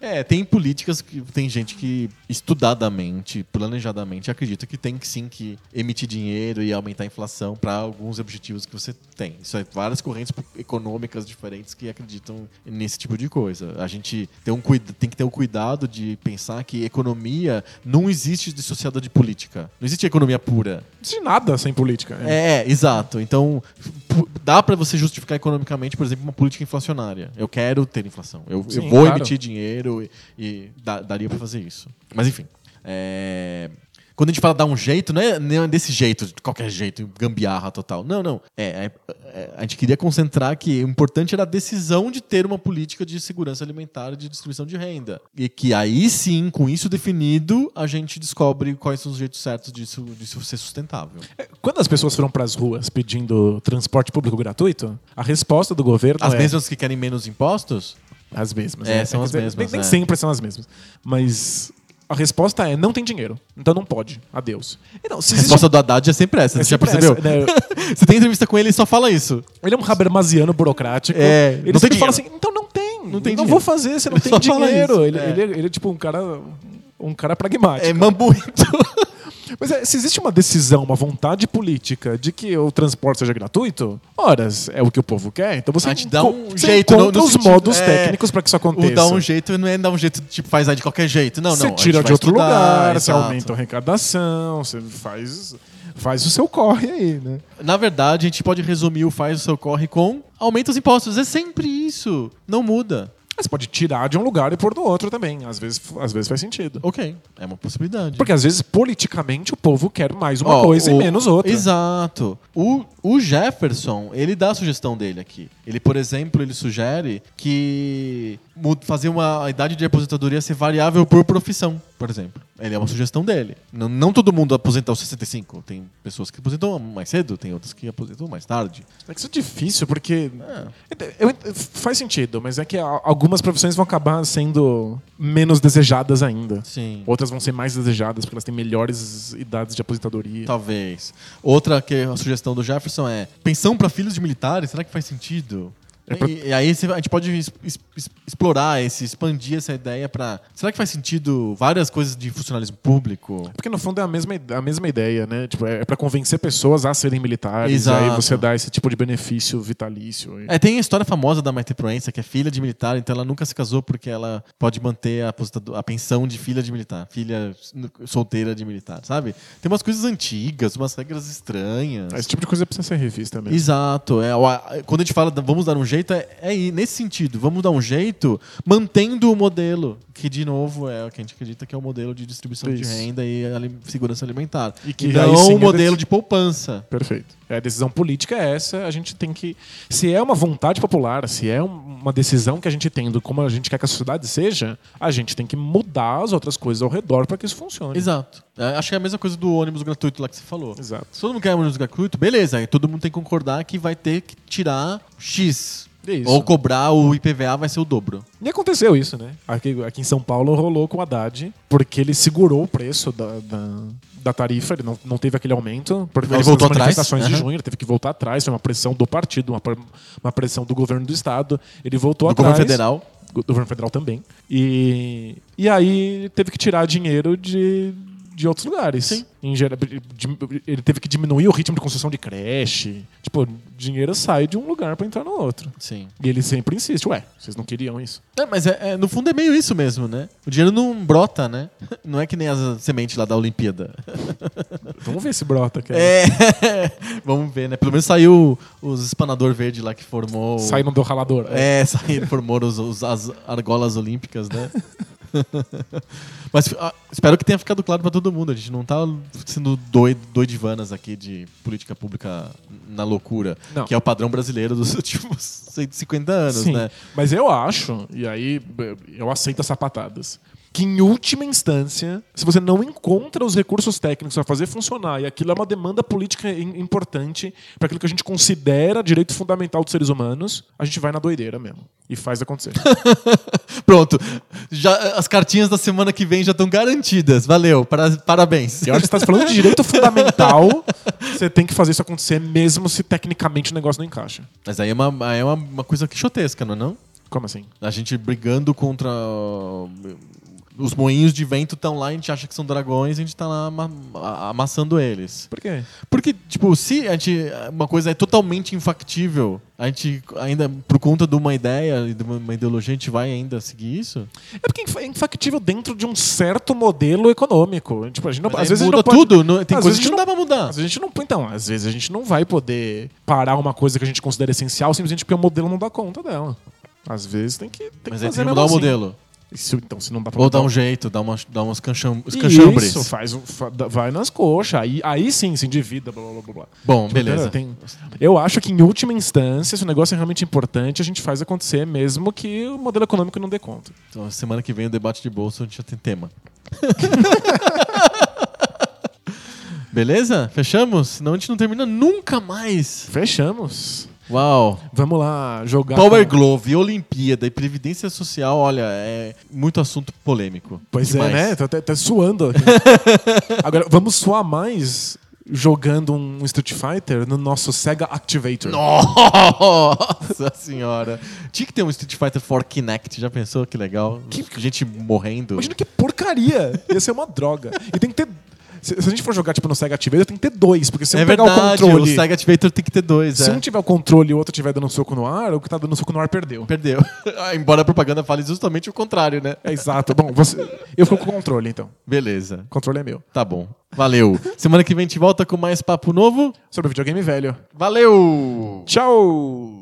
Speaker 1: É, tem políticas que tem gente que estudadamente, planejadamente acredita que tem que sim que emitir dinheiro e aumentar a inflação para alguns objetivos que você tem. Isso é várias correntes po- econômicas diferentes que acreditam nesse tipo de coisa. A gente tem, um, cuida- tem que ter o cuidado de pensar que economia não existe dissociada de política. Não existe economia pura.
Speaker 2: É, De nada sem política. é.
Speaker 1: É, é, exato. Então, pu- dá pra você justificar economicamente, por exemplo, uma política inflacionária. Eu quero ter inflação. Eu, eu
Speaker 2: Sim,
Speaker 1: vou
Speaker 2: claro.
Speaker 1: emitir dinheiro e, e dá- daria pra fazer isso. Mas enfim. é, Quando a gente fala dar um jeito, não é, não é desse jeito, de qualquer jeito, gambiarra total. Não, não. É, é- é, a gente queria concentrar que o importante era a decisão de ter uma política de segurança alimentar e de distribuição de renda. E que aí sim, com isso definido, a gente descobre quais são os jeitos certos disso, disso ser sustentável.
Speaker 2: Quando as pessoas foram pras ruas pedindo transporte público gratuito, a resposta do governo
Speaker 1: As
Speaker 2: é
Speaker 1: mesmas que querem menos impostos?
Speaker 2: as mesmas.
Speaker 1: É,
Speaker 2: né?
Speaker 1: são
Speaker 2: Quer
Speaker 1: as
Speaker 2: dizer,
Speaker 1: mesmas,
Speaker 2: Nem, nem
Speaker 1: é.
Speaker 2: sempre são as mesmas. Mas a resposta é não tem dinheiro, então não pode. Adeus. Então, se
Speaker 1: A
Speaker 2: existe-
Speaker 1: resposta do Haddad é sempre essa,
Speaker 2: é
Speaker 1: você já
Speaker 2: sempre
Speaker 1: percebeu?
Speaker 2: essa, né?
Speaker 1: Você tem entrevista com ele e só fala isso.
Speaker 2: Ele é um habermasiano burocrático.
Speaker 1: É,
Speaker 2: ele
Speaker 1: não
Speaker 2: sempre
Speaker 1: tem
Speaker 2: fala assim,
Speaker 1: dinheiro.
Speaker 2: então não tem. Não,
Speaker 1: tem
Speaker 2: vou
Speaker 1: dinheiro.
Speaker 2: fazer, você não
Speaker 1: Ele
Speaker 2: tem
Speaker 1: só fala
Speaker 2: dinheiro.
Speaker 1: isso,
Speaker 2: Ele,
Speaker 1: é.
Speaker 2: ele, ele é tipo um cara. Um cara pragmático.
Speaker 1: É mambuito.
Speaker 2: Mas é, se existe uma decisão, uma vontade política de que o transporte seja gratuito, ora, é o que o povo quer, então você,
Speaker 1: A gente dá
Speaker 2: enco-
Speaker 1: um
Speaker 2: você
Speaker 1: jeito,
Speaker 2: encontra
Speaker 1: no- no
Speaker 2: os
Speaker 1: sentido-
Speaker 2: modos
Speaker 1: é,
Speaker 2: técnicos para que isso
Speaker 1: O
Speaker 2: aconteça.
Speaker 1: dar um jeito não é dar um jeito, tipo, faz ah, de qualquer jeito. Não,
Speaker 2: você
Speaker 1: não. a gente
Speaker 2: tira
Speaker 1: vai
Speaker 2: de outro
Speaker 1: estudar,
Speaker 2: lugar, você
Speaker 1: exato.
Speaker 2: aumenta a arrecadação, você faz, faz o seu corre aí, né?
Speaker 1: Na verdade, a gente pode resumir o faz o seu corre com aumenta os impostos. É sempre isso. Não muda.
Speaker 2: Mas Você pode tirar de um lugar e pôr no outro também. Às vezes, às vezes faz sentido.
Speaker 1: Ok. É uma possibilidade.
Speaker 2: Porque às vezes, politicamente, o povo quer mais uma
Speaker 1: Ó,
Speaker 2: coisa
Speaker 1: o-
Speaker 2: e menos outra.
Speaker 1: Exato. O, o Jefferson, ele dá a sugestão dele aqui. Ele, por exemplo, ele sugere que mu- fazer uma a idade de aposentadoria ser variável por profissão, por exemplo. Ele é uma sugestão dele. Não, não todo mundo aposenta aos 65. Tem pessoas que aposentam mais cedo, tem outras que aposentam mais tarde.
Speaker 2: É que isso é difícil, porque.
Speaker 1: É.
Speaker 2: Eu ent- faz sentido, mas é que a- algumas profissões vão acabar sendo menos desejadas ainda.
Speaker 1: Sim.
Speaker 2: Outras vão ser mais desejadas, porque elas têm melhores idades de aposentadoria.
Speaker 1: Talvez. Outra que é a sugestão do Jefferson é pensão para filhos de militares, será que faz sentido?
Speaker 2: É pra-
Speaker 1: E, e aí você- a gente pode es- es- es- explorar esse, expandir essa ideia para será que faz sentido várias coisas de funcionalismo público?
Speaker 2: Porque no fundo é a mesma, ide- a mesma ideia, né? Tipo, é, é para convencer pessoas a serem militares.
Speaker 1: Exato.
Speaker 2: Aí você dá esse tipo de benefício vitalício. aí.
Speaker 1: É, tem a história famosa da Maite Proença, que é filha de militar, então ela nunca se casou porque ela pode manter a, aposentado- a pensão de filha de militar, filha solteira de militar, sabe? Tem umas coisas antigas, umas regras estranhas.
Speaker 2: Esse tipo de coisa precisa ser revista mesmo.
Speaker 1: Exato. É, o- a- quando a gente fala da- vamos dar um jeito, é, é aí, nesse sentido. Vamos dar um jeito mantendo o modelo, que de novo é o que a gente acredita que é o modelo de distribuição
Speaker 2: Isso.
Speaker 1: de renda e ali- segurança alimentar.
Speaker 2: E
Speaker 1: E
Speaker 2: que aí sim
Speaker 1: não
Speaker 2: é
Speaker 1: o modelo
Speaker 2: desse-
Speaker 1: de poupança.
Speaker 2: Perfeito. É, A decisão política é essa, a gente tem que. Se é uma vontade popular, se é um- uma decisão que a gente tem do como a gente quer que a sociedade seja, a gente tem que mudar as outras coisas ao redor para que isso funcione.
Speaker 1: Exato. É, acho que é a mesma coisa do ônibus gratuito lá que você falou.
Speaker 2: Exato.
Speaker 1: Se todo mundo quer um ônibus gratuito, beleza. Aí todo mundo tem que concordar que vai ter que tirar X.
Speaker 2: Isso.
Speaker 1: Ou cobrar o IPVA vai ser o dobro.
Speaker 2: E aconteceu isso, né? Aqui, aqui em São Paulo rolou com o Haddad, porque ele segurou o preço da, da, da tarifa, ele não, não teve aquele aumento. Por causa
Speaker 1: voltou
Speaker 2: das
Speaker 1: atrás,
Speaker 2: manifestações de
Speaker 1: aham.
Speaker 2: junho, ele teve que voltar atrás, foi uma pressão do partido, uma, pre- uma pressão do governo do estado. Ele voltou
Speaker 1: Do
Speaker 2: atrás.
Speaker 1: governo federal.
Speaker 2: do governo federal também. E, e aí teve que tirar dinheiro de, de outros lugares.
Speaker 1: Sim.
Speaker 2: Em geral, di- ele teve que diminuir o ritmo de construção de creche. Tipo, dinheiro sai de um lugar para entrar no outro.
Speaker 1: Sim.
Speaker 2: E ele sempre insiste, ué, vocês não queriam isso.
Speaker 1: É, mas é- é- no fundo é meio isso mesmo, né? O dinheiro não brota, né? Não é que nem as sementes lá da Olimpíada.
Speaker 2: Vamos ver se brota, cara.
Speaker 1: É. Vamos ver, né? Pelo menos saiu os espanador verde lá que formou.
Speaker 2: Sai não deu ralador.
Speaker 1: É, saíram, formou os, os- as argolas olímpicas, né? Mas ah, espero que tenha ficado claro pra todo mundo. A gente não tá sendo doido, doidivanas aqui de política pública na loucura,
Speaker 2: Não.
Speaker 1: que é o padrão brasileiro dos últimos 150 anos,
Speaker 2: Sim,
Speaker 1: né?
Speaker 2: mas eu acho, e aí eu aceito as sapatadas, que em última instância, se você não encontra os recursos técnicos para fazer funcionar, e aquilo é uma demanda política im- importante para aquilo que a gente considera direito fundamental dos seres humanos, a gente vai na doideira mesmo e faz acontecer.
Speaker 1: Pronto. Já, as cartinhas da semana que vem já estão garantidas. Valeu. para- parabéns.
Speaker 2: E a hora que você está falando de direito fundamental, você tem que fazer isso acontecer mesmo se tecnicamente o negócio não encaixa.
Speaker 1: Mas aí é uma, aí é uma, uma coisa quixotesca, não é não?
Speaker 2: Como assim?
Speaker 1: A gente brigando contra. ó, Os moinhos de vento estão lá, a gente acha que são dragões e a gente tá lá ama- a- amassando eles.
Speaker 2: Por quê?
Speaker 1: Porque, tipo, se a gente, uma coisa é totalmente infactível, a gente ainda, por conta de uma ideia e de uma- uma ideologia, a gente vai ainda seguir isso?
Speaker 2: É porque é infa- é infactível dentro de um certo modelo econômico. Tipo, a gente não,
Speaker 1: Mas
Speaker 2: às
Speaker 1: aí
Speaker 2: vezes a
Speaker 1: muda
Speaker 2: gente não pode-
Speaker 1: tudo, não- tem
Speaker 2: às
Speaker 1: coisas que
Speaker 2: vezes
Speaker 1: não dá pra mudar.
Speaker 2: Às vezes a gente não, então, às vezes a gente não vai poder parar uma coisa que a gente considera essencial simplesmente porque o modelo não dá conta dela. Às vezes tem que, tem
Speaker 1: Mas
Speaker 2: que
Speaker 1: aí
Speaker 2: fazer
Speaker 1: tem que
Speaker 2: mesmo
Speaker 1: mudar o
Speaker 2: assim.
Speaker 1: modelo.
Speaker 2: Isso, então, se não dá pra
Speaker 1: Ou
Speaker 2: mudar
Speaker 1: dá um
Speaker 2: o-
Speaker 1: jeito, dá, umas, dá uns cancham- os canchambres.
Speaker 2: Isso, faz, um- fa- dá- vai nas coxas. Aí, aí sim, se endivida, blá blá blá blá.
Speaker 1: Bom,
Speaker 2: Tipo,
Speaker 1: beleza.
Speaker 2: tem- eu acho que, em última instância, se o negócio é realmente importante, a gente faz acontecer, mesmo que o modelo econômico não dê conta.
Speaker 1: Então, semana que vem o debate de bolsa, a gente já tem tema. Beleza? Fechamos? Senão a gente não termina nunca mais.
Speaker 2: Fechamos.
Speaker 1: Uau.
Speaker 2: Vamos lá jogar.
Speaker 1: Power
Speaker 2: com-
Speaker 1: Glove, Olimpíada e Previdência Social, olha, é muito assunto polêmico.
Speaker 2: Pois
Speaker 1: Demais.
Speaker 2: é, né? Tô até, até suando. aqui. Agora, vamos suar mais jogando um Street Fighter no nosso Sega Activator.
Speaker 1: Nossa senhora. Tinha que ter um Street Fighter 4 Kinect, já pensou? Que legal. Gente morrendo. É
Speaker 2: Imagina que porcaria! Ia ser uma droga. E tem que ter. Se, se a gente for jogar tipo, no Sega Activator, tem que ter dois, porque se
Speaker 1: é
Speaker 2: um pegar o
Speaker 1: verdade, o,
Speaker 2: controle.
Speaker 1: Sega Activator tem que ter dois,
Speaker 2: Se
Speaker 1: é.
Speaker 2: um tiver o controle e o outro tiver dando soco no ar, o que tá dando soco no ar perdeu.
Speaker 1: Perdeu. Embora a propaganda fale justamente o contrário, né?
Speaker 2: É exato. Bom, você... eu fico com o controle, então.
Speaker 1: Beleza.
Speaker 2: O controle é meu.
Speaker 1: Tá bom. Valeu. Semana que vem a gente volta com mais papo novo.
Speaker 2: Sobre videogame velho.
Speaker 1: Valeu!
Speaker 2: Tchau!